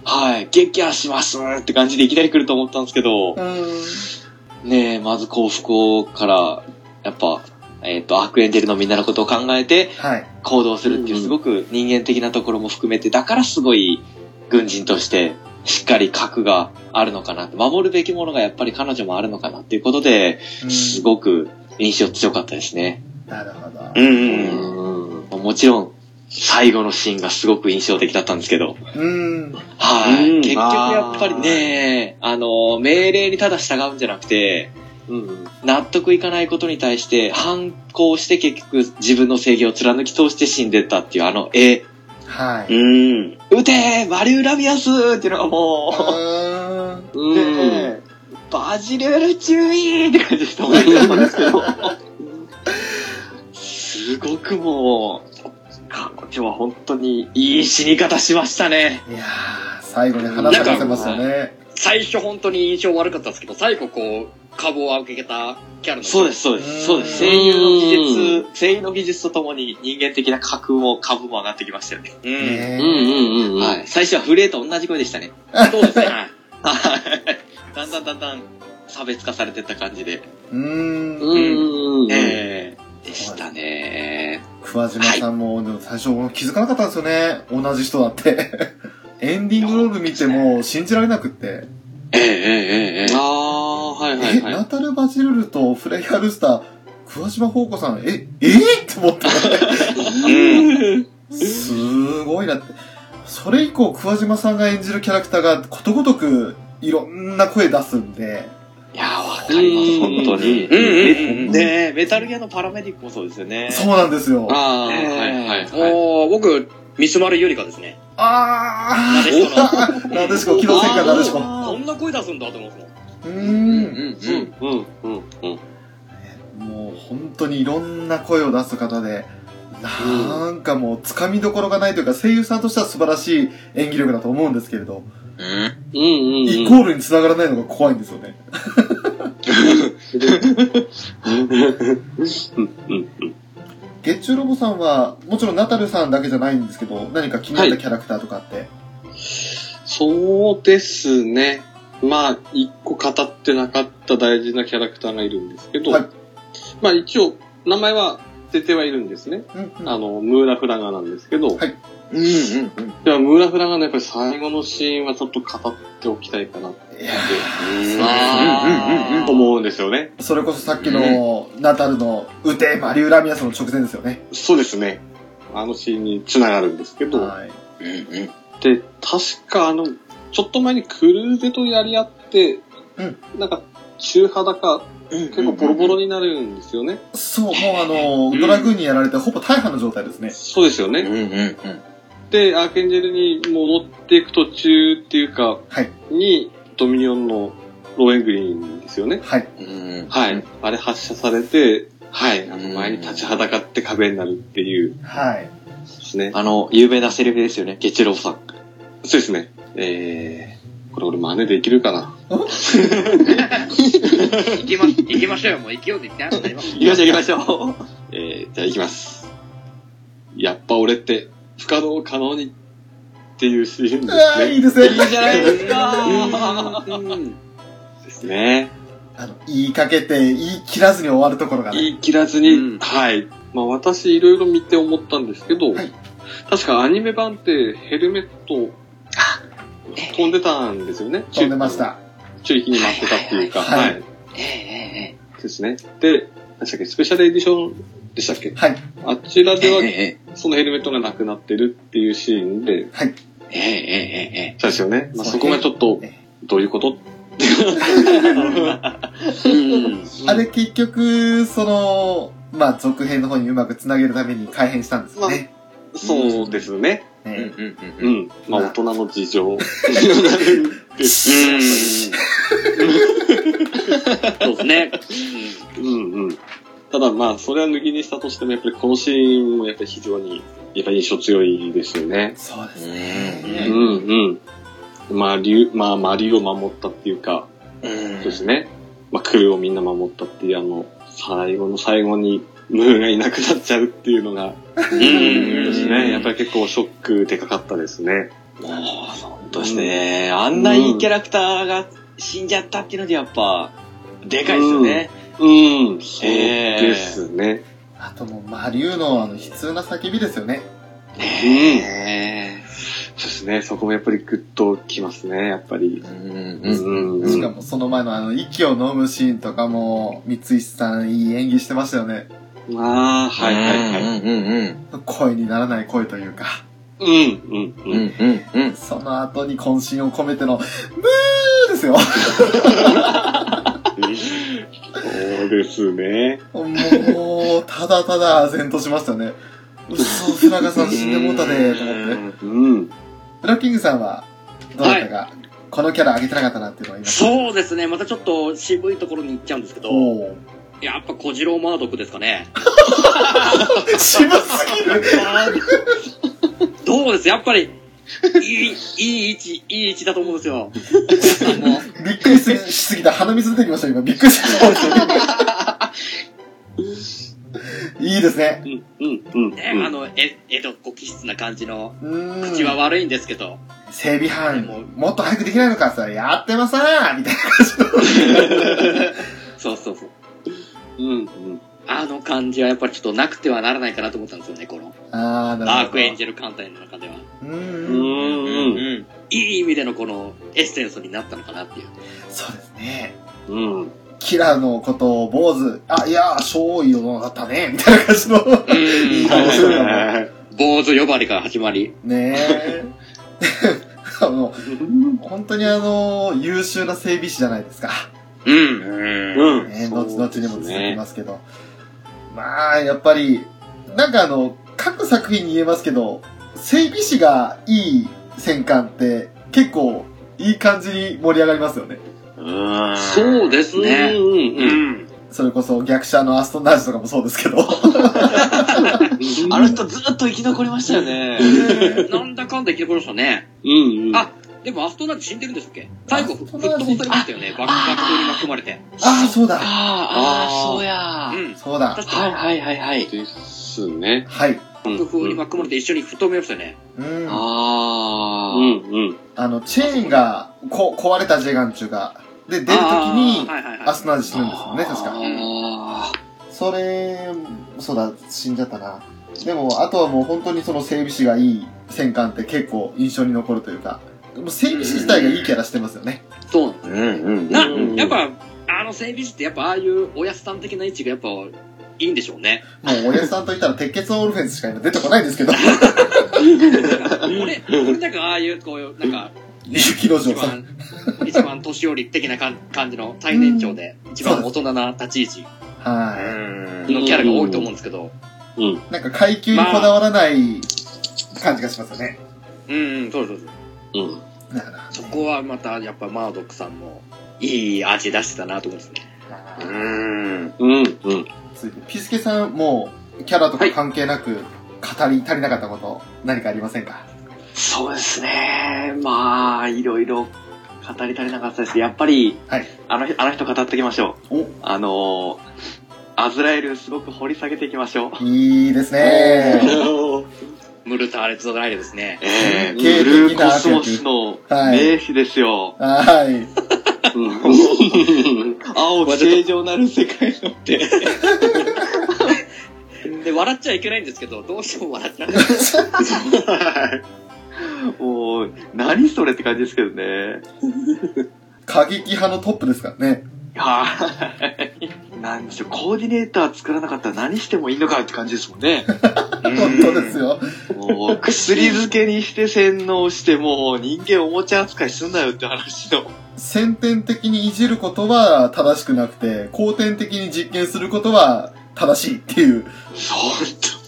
[SPEAKER 3] はい、撃破しますって感じでいきなり来ると思ったんですけど
[SPEAKER 1] う、ん。
[SPEAKER 3] ねえ、まず幸福をから、やっぱ、えっ、と、アークエンジェルのみんなのことを考えて
[SPEAKER 1] はい。
[SPEAKER 3] 行動するっていうう、
[SPEAKER 2] ん
[SPEAKER 3] すごく人間的なところも含めて、だからすごい軍人として、しっかり核があるのかなって、守るべきものがやっぱり彼女もあるのかなっていうことで、
[SPEAKER 1] うん
[SPEAKER 3] すごく印象強かったですね。
[SPEAKER 1] なるほど。
[SPEAKER 4] うん。
[SPEAKER 3] もちろん、最後のシーンがすごく印象的だったんですけど。
[SPEAKER 1] うん。
[SPEAKER 3] はい。
[SPEAKER 2] うん
[SPEAKER 3] 結局やっぱりね、あの、命令にただ従うんじゃなくて、
[SPEAKER 2] うん、
[SPEAKER 3] 納得いかないことに対して反抗して結局自分の正義を貫き通して死んでったっていうあの絵。
[SPEAKER 1] はい。
[SPEAKER 4] うん。
[SPEAKER 3] 撃てーマリウラビアスっていうのがも
[SPEAKER 1] うーん
[SPEAKER 3] う、
[SPEAKER 2] うん。
[SPEAKER 3] ねえバジルール注意って感じでしたもんね。すごくもう、今日は本当にいい死に方しましたね。
[SPEAKER 1] いやー、最後に花咲かせますよね。
[SPEAKER 4] 最初本当に印象悪かったんですけど、最後こう、株を受けたキャラの。。
[SPEAKER 3] そうですす、そうです、そうです。
[SPEAKER 1] うん
[SPEAKER 3] 声優の技術、声優の技術とともに人間的な格も株も上がってきましたよね。
[SPEAKER 4] うん。
[SPEAKER 1] ね
[SPEAKER 2] うんうんうんうん。
[SPEAKER 3] はい。最初はフレーと同じ声でしたね。
[SPEAKER 4] そうですね。はい
[SPEAKER 3] はい。だんだんだんだん差別化されてった感じで。
[SPEAKER 1] うーん。
[SPEAKER 2] うんうんうん。
[SPEAKER 3] ええでしたね。
[SPEAKER 1] 桑島さんも、でも最初気づかなかったんですよね。同じ人だって。 (laughs) エンディングロール見ても信じられなくって。
[SPEAKER 3] ええええええ
[SPEAKER 2] ああ、はいは
[SPEAKER 1] え、
[SPEAKER 2] いはい。
[SPEAKER 1] ナタル・バジルルとフレイヤールスター、桑島宝子さん、え、えー、って思った。すごいなって。それ以降、桑島さんが演じるキャラクターがことごとくいろんな声出すんで、
[SPEAKER 3] いやー、わかります、
[SPEAKER 2] うん
[SPEAKER 3] 本当に。
[SPEAKER 4] うんうんうんうん。
[SPEAKER 3] ねえ、メタルギアのパラメディックもそうですよね。
[SPEAKER 1] そうなんですよ。あ
[SPEAKER 2] ああ、
[SPEAKER 3] ええ
[SPEAKER 2] はいはいはい。
[SPEAKER 4] おー、僕、ミスマルユリカですね。な
[SPEAKER 1] あ
[SPEAKER 4] でしこの。
[SPEAKER 1] ー、なでしこ、機動戦艦なでしこ。う
[SPEAKER 4] こんな声出すんだと思うんですもん。
[SPEAKER 1] ーん。
[SPEAKER 2] うんうんうんうん。
[SPEAKER 1] もう本当にいろんな声を出す方で、なんかもうつかみどころがないというか、声優さんとしては素晴らしい演技力だと思うんですけれど、
[SPEAKER 2] うん
[SPEAKER 1] イ
[SPEAKER 2] うん
[SPEAKER 1] コールにつながらないのが怖いんですよね。
[SPEAKER 2] うん。
[SPEAKER 1] 月中ロボさんは、もちろんナタルさんだけじゃないんですけど、何か気になったキャラクターとかあって。
[SPEAKER 2] そうですね。まあ、一個語ってなかった大事なキャラクターがいるんですけど、
[SPEAKER 1] はい
[SPEAKER 2] まあ一応、名前は出てはいるんですね。
[SPEAKER 1] うんうん
[SPEAKER 2] あの、ムーラフラガなんですけど、
[SPEAKER 1] はい
[SPEAKER 3] うんうんうん。
[SPEAKER 2] ではムーラフラガのやっぱり最後のシーンはちょっと語っておきたいかなって
[SPEAKER 1] いや
[SPEAKER 3] あー
[SPEAKER 2] 思うんですよね。
[SPEAKER 1] それこそさっきのナタルの撃てマリウラミアスの直前ですよね。
[SPEAKER 2] そうですね。あのシーンに繋がるんですけど、
[SPEAKER 1] はい。
[SPEAKER 2] で、確かあの、ちょっと前にクルーゼとやり合って、
[SPEAKER 1] うん
[SPEAKER 2] なんか、中肌か、結構ボロボロになるんですよね。
[SPEAKER 1] そう、もうあの、ドラグーンにやられてほぼ大破の状態ですね。
[SPEAKER 2] そうですよね。で、アーケンジェルに戻っていく途中っていうか、
[SPEAKER 1] はい
[SPEAKER 2] に、ドミニオンのローエングリーンですよね。
[SPEAKER 1] はい。
[SPEAKER 2] はい。あれ発射されて、はい。あの前に立ちはだかって壁になるっていう、
[SPEAKER 1] はい。
[SPEAKER 2] そうですね。
[SPEAKER 3] あの、有名なセリフですよね、ゲチローさん。
[SPEAKER 2] そうですね。えー、これ俺真似できるかな。
[SPEAKER 4] 行きま、行きましょうよ。もう勢いで行ってなくなります。
[SPEAKER 3] 行きましょう行きましょう。
[SPEAKER 2] (laughs) えー、じゃあ行きます。やっぱ俺って、不可能を可能にっていうシーンで
[SPEAKER 1] うわーいいですね。
[SPEAKER 3] いいじゃないですか。
[SPEAKER 2] すね。
[SPEAKER 1] あの、言いかけて、言い切らずに終わるところがね。
[SPEAKER 2] 言い切らずに、
[SPEAKER 4] うん
[SPEAKER 2] はい。まあ私いろいろ見て思ったんですけど、
[SPEAKER 1] はい
[SPEAKER 2] 確かアニメ版ってヘルメット飛んでたんですよね。
[SPEAKER 1] 飛んでまし。た。
[SPEAKER 2] 注意に待ってたっていうか、
[SPEAKER 1] はいはいはい
[SPEAKER 2] はいですね。で、何でしたっけ、スペシャルエディションでしたっけ
[SPEAKER 1] はい。
[SPEAKER 2] あちらでは、そのヘルメットがなくなってるっていうシーンで、
[SPEAKER 1] はい。
[SPEAKER 3] えええええ
[SPEAKER 2] そうですよね。まあ、
[SPEAKER 1] そ
[SPEAKER 2] そうこがちょっと
[SPEAKER 1] ね、
[SPEAKER 2] どういうこと
[SPEAKER 1] あれ結局、その、まあ、続編の方にうまくつなげるために改編したんですよね。
[SPEAKER 2] そうですね。
[SPEAKER 3] え。
[SPEAKER 1] ね
[SPEAKER 3] ん
[SPEAKER 2] う
[SPEAKER 3] うん。
[SPEAKER 2] ん。まあ、大人の事情。
[SPEAKER 4] そうですね。
[SPEAKER 2] うんうん。ただまあ、それは脱ぎにしたとしても、やっぱりこのシーンもやっぱり非常に、やっぱり印象強いですよね。
[SPEAKER 1] そうですね。
[SPEAKER 3] ね
[SPEAKER 2] うんうん。まあ、竜、まあ、マリを守ったっていうか、そうですね。まあ、クルーをみんな守ったっていう、あの、最後の最後に、ムーがいなくなっちゃうっていうのが、
[SPEAKER 4] うん
[SPEAKER 2] で
[SPEAKER 4] う
[SPEAKER 2] す
[SPEAKER 4] ん。
[SPEAKER 2] ね。やっぱり結構ショックでかかったですね。
[SPEAKER 3] 本当ですね。あんないいキャラクターが死んじゃったっていうのでやっぱ、でかいですよね。
[SPEAKER 2] うん、そうですね。
[SPEAKER 1] あともう、魔竜のあの、悲痛な叫びですよね。
[SPEAKER 3] ええ
[SPEAKER 2] そうですね。そこもやっぱりグッときますね、やっぱり。
[SPEAKER 3] うん
[SPEAKER 2] う。んう
[SPEAKER 1] しか
[SPEAKER 2] ん。
[SPEAKER 1] もその前のあの、息を飲むシーンとかも、三石さんいい演技してましたよね。
[SPEAKER 2] ああ、はいはいはい。
[SPEAKER 3] うんうん
[SPEAKER 1] 声にならない声というか。
[SPEAKER 2] うん、うん、うん。
[SPEAKER 3] うんうん。
[SPEAKER 1] その後に渾身を込めての、ブーですよ。
[SPEAKER 2] そうですね。
[SPEAKER 1] もう、ただただ唖然としましたね。うっそ、フラガさん死んでもうたで、と思って。
[SPEAKER 2] うん。
[SPEAKER 1] ラッキングさんは、どなたが、このキャラ上げてなかったなっていうのは言いました。
[SPEAKER 4] そうですね。またちょっと渋いところに行っちゃうんですけど、
[SPEAKER 1] おお。
[SPEAKER 4] やっぱ小次郎マードックですかね。
[SPEAKER 1] 渋すぎる。
[SPEAKER 4] どうですやっぱり、いい、いい位置、いい位置だと思うんですよ。もう
[SPEAKER 1] びっくりすぎしすぎた。鼻水出てきました、今。びっくりしました。いいですね。
[SPEAKER 2] うん、うん、うん。
[SPEAKER 4] ね、あの、え、江戸っ子気質な感じの、
[SPEAKER 1] うーん。
[SPEAKER 4] 口は悪いんですけど、
[SPEAKER 1] 整備班、もっと早くできないのかさ、やってまさーみたいな感じの。
[SPEAKER 4] そうそうそう。
[SPEAKER 2] うん、うん。
[SPEAKER 4] あの感じはやっぱりちょっとなくてはならないかなと思ったんですよね、この。
[SPEAKER 1] あー、なるほど。
[SPEAKER 4] ダークエンジェル艦隊の中では。
[SPEAKER 1] う
[SPEAKER 2] う
[SPEAKER 1] ーん。
[SPEAKER 2] ん、うん。
[SPEAKER 3] ん。
[SPEAKER 4] いい意味でのこのエッセンスになったのかなっていう。
[SPEAKER 1] そうですね。
[SPEAKER 2] うん。
[SPEAKER 1] キラーのことを坊主、あ、いやー、少尉殿だったね、みたいな感じの。 (laughs) いい顔してるな。
[SPEAKER 4] (laughs) 坊主呼ばわりから始まり。
[SPEAKER 1] ねえ。 (laughs) あの、本当にあの、優秀な整備士じゃないですか。
[SPEAKER 4] うん。
[SPEAKER 2] うん。。
[SPEAKER 1] ね、後々にも続きますすけど。まあ、やっぱり、なんかあの、各作品に言えますけど、整備士がいい戦艦って結構いい感じに盛り上がりますよね。
[SPEAKER 3] うん。
[SPEAKER 4] そうです
[SPEAKER 2] ね。う
[SPEAKER 4] ね。
[SPEAKER 2] ん、
[SPEAKER 4] う
[SPEAKER 2] うん、
[SPEAKER 4] ん。
[SPEAKER 1] それこそ逆者のアストンナージとかもそうですけど。
[SPEAKER 2] うん。
[SPEAKER 3] あの人ずっと生き残りましたよね。
[SPEAKER 4] なんだかんだ生き残りましたね。
[SPEAKER 2] うん、うん。
[SPEAKER 4] あでもアストナージ死んでるんでしたっけ最後、
[SPEAKER 1] ア
[SPEAKER 4] 吹
[SPEAKER 1] ス
[SPEAKER 4] っ
[SPEAKER 1] ト
[SPEAKER 4] 飛
[SPEAKER 1] ナージ
[SPEAKER 4] ばされましたよね。爆爆に巻き込まれて。
[SPEAKER 1] ああ、そうだ。
[SPEAKER 3] ああ、
[SPEAKER 2] あー
[SPEAKER 3] そうや。
[SPEAKER 4] うん。
[SPEAKER 1] そうだ。
[SPEAKER 4] 確
[SPEAKER 3] はい
[SPEAKER 4] か
[SPEAKER 3] はいはいはい。
[SPEAKER 2] ですね。
[SPEAKER 1] はい。
[SPEAKER 4] に、爆風に巻き込まれて一緒に吹っ飛びましたよね。
[SPEAKER 1] うん。あ
[SPEAKER 2] う
[SPEAKER 3] あ
[SPEAKER 2] ん、うん。
[SPEAKER 1] の、チェーンがこ壊れたジェガンチュが。で、出るときに
[SPEAKER 4] あー、はいはいはい。
[SPEAKER 1] アストナージ死ぬんですよね、確か。
[SPEAKER 3] あ。
[SPEAKER 1] それ、そうだ、死んじゃったな。でも、あとはもう本当にその整備士がいい戦艦って結構印象に残るというか、でも整備士自体がいいキャラしてますよね。
[SPEAKER 4] そうなんです
[SPEAKER 3] うんうん
[SPEAKER 4] な、
[SPEAKER 2] うん
[SPEAKER 4] やっぱ、あの整備士ってやっぱああいうおやすさん的な位置がやっぱいいんでしょうね。
[SPEAKER 1] もう、おやさんと言ったら鉄血のオルフェンスしか今出てこないですけど、
[SPEAKER 4] 俺、俺なんかああいうこういう、なんか、
[SPEAKER 1] 雪の
[SPEAKER 4] 一
[SPEAKER 1] 城さん。
[SPEAKER 4] 番、一番年寄り的なかん感じの最年長で、一番大人な立ち位
[SPEAKER 1] は
[SPEAKER 4] 置のキャラが多いと思うんですけど、
[SPEAKER 1] い。なんか階級にこだわらない感じがしますよね。
[SPEAKER 4] うん、うん、そうそうそう。
[SPEAKER 2] うん。
[SPEAKER 1] だから
[SPEAKER 4] そこはまたやっぱマードックさんもいい味出してたなと思うんですね。
[SPEAKER 1] まあ
[SPEAKER 3] うん。
[SPEAKER 2] うん、うん。
[SPEAKER 1] 続いて、ピスケさん、もう、キャラとか関係なく、語り足りなかったこと、何かありませんか
[SPEAKER 3] そうですね。まあ、いろいろ語り足りなかったです。やっぱり、
[SPEAKER 1] はい
[SPEAKER 3] あの、あの人語っていきましょう。
[SPEAKER 1] お、
[SPEAKER 3] あのー、アズラエルすごく掘り下げていきましょう。
[SPEAKER 1] いいですね。
[SPEAKER 4] ムルターレットドライルですね。
[SPEAKER 3] え
[SPEAKER 1] 典型
[SPEAKER 3] ー、
[SPEAKER 1] 的な
[SPEAKER 3] ブルーコスモスの
[SPEAKER 1] はい
[SPEAKER 3] 名詞ですよ。
[SPEAKER 1] はい。 (laughs)
[SPEAKER 2] うん
[SPEAKER 3] 青き正常なる世界のって。
[SPEAKER 4] で、笑っちゃいけないんですけど、どうしても笑っちゃう。
[SPEAKER 3] もう、何それって感じですけどね。
[SPEAKER 1] 過激派のトップですからね。
[SPEAKER 3] はい。なんでしょう、コーディネーター作らなかったら何してもいいのかって感じですもん (laughs) ね。
[SPEAKER 1] 本当ですよ。
[SPEAKER 3] もう、薬漬けにして洗脳して、もう人間おもちゃ扱いすんなよって話の。
[SPEAKER 1] 先天的にいじることは正しくなくて、後天的に実験することは正しいっていう。
[SPEAKER 3] そう、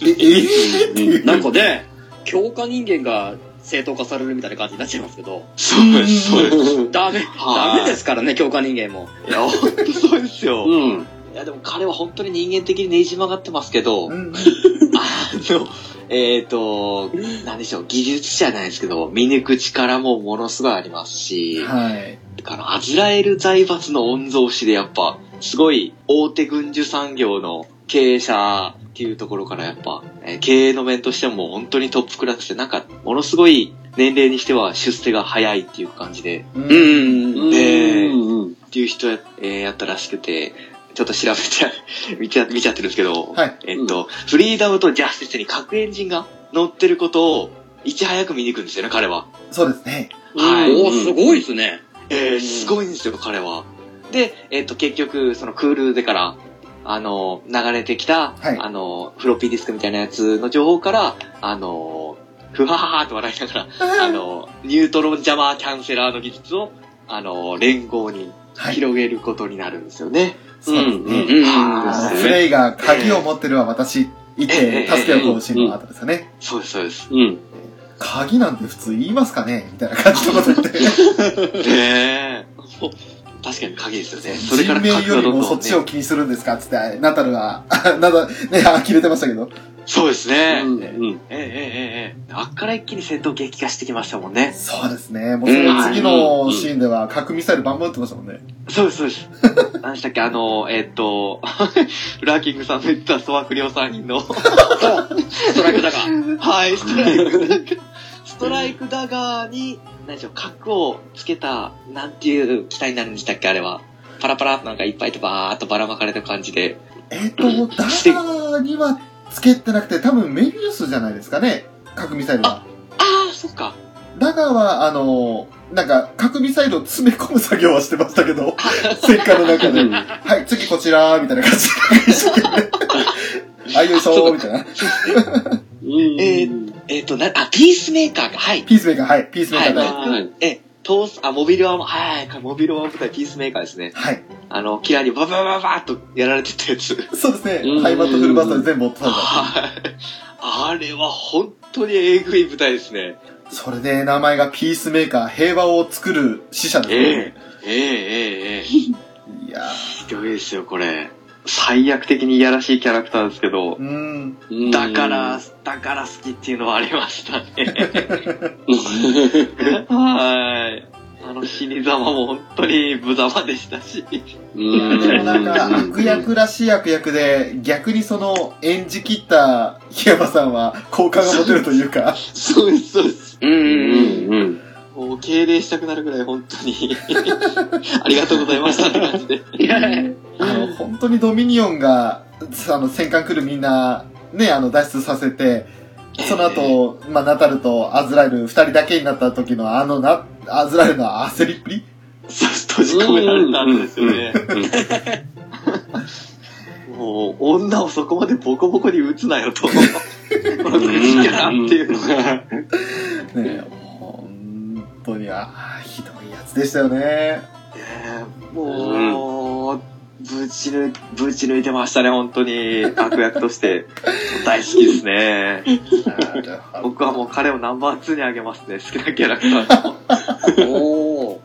[SPEAKER 1] え、えーっていう。
[SPEAKER 4] なんかね、 (laughs) 強化人間が正当化されるみたいな感じになっちゃいますけど、
[SPEAKER 3] そうです、そうです。
[SPEAKER 4] ダメ、
[SPEAKER 3] はい
[SPEAKER 4] ダメですからね、強化人間も。
[SPEAKER 3] いや、ほんとそうですよ。
[SPEAKER 2] うん。
[SPEAKER 3] いや、でも彼は本当に人間的にねじ曲がってますけど、
[SPEAKER 1] う
[SPEAKER 3] あ
[SPEAKER 1] ん
[SPEAKER 3] の、えっ、と、なんでしょう、技術者じゃないですけど、見抜く力もものすごいありますし、
[SPEAKER 1] はい。
[SPEAKER 3] あの、アズラエル財閥の御曹司でやっぱ、すごい大手軍需産業の経営者っていうところからやっぱ、えー経営の面としても本当にトップクラスで、なんか、ものすごい年齢にしては出世が早いっていう感じで、
[SPEAKER 1] う
[SPEAKER 4] う。ん。
[SPEAKER 3] ねえ
[SPEAKER 2] うん。
[SPEAKER 3] っていう人や,、えーやったらしくて、ちょっと調べて、見ちゃ、見ちゃってるんですけど、
[SPEAKER 1] はい。
[SPEAKER 3] えっと、フリーダムとジャスティスに核エンジンが乗ってることを、いち早く見に行くんですよね、彼は。
[SPEAKER 1] そうですね。
[SPEAKER 3] はい
[SPEAKER 4] おーすごいですね。
[SPEAKER 3] えー、すごいんですよ、彼は。で、えっ、と、結局、そのクールでから、あの、流れてきた、
[SPEAKER 1] はい
[SPEAKER 3] あの、フロッピーディスクみたいなやつの情報から、あの、ふはははと笑いながら、あの、ニュートロンジャマーキャンセラーの技術を、あの、連合に
[SPEAKER 1] はい。
[SPEAKER 3] 広げることになるんですよね。
[SPEAKER 1] そうです
[SPEAKER 2] うんう
[SPEAKER 1] ね。
[SPEAKER 2] ん
[SPEAKER 4] うん。
[SPEAKER 1] あ
[SPEAKER 3] は
[SPEAKER 1] の
[SPEAKER 3] い
[SPEAKER 1] フレイが鍵を持ってるは私、いて、助けをこうシーンの後ですよね。
[SPEAKER 3] そうです、そう
[SPEAKER 1] (laughs)
[SPEAKER 3] です。
[SPEAKER 2] うん。
[SPEAKER 1] 鍵なんて普通言いますかねみたいな感じのこと言って。
[SPEAKER 3] ねえ。もう確かに鍵ですよね。それ
[SPEAKER 1] 人
[SPEAKER 3] から
[SPEAKER 1] 命
[SPEAKER 3] 核
[SPEAKER 1] よ
[SPEAKER 3] が
[SPEAKER 1] り
[SPEAKER 3] どん
[SPEAKER 1] も
[SPEAKER 3] ど
[SPEAKER 1] そ
[SPEAKER 3] ん
[SPEAKER 1] っ
[SPEAKER 3] ね
[SPEAKER 1] ち。を気にするんですかっつって、 (laughs) ナタルは、など、ね、呆れてましたけど。
[SPEAKER 3] そうです
[SPEAKER 2] う
[SPEAKER 3] ね。
[SPEAKER 2] んうん。
[SPEAKER 3] ええええええ。あっから一気に戦闘激化してきましたもんね。
[SPEAKER 1] そうですね。もうその次のシーンでは、核ミサイルバンバン撃ってましたもんね。
[SPEAKER 3] そうです、そうです。 (laughs) 何でしたっけあの、えっと、 (laughs) ラーキングさんの言ってたソワクリオ3人の。 (laughs)
[SPEAKER 4] ストライクだが。
[SPEAKER 3] はい、ストライクダガー。 (laughs) ストライクダガーに、何でしょう、核をつけた、なんていう機体になるんでしたっけあれは。パラパラっとなんかいっぱいとバーっとばらまかれた感じで。
[SPEAKER 1] えっ、と、ダーにはつけてなくて、多分メビウスじゃないですかね。核ミサイルは。
[SPEAKER 3] ああ、そっか。
[SPEAKER 1] ダガーは、あの、なんか、核ミサイルを詰め込む作業はしてましたけど、戦火の中で。はい、次こちら、みたいな感じで一生懸命。はい、よいしょ、みたいな。
[SPEAKER 2] うん。
[SPEAKER 3] ええっ、と、な、あ、ピースメーカーか。はい。
[SPEAKER 1] ピースメーカー、はい、ピースメーカー
[SPEAKER 3] はい
[SPEAKER 1] 大
[SPEAKER 2] はい。
[SPEAKER 3] え、トース、あ、モビルは、はい、モビルは舞台ピースメーカーですね。
[SPEAKER 1] はい。
[SPEAKER 3] あの、キラーにバババババーっとやられてたやつ。
[SPEAKER 1] そうですね
[SPEAKER 2] う。ん
[SPEAKER 1] ハイマットフルバスターで全部追ってたんだ。
[SPEAKER 3] はい。あれは本当にえぐい舞台ですね。
[SPEAKER 1] それで名前がピースメーカー、平和を作る使者ですね。
[SPEAKER 3] ええええ
[SPEAKER 1] いやー
[SPEAKER 3] ひどいですよ、これ。最悪的にいやらしいキャラクターですけど
[SPEAKER 1] う、ーん。
[SPEAKER 2] うん
[SPEAKER 3] だから、、だから好きっていうのはありました (laughs) ね。はい。あの死に様も本当に無様でしたし。
[SPEAKER 1] いやでもなんか、悪
[SPEAKER 2] 役
[SPEAKER 1] 役らしい悪役で、逆にその、演じ切った檜山さんは、好感が持てるというか、
[SPEAKER 3] そうです、そうです。
[SPEAKER 4] うん
[SPEAKER 2] う
[SPEAKER 4] うんうん。
[SPEAKER 2] んうん。
[SPEAKER 3] もう敬礼したくなるぐらい本当に、ありがとうございましたって感じで。
[SPEAKER 1] あの、本当にドミニオンが、あの、戦艦来るみんな、ね、あの、脱出させて、その後、まあ、ナタルとアズラエル二人だけになった時の、あのな、アズラエルの焦りっぷり
[SPEAKER 3] そう閉じ込められたんですよね。もう、女をそこまでボコボコに打つな (laughs) よと。この口からっていうのが。
[SPEAKER 1] ね、本当に、あーひどいやつでしたよね。
[SPEAKER 3] もう、ぶち抜、ぶち抜いてましたね、本当に。悪役として。大好きですね。
[SPEAKER 1] なるほど
[SPEAKER 3] 僕はもう彼をナンバー2にあげますね、好きなキャラクター
[SPEAKER 4] おお。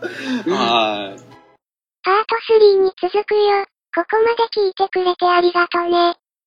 [SPEAKER 3] の。はい。
[SPEAKER 6] パート3に続くよ。ここまで聞いてくれてありがとね。